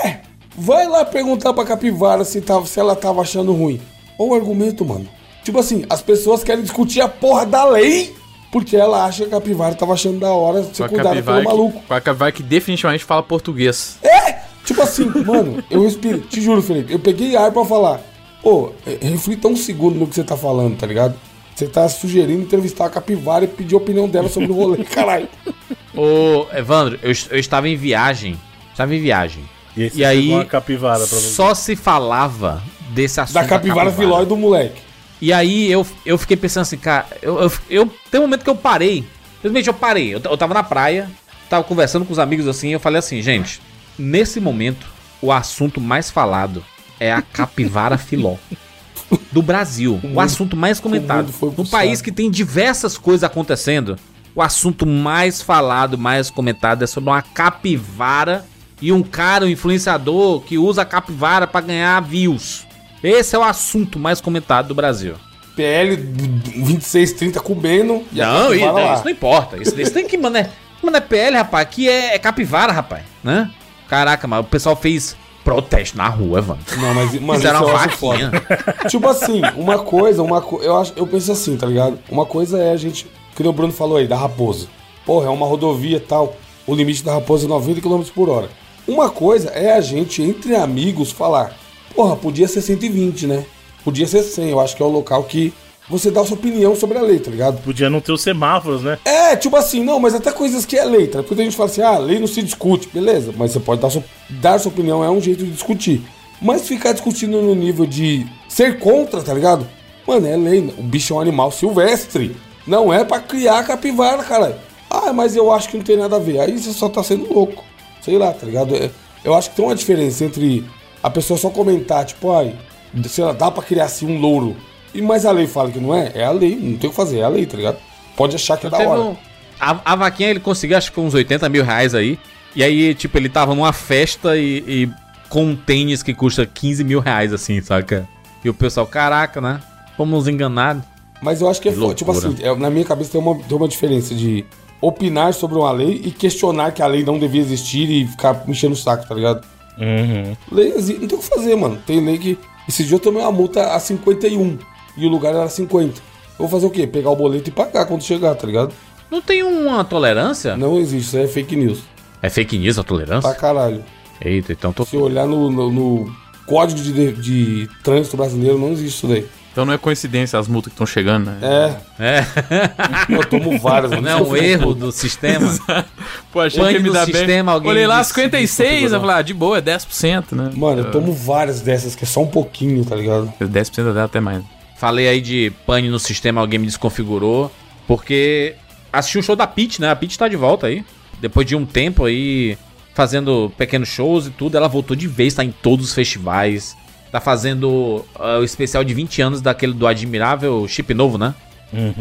S2: É, vai lá perguntar pra capivara se, tava, se ela tava achando ruim. Olha o argumento, mano. Tipo assim, as pessoas querem discutir a porra da lei porque ela acha que a capivara tava achando da hora
S4: Com
S2: ser
S4: a
S2: cuidada
S4: capivara é
S2: pelo maluco.
S4: que- com a capivara que definitivamente fala português.
S2: É! Tipo assim, mano, eu respiro, te juro, Felipe, eu peguei ar pra falar. Pô, é, reflita um segundo no que você tá falando, tá ligado? Você tá sugerindo entrevistar a capivara e pedir a opinião dela sobre o rolê, caralho.
S1: Ô, Evandro, eu, eu estava em viagem. Estava em viagem.
S3: E, aí você
S1: E aí,
S3: pegou uma capivara pra você.
S1: só se falava desse assunto.
S2: Da capivara filó e do moleque.
S1: E aí eu, eu fiquei pensando assim, cara, eu, eu, eu- tem um momento que eu parei. Simplesmente eu parei. Eu, t- eu tava na praia, tava conversando com os amigos assim, eu falei assim, gente, nesse momento, o assunto mais falado é a capivara filó. Do Brasil. O assunto mais comentado.
S2: mundo foi pro
S1: Um país
S2: saco.
S1: que tem diversas coisas acontecendo. O assunto mais falado, mais comentado é sobre uma capivara e um cara, um influenciador, que usa a capivara pra ganhar views. Esse é o assunto mais comentado do Brasil.
S2: PL 2630 cubeno. e a
S1: Não, isso,
S2: capivara lá.
S1: isso não importa. Isso, isso tem que, mano, é, mano, é PL, rapaz. Aqui é, é capivara, rapaz, né? Caraca, mas o pessoal fez protesto na rua, mano.
S2: Não, mas, mano,
S1: Fizeram
S2: isso
S1: uma
S2: eu acho foda.
S1: vaquinha.
S2: Tipo assim, uma coisa, uma co... eu acho, eu penso assim, tá ligado? Uma coisa é a gente, que nem o Bruno falou aí, da Raposa. Porra, é uma rodovia e tal. O limite da Raposa é 90 km por hora. Uma coisa é a gente entre amigos falar: Porra, podia ser 120, né? Podia ser 100. Eu acho que é um local que você dá a sua opinião sobre a lei, tá ligado?
S3: Podia não ter os semáforos, né?
S2: É, tipo assim, não, mas até coisas que é lei, tá? Porque a gente fala assim, ah, lei não se discute, beleza, mas você pode dar sua, dar sua opinião, é um jeito de discutir. Mas ficar discutindo no nível de ser contra, tá ligado? Mano, é lei, o bicho é um animal silvestre. Não é pra criar capivara, caralho. Ah, mas eu acho que não tem nada a ver. Aí você só tá sendo louco. Sei lá, tá ligado? É- Eu acho que tem uma diferença entre a pessoa só comentar, tipo, ai, sei lá, dá pra criar assim um louro. E mas a lei fala que não é? É a lei, não tem o que fazer, é a lei, tá ligado? Pode achar que é da
S1: Teve
S2: hora.
S1: um- a, a vaquinha ele conseguiu, acho que foi uns 80 mil reais aí. E aí, tipo, ele tava numa festa e, e com um tênis que custa 15 mil reais, assim, saca? E o pessoal, caraca, né? Fomos enganados.
S2: Mas eu acho que é
S1: Que
S2: foda. Tipo
S1: loucura.
S2: assim, é- na minha cabeça tem uma, tem uma diferença de opinar sobre uma lei e questionar que a lei não devia existir e ficar mexendo o saco, tá ligado?
S3: Uhum.
S2: Lei exi- não tem o que fazer, mano. Tem lei que. Esse dia eu tomei uma multa a 51 e o lugar era 50. Eu vou fazer o quê? Pegar o boleto e pagar quando chegar, tá ligado?
S1: Não tem uma tolerância?
S2: Não existe, isso aí é fake news.
S1: É fake news a
S2: Pra
S1: tolerância?
S2: caralho.
S1: Eita, então tô.
S2: Se olhar no, no- no código de, de- de trânsito brasileiro, não existe isso daí.
S4: Então não é coincidência as multas que estão chegando, né?
S2: É,
S1: É,
S2: eu tomo várias, mano.
S1: não é um erro do sistema.
S4: Pô, achei
S1: Pânico
S4: que ia me
S1: do
S4: dá
S1: sistema,
S4: bem.
S1: alguém
S4: Olhei lá,
S1: disse-
S4: 56, eu falei, ah, de boa, é 10%, né?
S2: Mano, eu tomo várias dessas, que é só um pouquinho, tá ligado?
S1: É,
S4: 10% dá até mais.
S1: Falei aí de pane no sistema, alguém me desconfigurou. Porque assisti o show da Pete, né? A Pete tá de volta aí. Depois de um tempo aí fazendo pequenos shows e tudo, ela voltou de vez, tá em todos os festivais. Tá fazendo ah, o especial de 20 anos daquele do admirável Chip Novo, né?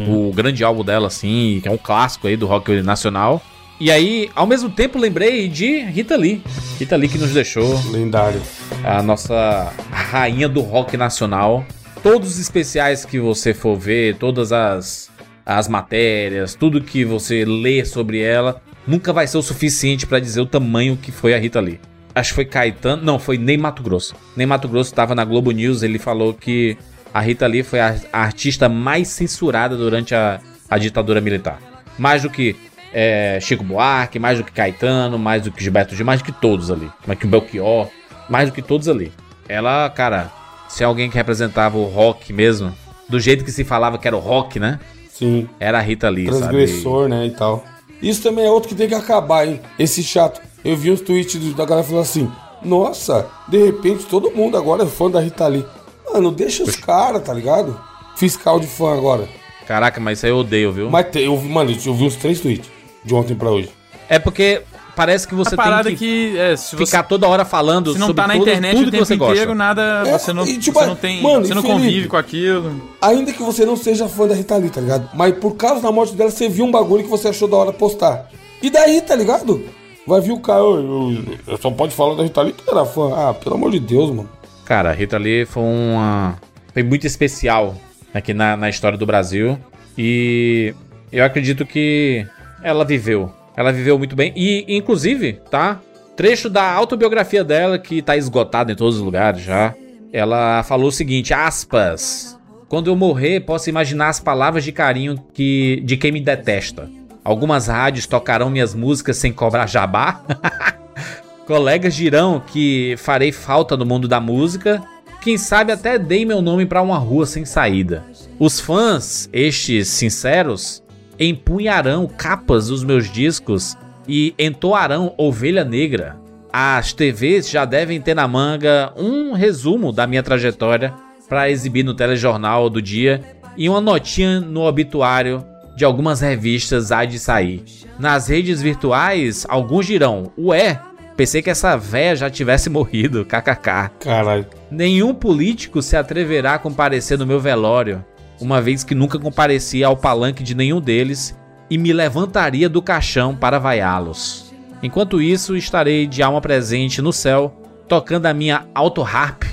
S1: O grande álbum dela, assim, que é um clássico aí do rock nacional. E aí, ao mesmo tempo, lembrei de Rita Lee. Rita Lee que nos deixou
S2: Lendário.
S1: a nossa rainha do rock nacional. Todos os especiais que você for ver, todas as, as matérias, tudo que você lê sobre ela, nunca vai ser o suficiente pra dizer o tamanho que foi a Rita Lee. Acho que foi Caetano, não, foi Ney Mato Grosso. Ney Mato Grosso estava na Globo News, ele falou que a Rita Lee foi a a artista mais censurada durante a, a ditadura militar. Mais do que é, Chico Buarque, mais do que Caetano, mais do que Gilberto Gil, mais do que todos ali. Mais que o Belchior, mais do que todos ali. Ela, cara, se é alguém que representava o rock mesmo, do jeito que se falava que era o rock, né?
S2: Sim.
S1: Era a Rita Lee, sabe?
S2: transgressor, né, e tal. Isso também é outro que tem que acabar, hein? Esse chato. Eu vi uns tweets do- da galera falando assim: "Nossa, de repente todo mundo agora é fã da Rita Lee". Mano, deixa os caras, tá ligado? Fiscal de fã agora.
S1: Caraca, mas isso aí eu odeio, viu?
S2: Mas tem- eu vi, mano, eu vi uns três tweets de ontem pra hoje.
S1: É porque parece que você
S4: a parada
S1: tem
S4: é
S1: que,
S4: que, é, se você
S1: ficar toda hora falando
S4: se não
S1: sobre
S4: tá na
S1: tudo-
S4: internet
S1: tudo
S4: o
S1: que
S4: tempo
S1: você
S4: inteiro,
S1: gosta.
S4: nada,
S2: É,
S4: você não,
S2: e, tipo,
S4: você não tem,
S2: mano,
S4: você não
S2: e Felipe?
S4: convive com aquilo.
S2: Ainda que você não seja fã da Rita Lee, tá ligado? Mas por causa da morte dela, você viu um bagulho que você achou da hora postar. E daí, tá ligado? Vai vir o cara, "Ô, eu, eu só pode falar da Rita Lee que era fã. Ah, pelo amor de Deus, mano.
S1: Cara, a Rita Lee foi uma. Foi muito especial aqui na, na história do Brasil. E eu acredito que ela viveu. Ela viveu muito bem. E, inclusive, tá? Trecho da autobiografia dela, que tá esgotada em todos os lugares já. Ela falou o seguinte: aspas. Quando eu morrer, posso imaginar as palavras de carinho que, de quem me detesta. Algumas rádios tocarão minhas músicas sem cobrar jabá. Colegas dirão que farei falta no mundo da música. Quem sabe até dei meu nome pra uma rua sem saída. Os fãs, estes sinceros, empunharão capas dos meus discos e entoarão Ovelha Negra. As TVs já devem ter na manga um resumo da minha trajetória pra exibir no telejornal do dia e uma notinha no obituário de algumas revistas há de sair. Nas redes virtuais, alguns dirão: Ué, pensei que essa véia já tivesse morrido, kkk.
S2: Caralho.
S1: Nenhum político se atreverá a comparecer no meu velório, uma vez que nunca compareci ao palanque de nenhum deles e me levantaria do caixão para vaiá-los. Enquanto isso, estarei de alma presente no céu, tocando a minha auto-harp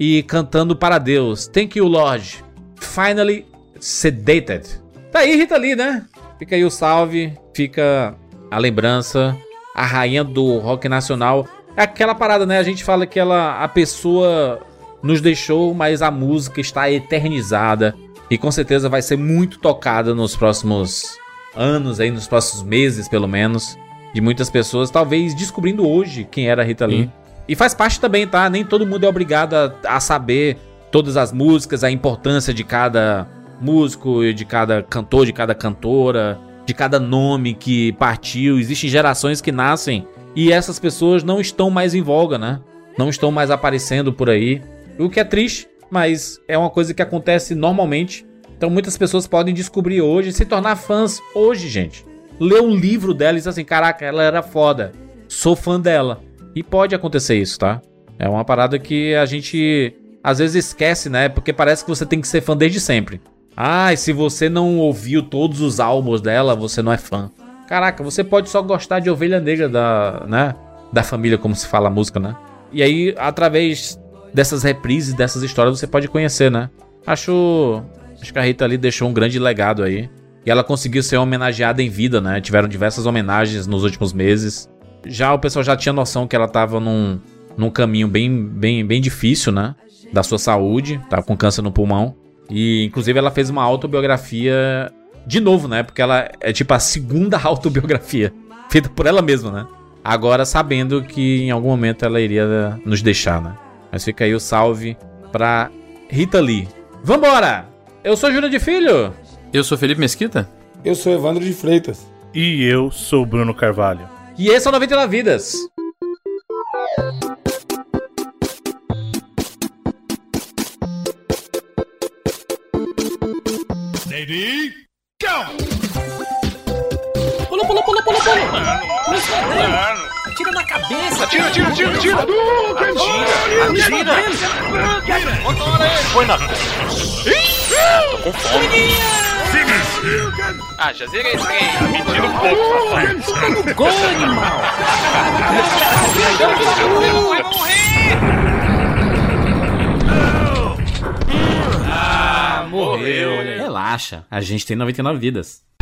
S1: e cantando para Deus. Thank you, Lord. Finally sedated. Tá aí, Rita Lee, né? Fica aí o salve, fica a lembrança, a rainha do rock nacional. É aquela parada, né? A gente fala que ela, a pessoa nos deixou, mas a música está eternizada e com certeza vai ser muito tocada nos próximos anos, aí nos próximos meses, pelo menos, de muitas pessoas, talvez descobrindo hoje quem era a Rita Lee. E faz parte também, tá? Nem todo mundo é obrigado a, a saber todas as músicas, a importância de cada músico, de cada cantor, de cada cantora, de cada nome que partiu. Existem gerações que nascem e essas pessoas não estão mais em voga, né? Não estão mais aparecendo por aí. O que é triste, mas é uma coisa que acontece normalmente. Então muitas pessoas podem descobrir hoje, se tornar fãs hoje, gente. Ler um livro dela e dizer assim: caraca, ela era foda. Sou fã dela. E pode acontecer isso, tá? É uma parada que a gente às vezes esquece, né? Porque parece que você tem que ser fã desde sempre. Ah, e se você não ouviu todos os álbuns dela, você não é fã. Caraca, você pode só gostar de Ovelha Negra da, né? Da família, como se fala a música, né? E aí, através dessas reprises, dessas histórias, você pode conhecer, né? Acho, acho que a Rita ali deixou um grande legado aí. E ela conseguiu ser homenageada em vida, né? Tiveram diversas homenagens nos últimos meses. Já o pessoal já tinha noção que ela tava num, num caminho bem, bem, bem difícil, né? Da sua saúde, tava com câncer no pulmão. E inclusive ela fez uma autobiografia de novo, né? Porque ela é tipo a segunda autobiografia feita por ela mesma, né? Agora sabendo que em algum momento ela iria nos deixar, né? Mas fica aí o salve pra Rita Lee. Vambora! Eu sou Júlio de Filho.
S4: Eu sou Felipe Mesquita.
S2: Eu sou Evandro de Freitas.
S3: E eu sou Bruno Carvalho.
S1: E esse é o 99 Vidas.
S5: Ready? Go!
S6: Pula, pula, pula, pula, pula! Mas não, Atira na cabeça!
S5: Tira, tira, tira, tira! Atira!
S6: Atira!
S5: Motora aí! Foi na Ah, já zerei esse game. Tá mentindo um pouco,
S6: Atira! Gol, animal!
S5: Vai morrer!
S4: Morreu. Relaxa, a gente tem 99 vidas.